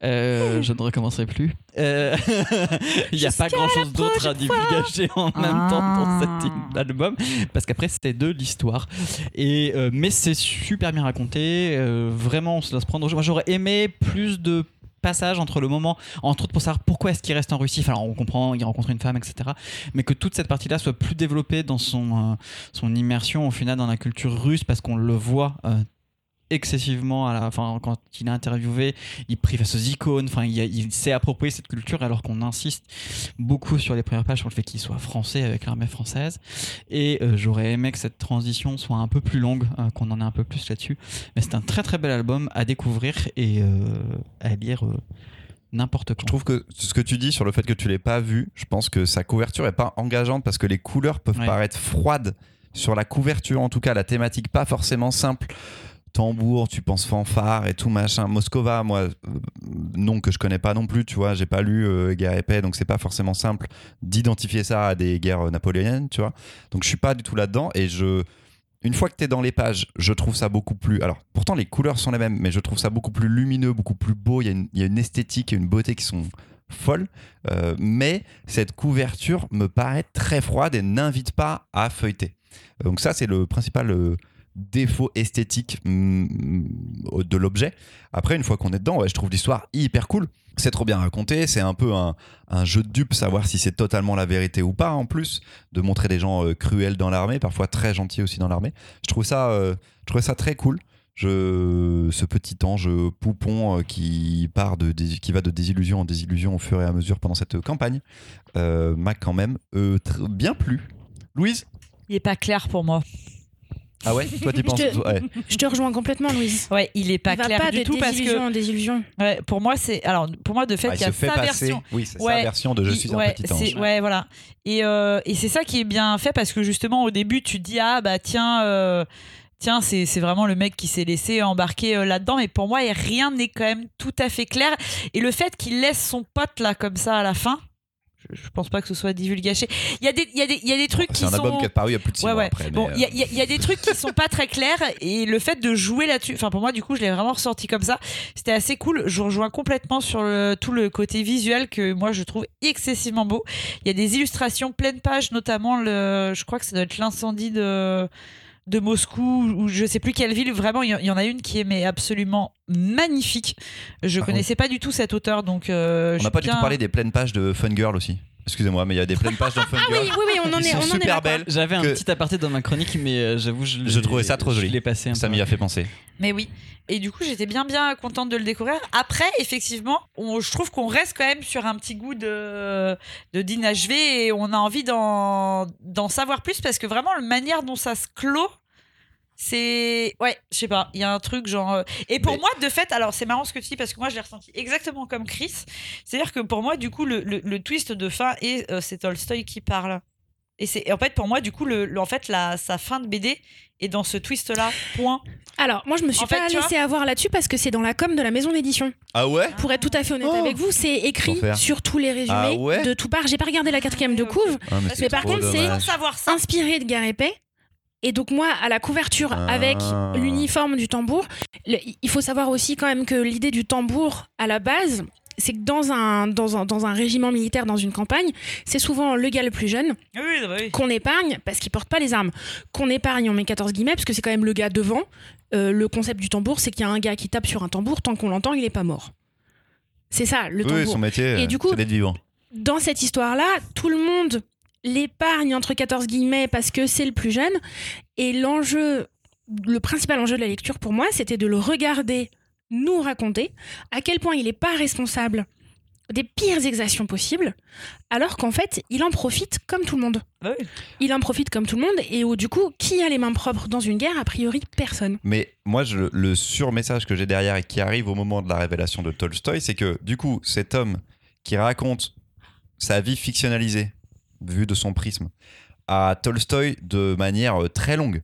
[SPEAKER 2] Euh, je ne recommencerai plus. Euh, Il n'y a pas grand chose d'autre à divulgacher en même temps dans cet album, parce qu'après c'était de l'histoire. Et euh, mais c'est super bien raconté. euh, vraiment, on se laisse prendre. Moi, j'aurais aimé plus de passages entre le moment, entre autres pour savoir pourquoi est-ce qu'il reste en Russie, enfin alors on comprend, il rencontre une femme, etc. Mais que toute cette partie-là soit plus développée dans son, euh, son immersion au final dans la culture russe parce qu'on le voit euh, excessivement à la enfin, quand il est interviewé il prie face aux icônes enfin il, y a- il s'est approprié cette culture alors qu'on insiste beaucoup sur les premières pages sur le fait qu'il soit français avec l'armée française et euh, j'aurais aimé que cette transition soit un peu plus longue euh, qu'on en ait un peu plus là-dessus mais c'est un très très bel album à découvrir et euh, à lire euh, n'importe quand
[SPEAKER 1] Je trouve que ce que tu dis sur le fait que tu l'aies pas vu, je pense que sa couverture est pas engageante parce que les couleurs peuvent
[SPEAKER 2] Ouais.
[SPEAKER 1] paraître froides sur la couverture, en tout cas la thématique pas forcément simple. Tambour, tu penses fanfare et tout machin. Moscova, moi, euh, nom que je connais pas non plus, tu vois, j'ai pas lu euh, Guerre et Paix, donc c'est pas forcément simple d'identifier ça à des guerres euh, napoléoniennes, tu vois. Donc je suis pas du tout là-dedans et je. Une fois que tu es dans les pages, je trouve ça beaucoup plus. Alors, pourtant, les couleurs sont les mêmes, mais je trouve ça beaucoup plus lumineux, beaucoup plus beau. Il y a une, il y a une esthétique et une beauté qui sont folles. Euh, mais cette couverture me paraît très froide et n'invite pas à feuilleter. Donc, ça, c'est le principal euh, défaut esthétique mm, de l'objet. Après, une fois qu'on est dedans, ouais, je trouve l'histoire hyper cool. C'est trop bien raconté. C'est un peu un, un jeu de dupe, savoir si c'est totalement la vérité ou pas, en plus, de montrer des gens euh, cruels dans l'armée, parfois très gentils aussi dans l'armée. Je trouve ça, euh, je trouve ça très cool. Je, ce petit ange poupon euh, qui, part de, dés- qui va de désillusion en désillusion au fur et à mesure pendant cette campagne euh, m'a quand même euh, tr- bien plu. Louise
[SPEAKER 4] Il est pas clair pour moi.
[SPEAKER 1] Ah ouais Toi, tu penses
[SPEAKER 3] Je te-
[SPEAKER 1] ouais. Ah,
[SPEAKER 3] Je te rejoins complètement, Louise.
[SPEAKER 4] Ouais, il est pas
[SPEAKER 3] Il va
[SPEAKER 4] clair
[SPEAKER 3] pas
[SPEAKER 4] du
[SPEAKER 3] de
[SPEAKER 4] tout parce
[SPEAKER 3] désillusion
[SPEAKER 4] que
[SPEAKER 3] en désillusion.
[SPEAKER 4] ouais, pour moi c'est alors pour moi de fait
[SPEAKER 1] Ah,
[SPEAKER 4] il y a sa version.
[SPEAKER 1] Oui, c'est sa
[SPEAKER 4] Ouais,
[SPEAKER 1] version de Je suis
[SPEAKER 4] ouais,
[SPEAKER 1] un petit ange.
[SPEAKER 4] c'est- Ouais, voilà. Et, euh, et c'est ça qui est bien fait parce que justement, au début, tu te dis Ah, bah tiens, euh, tiens c'est c'est vraiment le mec qui s'est laissé embarquer euh, là-dedans. Mais pour moi, et rien n'est quand même tout à fait clair. Et le fait qu'il laisse son pote là, comme ça, à la fin. Je, je pense pas que ce soit divulgaché. Il y a des, il y a des, il y a des trucs
[SPEAKER 1] Ah, C'est
[SPEAKER 4] qui
[SPEAKER 1] un
[SPEAKER 4] sont.
[SPEAKER 1] album qui a paru il y a plus de 6
[SPEAKER 4] Ouais,
[SPEAKER 1] mois
[SPEAKER 4] ouais.
[SPEAKER 1] après.
[SPEAKER 4] bon,
[SPEAKER 1] mais, euh,
[SPEAKER 4] il y, a- il y a- il y a des trucs qui sont pas très clairs et le fait de jouer là-dessus, enfin pour moi du coup je l'ai vraiment ressorti comme ça, c'était assez cool. Je rejoins complètement sur le- tout le côté visuel que moi je trouve excessivement beau. Il y a des illustrations pleine page, notamment le, je crois que ça doit être l'incendie de de Moscou ou je sais plus quelle ville. Vraiment, il y, en- il y en a une qui est mais absolument magnifique. Je
[SPEAKER 1] Ah,
[SPEAKER 4] connaissais pas du tout cet auteur donc euh,
[SPEAKER 1] On
[SPEAKER 4] je
[SPEAKER 1] n'a
[SPEAKER 4] suis
[SPEAKER 1] pas du tout
[SPEAKER 4] bien-
[SPEAKER 1] parlé des pleines pages de Fun Girl aussi. Excusez-moi, mais il y a des pleines pages dans Fun
[SPEAKER 3] Ah oui,
[SPEAKER 1] Girl.
[SPEAKER 3] oui, oui, on en
[SPEAKER 1] Ils
[SPEAKER 3] est, on
[SPEAKER 1] sont
[SPEAKER 3] en est
[SPEAKER 1] super
[SPEAKER 3] là, quoi.
[SPEAKER 1] belles.
[SPEAKER 2] J'avais un
[SPEAKER 1] Que-
[SPEAKER 2] petit aparté dans ma chronique, mais euh, j'avoue, je,
[SPEAKER 1] Je
[SPEAKER 2] l'ai-
[SPEAKER 1] trouvais ça trop joli.
[SPEAKER 2] Je l'ai passé un
[SPEAKER 1] Ça
[SPEAKER 2] peu.
[SPEAKER 1] m'y a fait penser.
[SPEAKER 4] Mais oui. Et du coup, j'étais bien, bien contente de le découvrir. Après, effectivement, on- je trouve qu'on reste quand même sur un petit goût de, de Dean HV et on a envie d'en d'en savoir plus parce que vraiment, la manière dont ça se clôt, c'est. Ouais, je sais pas, il y a un truc genre. euh, Et pour
[SPEAKER 1] Mais-
[SPEAKER 4] moi, de fait, alors c'est marrant ce que tu dis parce que moi, je l'ai ressenti exactement comme Chris. C'est-à-dire que pour moi, du coup, le, le- le twist de fin est euh, c'est Tolstoy qui parle. Et, c'est- et en fait, pour moi, du coup, le, le- en fait, la, sa fin de BD est dans ce twist-là. Point.
[SPEAKER 3] Alors, moi, je me suis
[SPEAKER 4] En fait,
[SPEAKER 3] pas
[SPEAKER 4] tu
[SPEAKER 3] laissée avoir là-dessus parce que c'est dans la com de la maison d'édition.
[SPEAKER 1] Ah ouais
[SPEAKER 3] Pour être tout à fait honnête
[SPEAKER 1] Oh.
[SPEAKER 3] avec vous, c'est écrit
[SPEAKER 1] Enfer.
[SPEAKER 3] sur tous les résumés
[SPEAKER 1] Ah ouais
[SPEAKER 3] de tout part. J'ai pas regardé la quatrième de
[SPEAKER 4] Ok.
[SPEAKER 3] couve,
[SPEAKER 1] Ah,
[SPEAKER 4] Mais
[SPEAKER 1] c'est
[SPEAKER 3] par
[SPEAKER 1] trop
[SPEAKER 3] contre, c'est- Ah.
[SPEAKER 1] dommage.
[SPEAKER 4] Sans savoir ça,
[SPEAKER 3] inspiré de Garépé. Et donc moi, à la couverture
[SPEAKER 1] Ah.
[SPEAKER 3] avec l'uniforme du tambour, le- il faut savoir aussi quand même que l'idée du tambour, à la base, c'est que dans un, dans, un, dans un régiment militaire, dans une campagne, c'est souvent le gars le plus jeune
[SPEAKER 4] Oui, oui, bah oui.
[SPEAKER 3] qu'on épargne, parce qu'il porte pas les armes, qu'on épargne, on met 14 guillemets, parce que c'est quand même le gars devant. Euh, le concept du tambour, c'est qu'il y a un gars qui tape sur un tambour, tant qu'on l'entend, il est pas mort. C'est ça, le tambour
[SPEAKER 1] Oui, son métier,
[SPEAKER 3] Et
[SPEAKER 1] euh,
[SPEAKER 3] du coup-
[SPEAKER 1] c'est d'être vivant.
[SPEAKER 3] dans cette histoire-là, tout le monde l'épargne entre 14 guillemets parce que c'est le plus jeune. Et l'enjeu, le principal enjeu de la lecture pour moi, c'était de le regarder nous raconter à quel point il n'est pas responsable des pires exactions possibles, alors qu'en fait, il en profite comme tout le monde.
[SPEAKER 4] Bah oui.
[SPEAKER 3] Il en profite comme tout le monde, et où du coup, qui a les mains propres dans une guerre A priori, personne.
[SPEAKER 1] Mais moi, je- le surmessage que j'ai derrière et qui arrive au moment de la révélation de Tolstoï, c'est que du coup, cet homme qui raconte sa vie fictionnalisée, vue de son prisme, à Tolstoï de manière euh, très longue,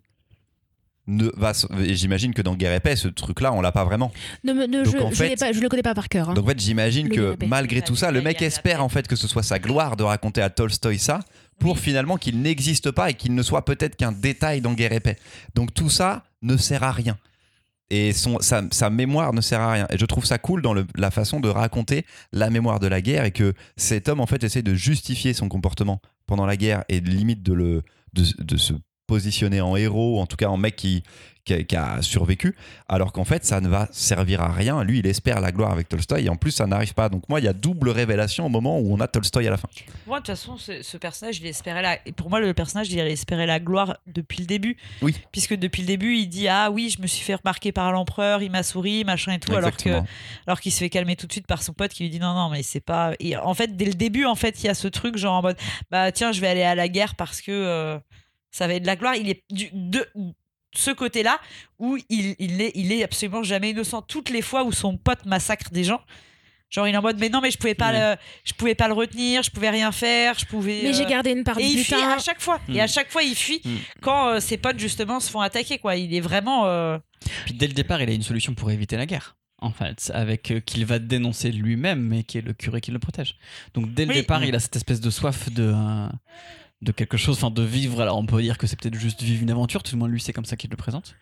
[SPEAKER 1] ne, va s- et j'imagine que dans Guerre épais, ce truc-là, on l'a pas vraiment.
[SPEAKER 3] Ne me- ne-
[SPEAKER 1] Donc,
[SPEAKER 3] je,
[SPEAKER 1] en
[SPEAKER 3] je
[SPEAKER 1] fait-
[SPEAKER 3] l'ai pas- je le connais pas par cœur. hein.
[SPEAKER 1] Donc en fait, j'imagine
[SPEAKER 3] Le
[SPEAKER 1] que
[SPEAKER 3] Guerre épais.
[SPEAKER 1] malgré tout ça, le mec
[SPEAKER 4] Guerre
[SPEAKER 1] espère
[SPEAKER 4] épais.
[SPEAKER 1] en fait que ce soit sa gloire de raconter à Tolstoï ça, pour
[SPEAKER 4] Oui.
[SPEAKER 1] finalement qu'il n'existe pas et qu'il ne soit peut-être qu'un détail dans Guerre épais. Donc tout ça ne sert à rien. Et son, sa, sa mémoire ne sert à rien. Et je trouve ça cool dans le- la façon de raconter la mémoire de la guerre et que cet homme en fait essaie de justifier son comportement pendant la guerre et limite de, le, de, de se positionner en héros, ou en tout cas en mec qui, qui, a- qui a survécu, alors qu'en fait ça ne va servir à rien. Lui, il espère la gloire avec Tolstoï et en plus ça n'arrive pas. Donc moi, il y a double révélation au moment où on a Tolstoï à la fin.
[SPEAKER 4] Moi, de toute façon, ce, ce personnage, il espérait la. et Pour moi, le personnage, il espérait la gloire depuis le début.
[SPEAKER 1] Oui.
[SPEAKER 4] Puisque depuis le début, il dit Ah oui, je me suis fait remarquer par l'empereur, il m'a souri, machin et tout. Alors que,
[SPEAKER 1] Exactement.
[SPEAKER 4] alors qu'il se fait calmer tout de suite par son pote qui lui dit Non, non, mais c'est pas. Et en fait, dès le début, en fait, il y a ce truc genre en mode Bah tiens, je vais aller à la guerre parce que euh, ça va être de la gloire. Il est du- de ce côté-là où il, il, est, il est absolument jamais innocent. Toutes les fois où son pote massacre des gens. Genre il est en mode mais non mais je pouvais pas
[SPEAKER 1] Mm.
[SPEAKER 4] le, je pouvais pas le retenir je pouvais rien faire je pouvais
[SPEAKER 3] Mais j'ai
[SPEAKER 4] euh,
[SPEAKER 3] gardé une part
[SPEAKER 4] et
[SPEAKER 3] du
[SPEAKER 4] il fuit
[SPEAKER 3] butin.
[SPEAKER 4] à chaque fois
[SPEAKER 2] Mm.
[SPEAKER 4] et à chaque fois il fuit
[SPEAKER 2] Mm.
[SPEAKER 4] quand euh, ses potes justement se font attaquer quoi il est vraiment euh,
[SPEAKER 2] Puis dès le départ, il a une solution pour éviter la guerre. En fait, avec euh, qu'il va dénoncer lui-même, mais qui est le curé qui le protège. Donc dès le
[SPEAKER 4] Oui.
[SPEAKER 2] départ, il a cette espèce de soif de euh, de quelque chose, enfin de vivre. Alors on peut dire que c'est peut-être juste vivre une aventure. Tout le monde lui c'est comme ça qu'il le présente.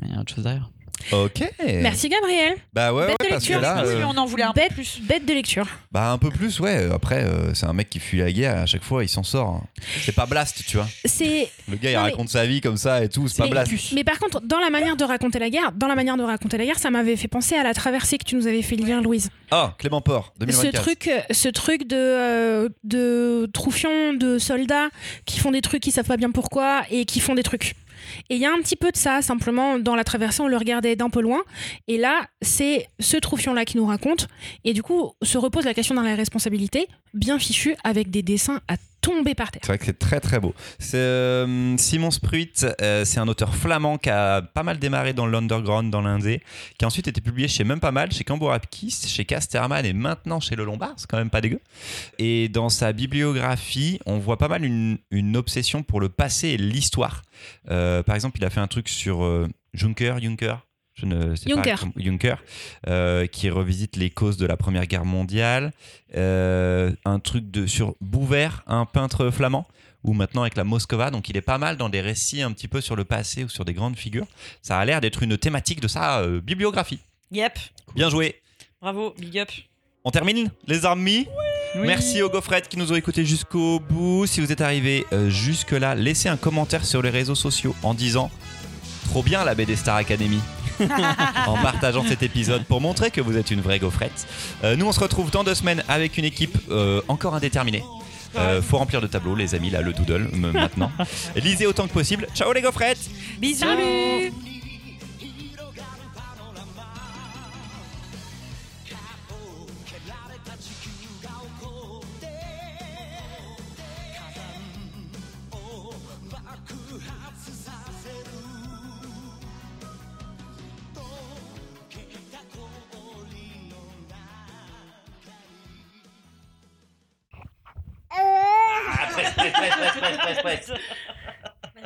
[SPEAKER 2] Mais il y a autre chose derrière.
[SPEAKER 1] Ok.
[SPEAKER 3] Merci Gabriel.
[SPEAKER 1] Bah ouais,
[SPEAKER 3] Bête
[SPEAKER 1] ouais,
[SPEAKER 3] de
[SPEAKER 1] parce que
[SPEAKER 3] lecture,
[SPEAKER 1] là,
[SPEAKER 4] oui,
[SPEAKER 1] euh,
[SPEAKER 4] mais on en voulait un peu
[SPEAKER 3] Bête,
[SPEAKER 4] plus
[SPEAKER 3] bête de lecture.
[SPEAKER 1] bah un peu plus, ouais. Après, euh, c'est un mec qui fuit la guerre et à chaque fois il s'en sort. hein. C'est pas Blast, tu vois.
[SPEAKER 3] C'est
[SPEAKER 1] Le gars il
[SPEAKER 3] Non, mais-
[SPEAKER 1] raconte sa vie comme ça et tout, c'est pas
[SPEAKER 3] Mais-
[SPEAKER 1] Blast.
[SPEAKER 3] Mais par contre, dans la manière de raconter la guerre, dans la manière de raconter la guerre, ça m'avait fait penser à la traversée que tu nous avais fait lire, Louise.
[SPEAKER 1] Ah, Clément Port,
[SPEAKER 3] Ce
[SPEAKER 1] 2024.
[SPEAKER 3] truc, ce truc de euh, de troufions, de soldats qui font des trucs qui savent pas bien pourquoi et qui font des trucs. Et il y a un petit peu de ça, simplement, dans la traversée, on le regardait d'un peu loin. Et là, c'est ce troufion-là qui nous raconte. Et du coup, se repose la question dans la responsabilité, bien fichu, avec des dessins à tomber par terre.
[SPEAKER 1] C'est vrai que c'est très très beau. C'est, euh, Simon Spruit, euh, c'est un auteur flamand qui a pas mal démarré dans l'underground, dans l'indé, qui a ensuite été publié chez même pas mal, chez Cambourapkis, chez Casterman et maintenant chez Le Lombard, c'est quand même pas dégueu. Et dans sa bibliographie, on voit pas mal une, une obsession pour le passé et l'histoire. Euh, par exemple, il a fait un truc sur euh, Juncker, Juncker. je ne sais
[SPEAKER 3] Juncker.
[SPEAKER 1] pas comment- Juncker, euh, qui revisite les causes de la Première Guerre mondiale. Euh, un truc de, sur Bouvert, un peintre flamand, ou maintenant avec la Moscova. Donc il est pas mal dans des récits un petit peu sur le passé ou sur des grandes figures. Ça a l'air d'être une thématique de sa euh, bibliographie.
[SPEAKER 4] Yep,
[SPEAKER 1] Bien joué.
[SPEAKER 4] bravo, big up.
[SPEAKER 1] On termine, les amis Merci aux gaufrettes qui nous ont écoutés jusqu'au bout. Si vous êtes arrivés euh, jusque-là, laissez un commentaire sur les réseaux sociaux en disant Trop bien la BD Star Academy en partageant cet épisode pour montrer que vous êtes une vraie gaufrette. Euh, nous, on se retrouve dans deux semaines avec une équipe euh, encore indéterminée. Euh, faut remplir le tableau, les amis, là, le doodle m- maintenant. Lisez autant que possible. Ciao les gaufrettes
[SPEAKER 4] Bisous.
[SPEAKER 3] Salut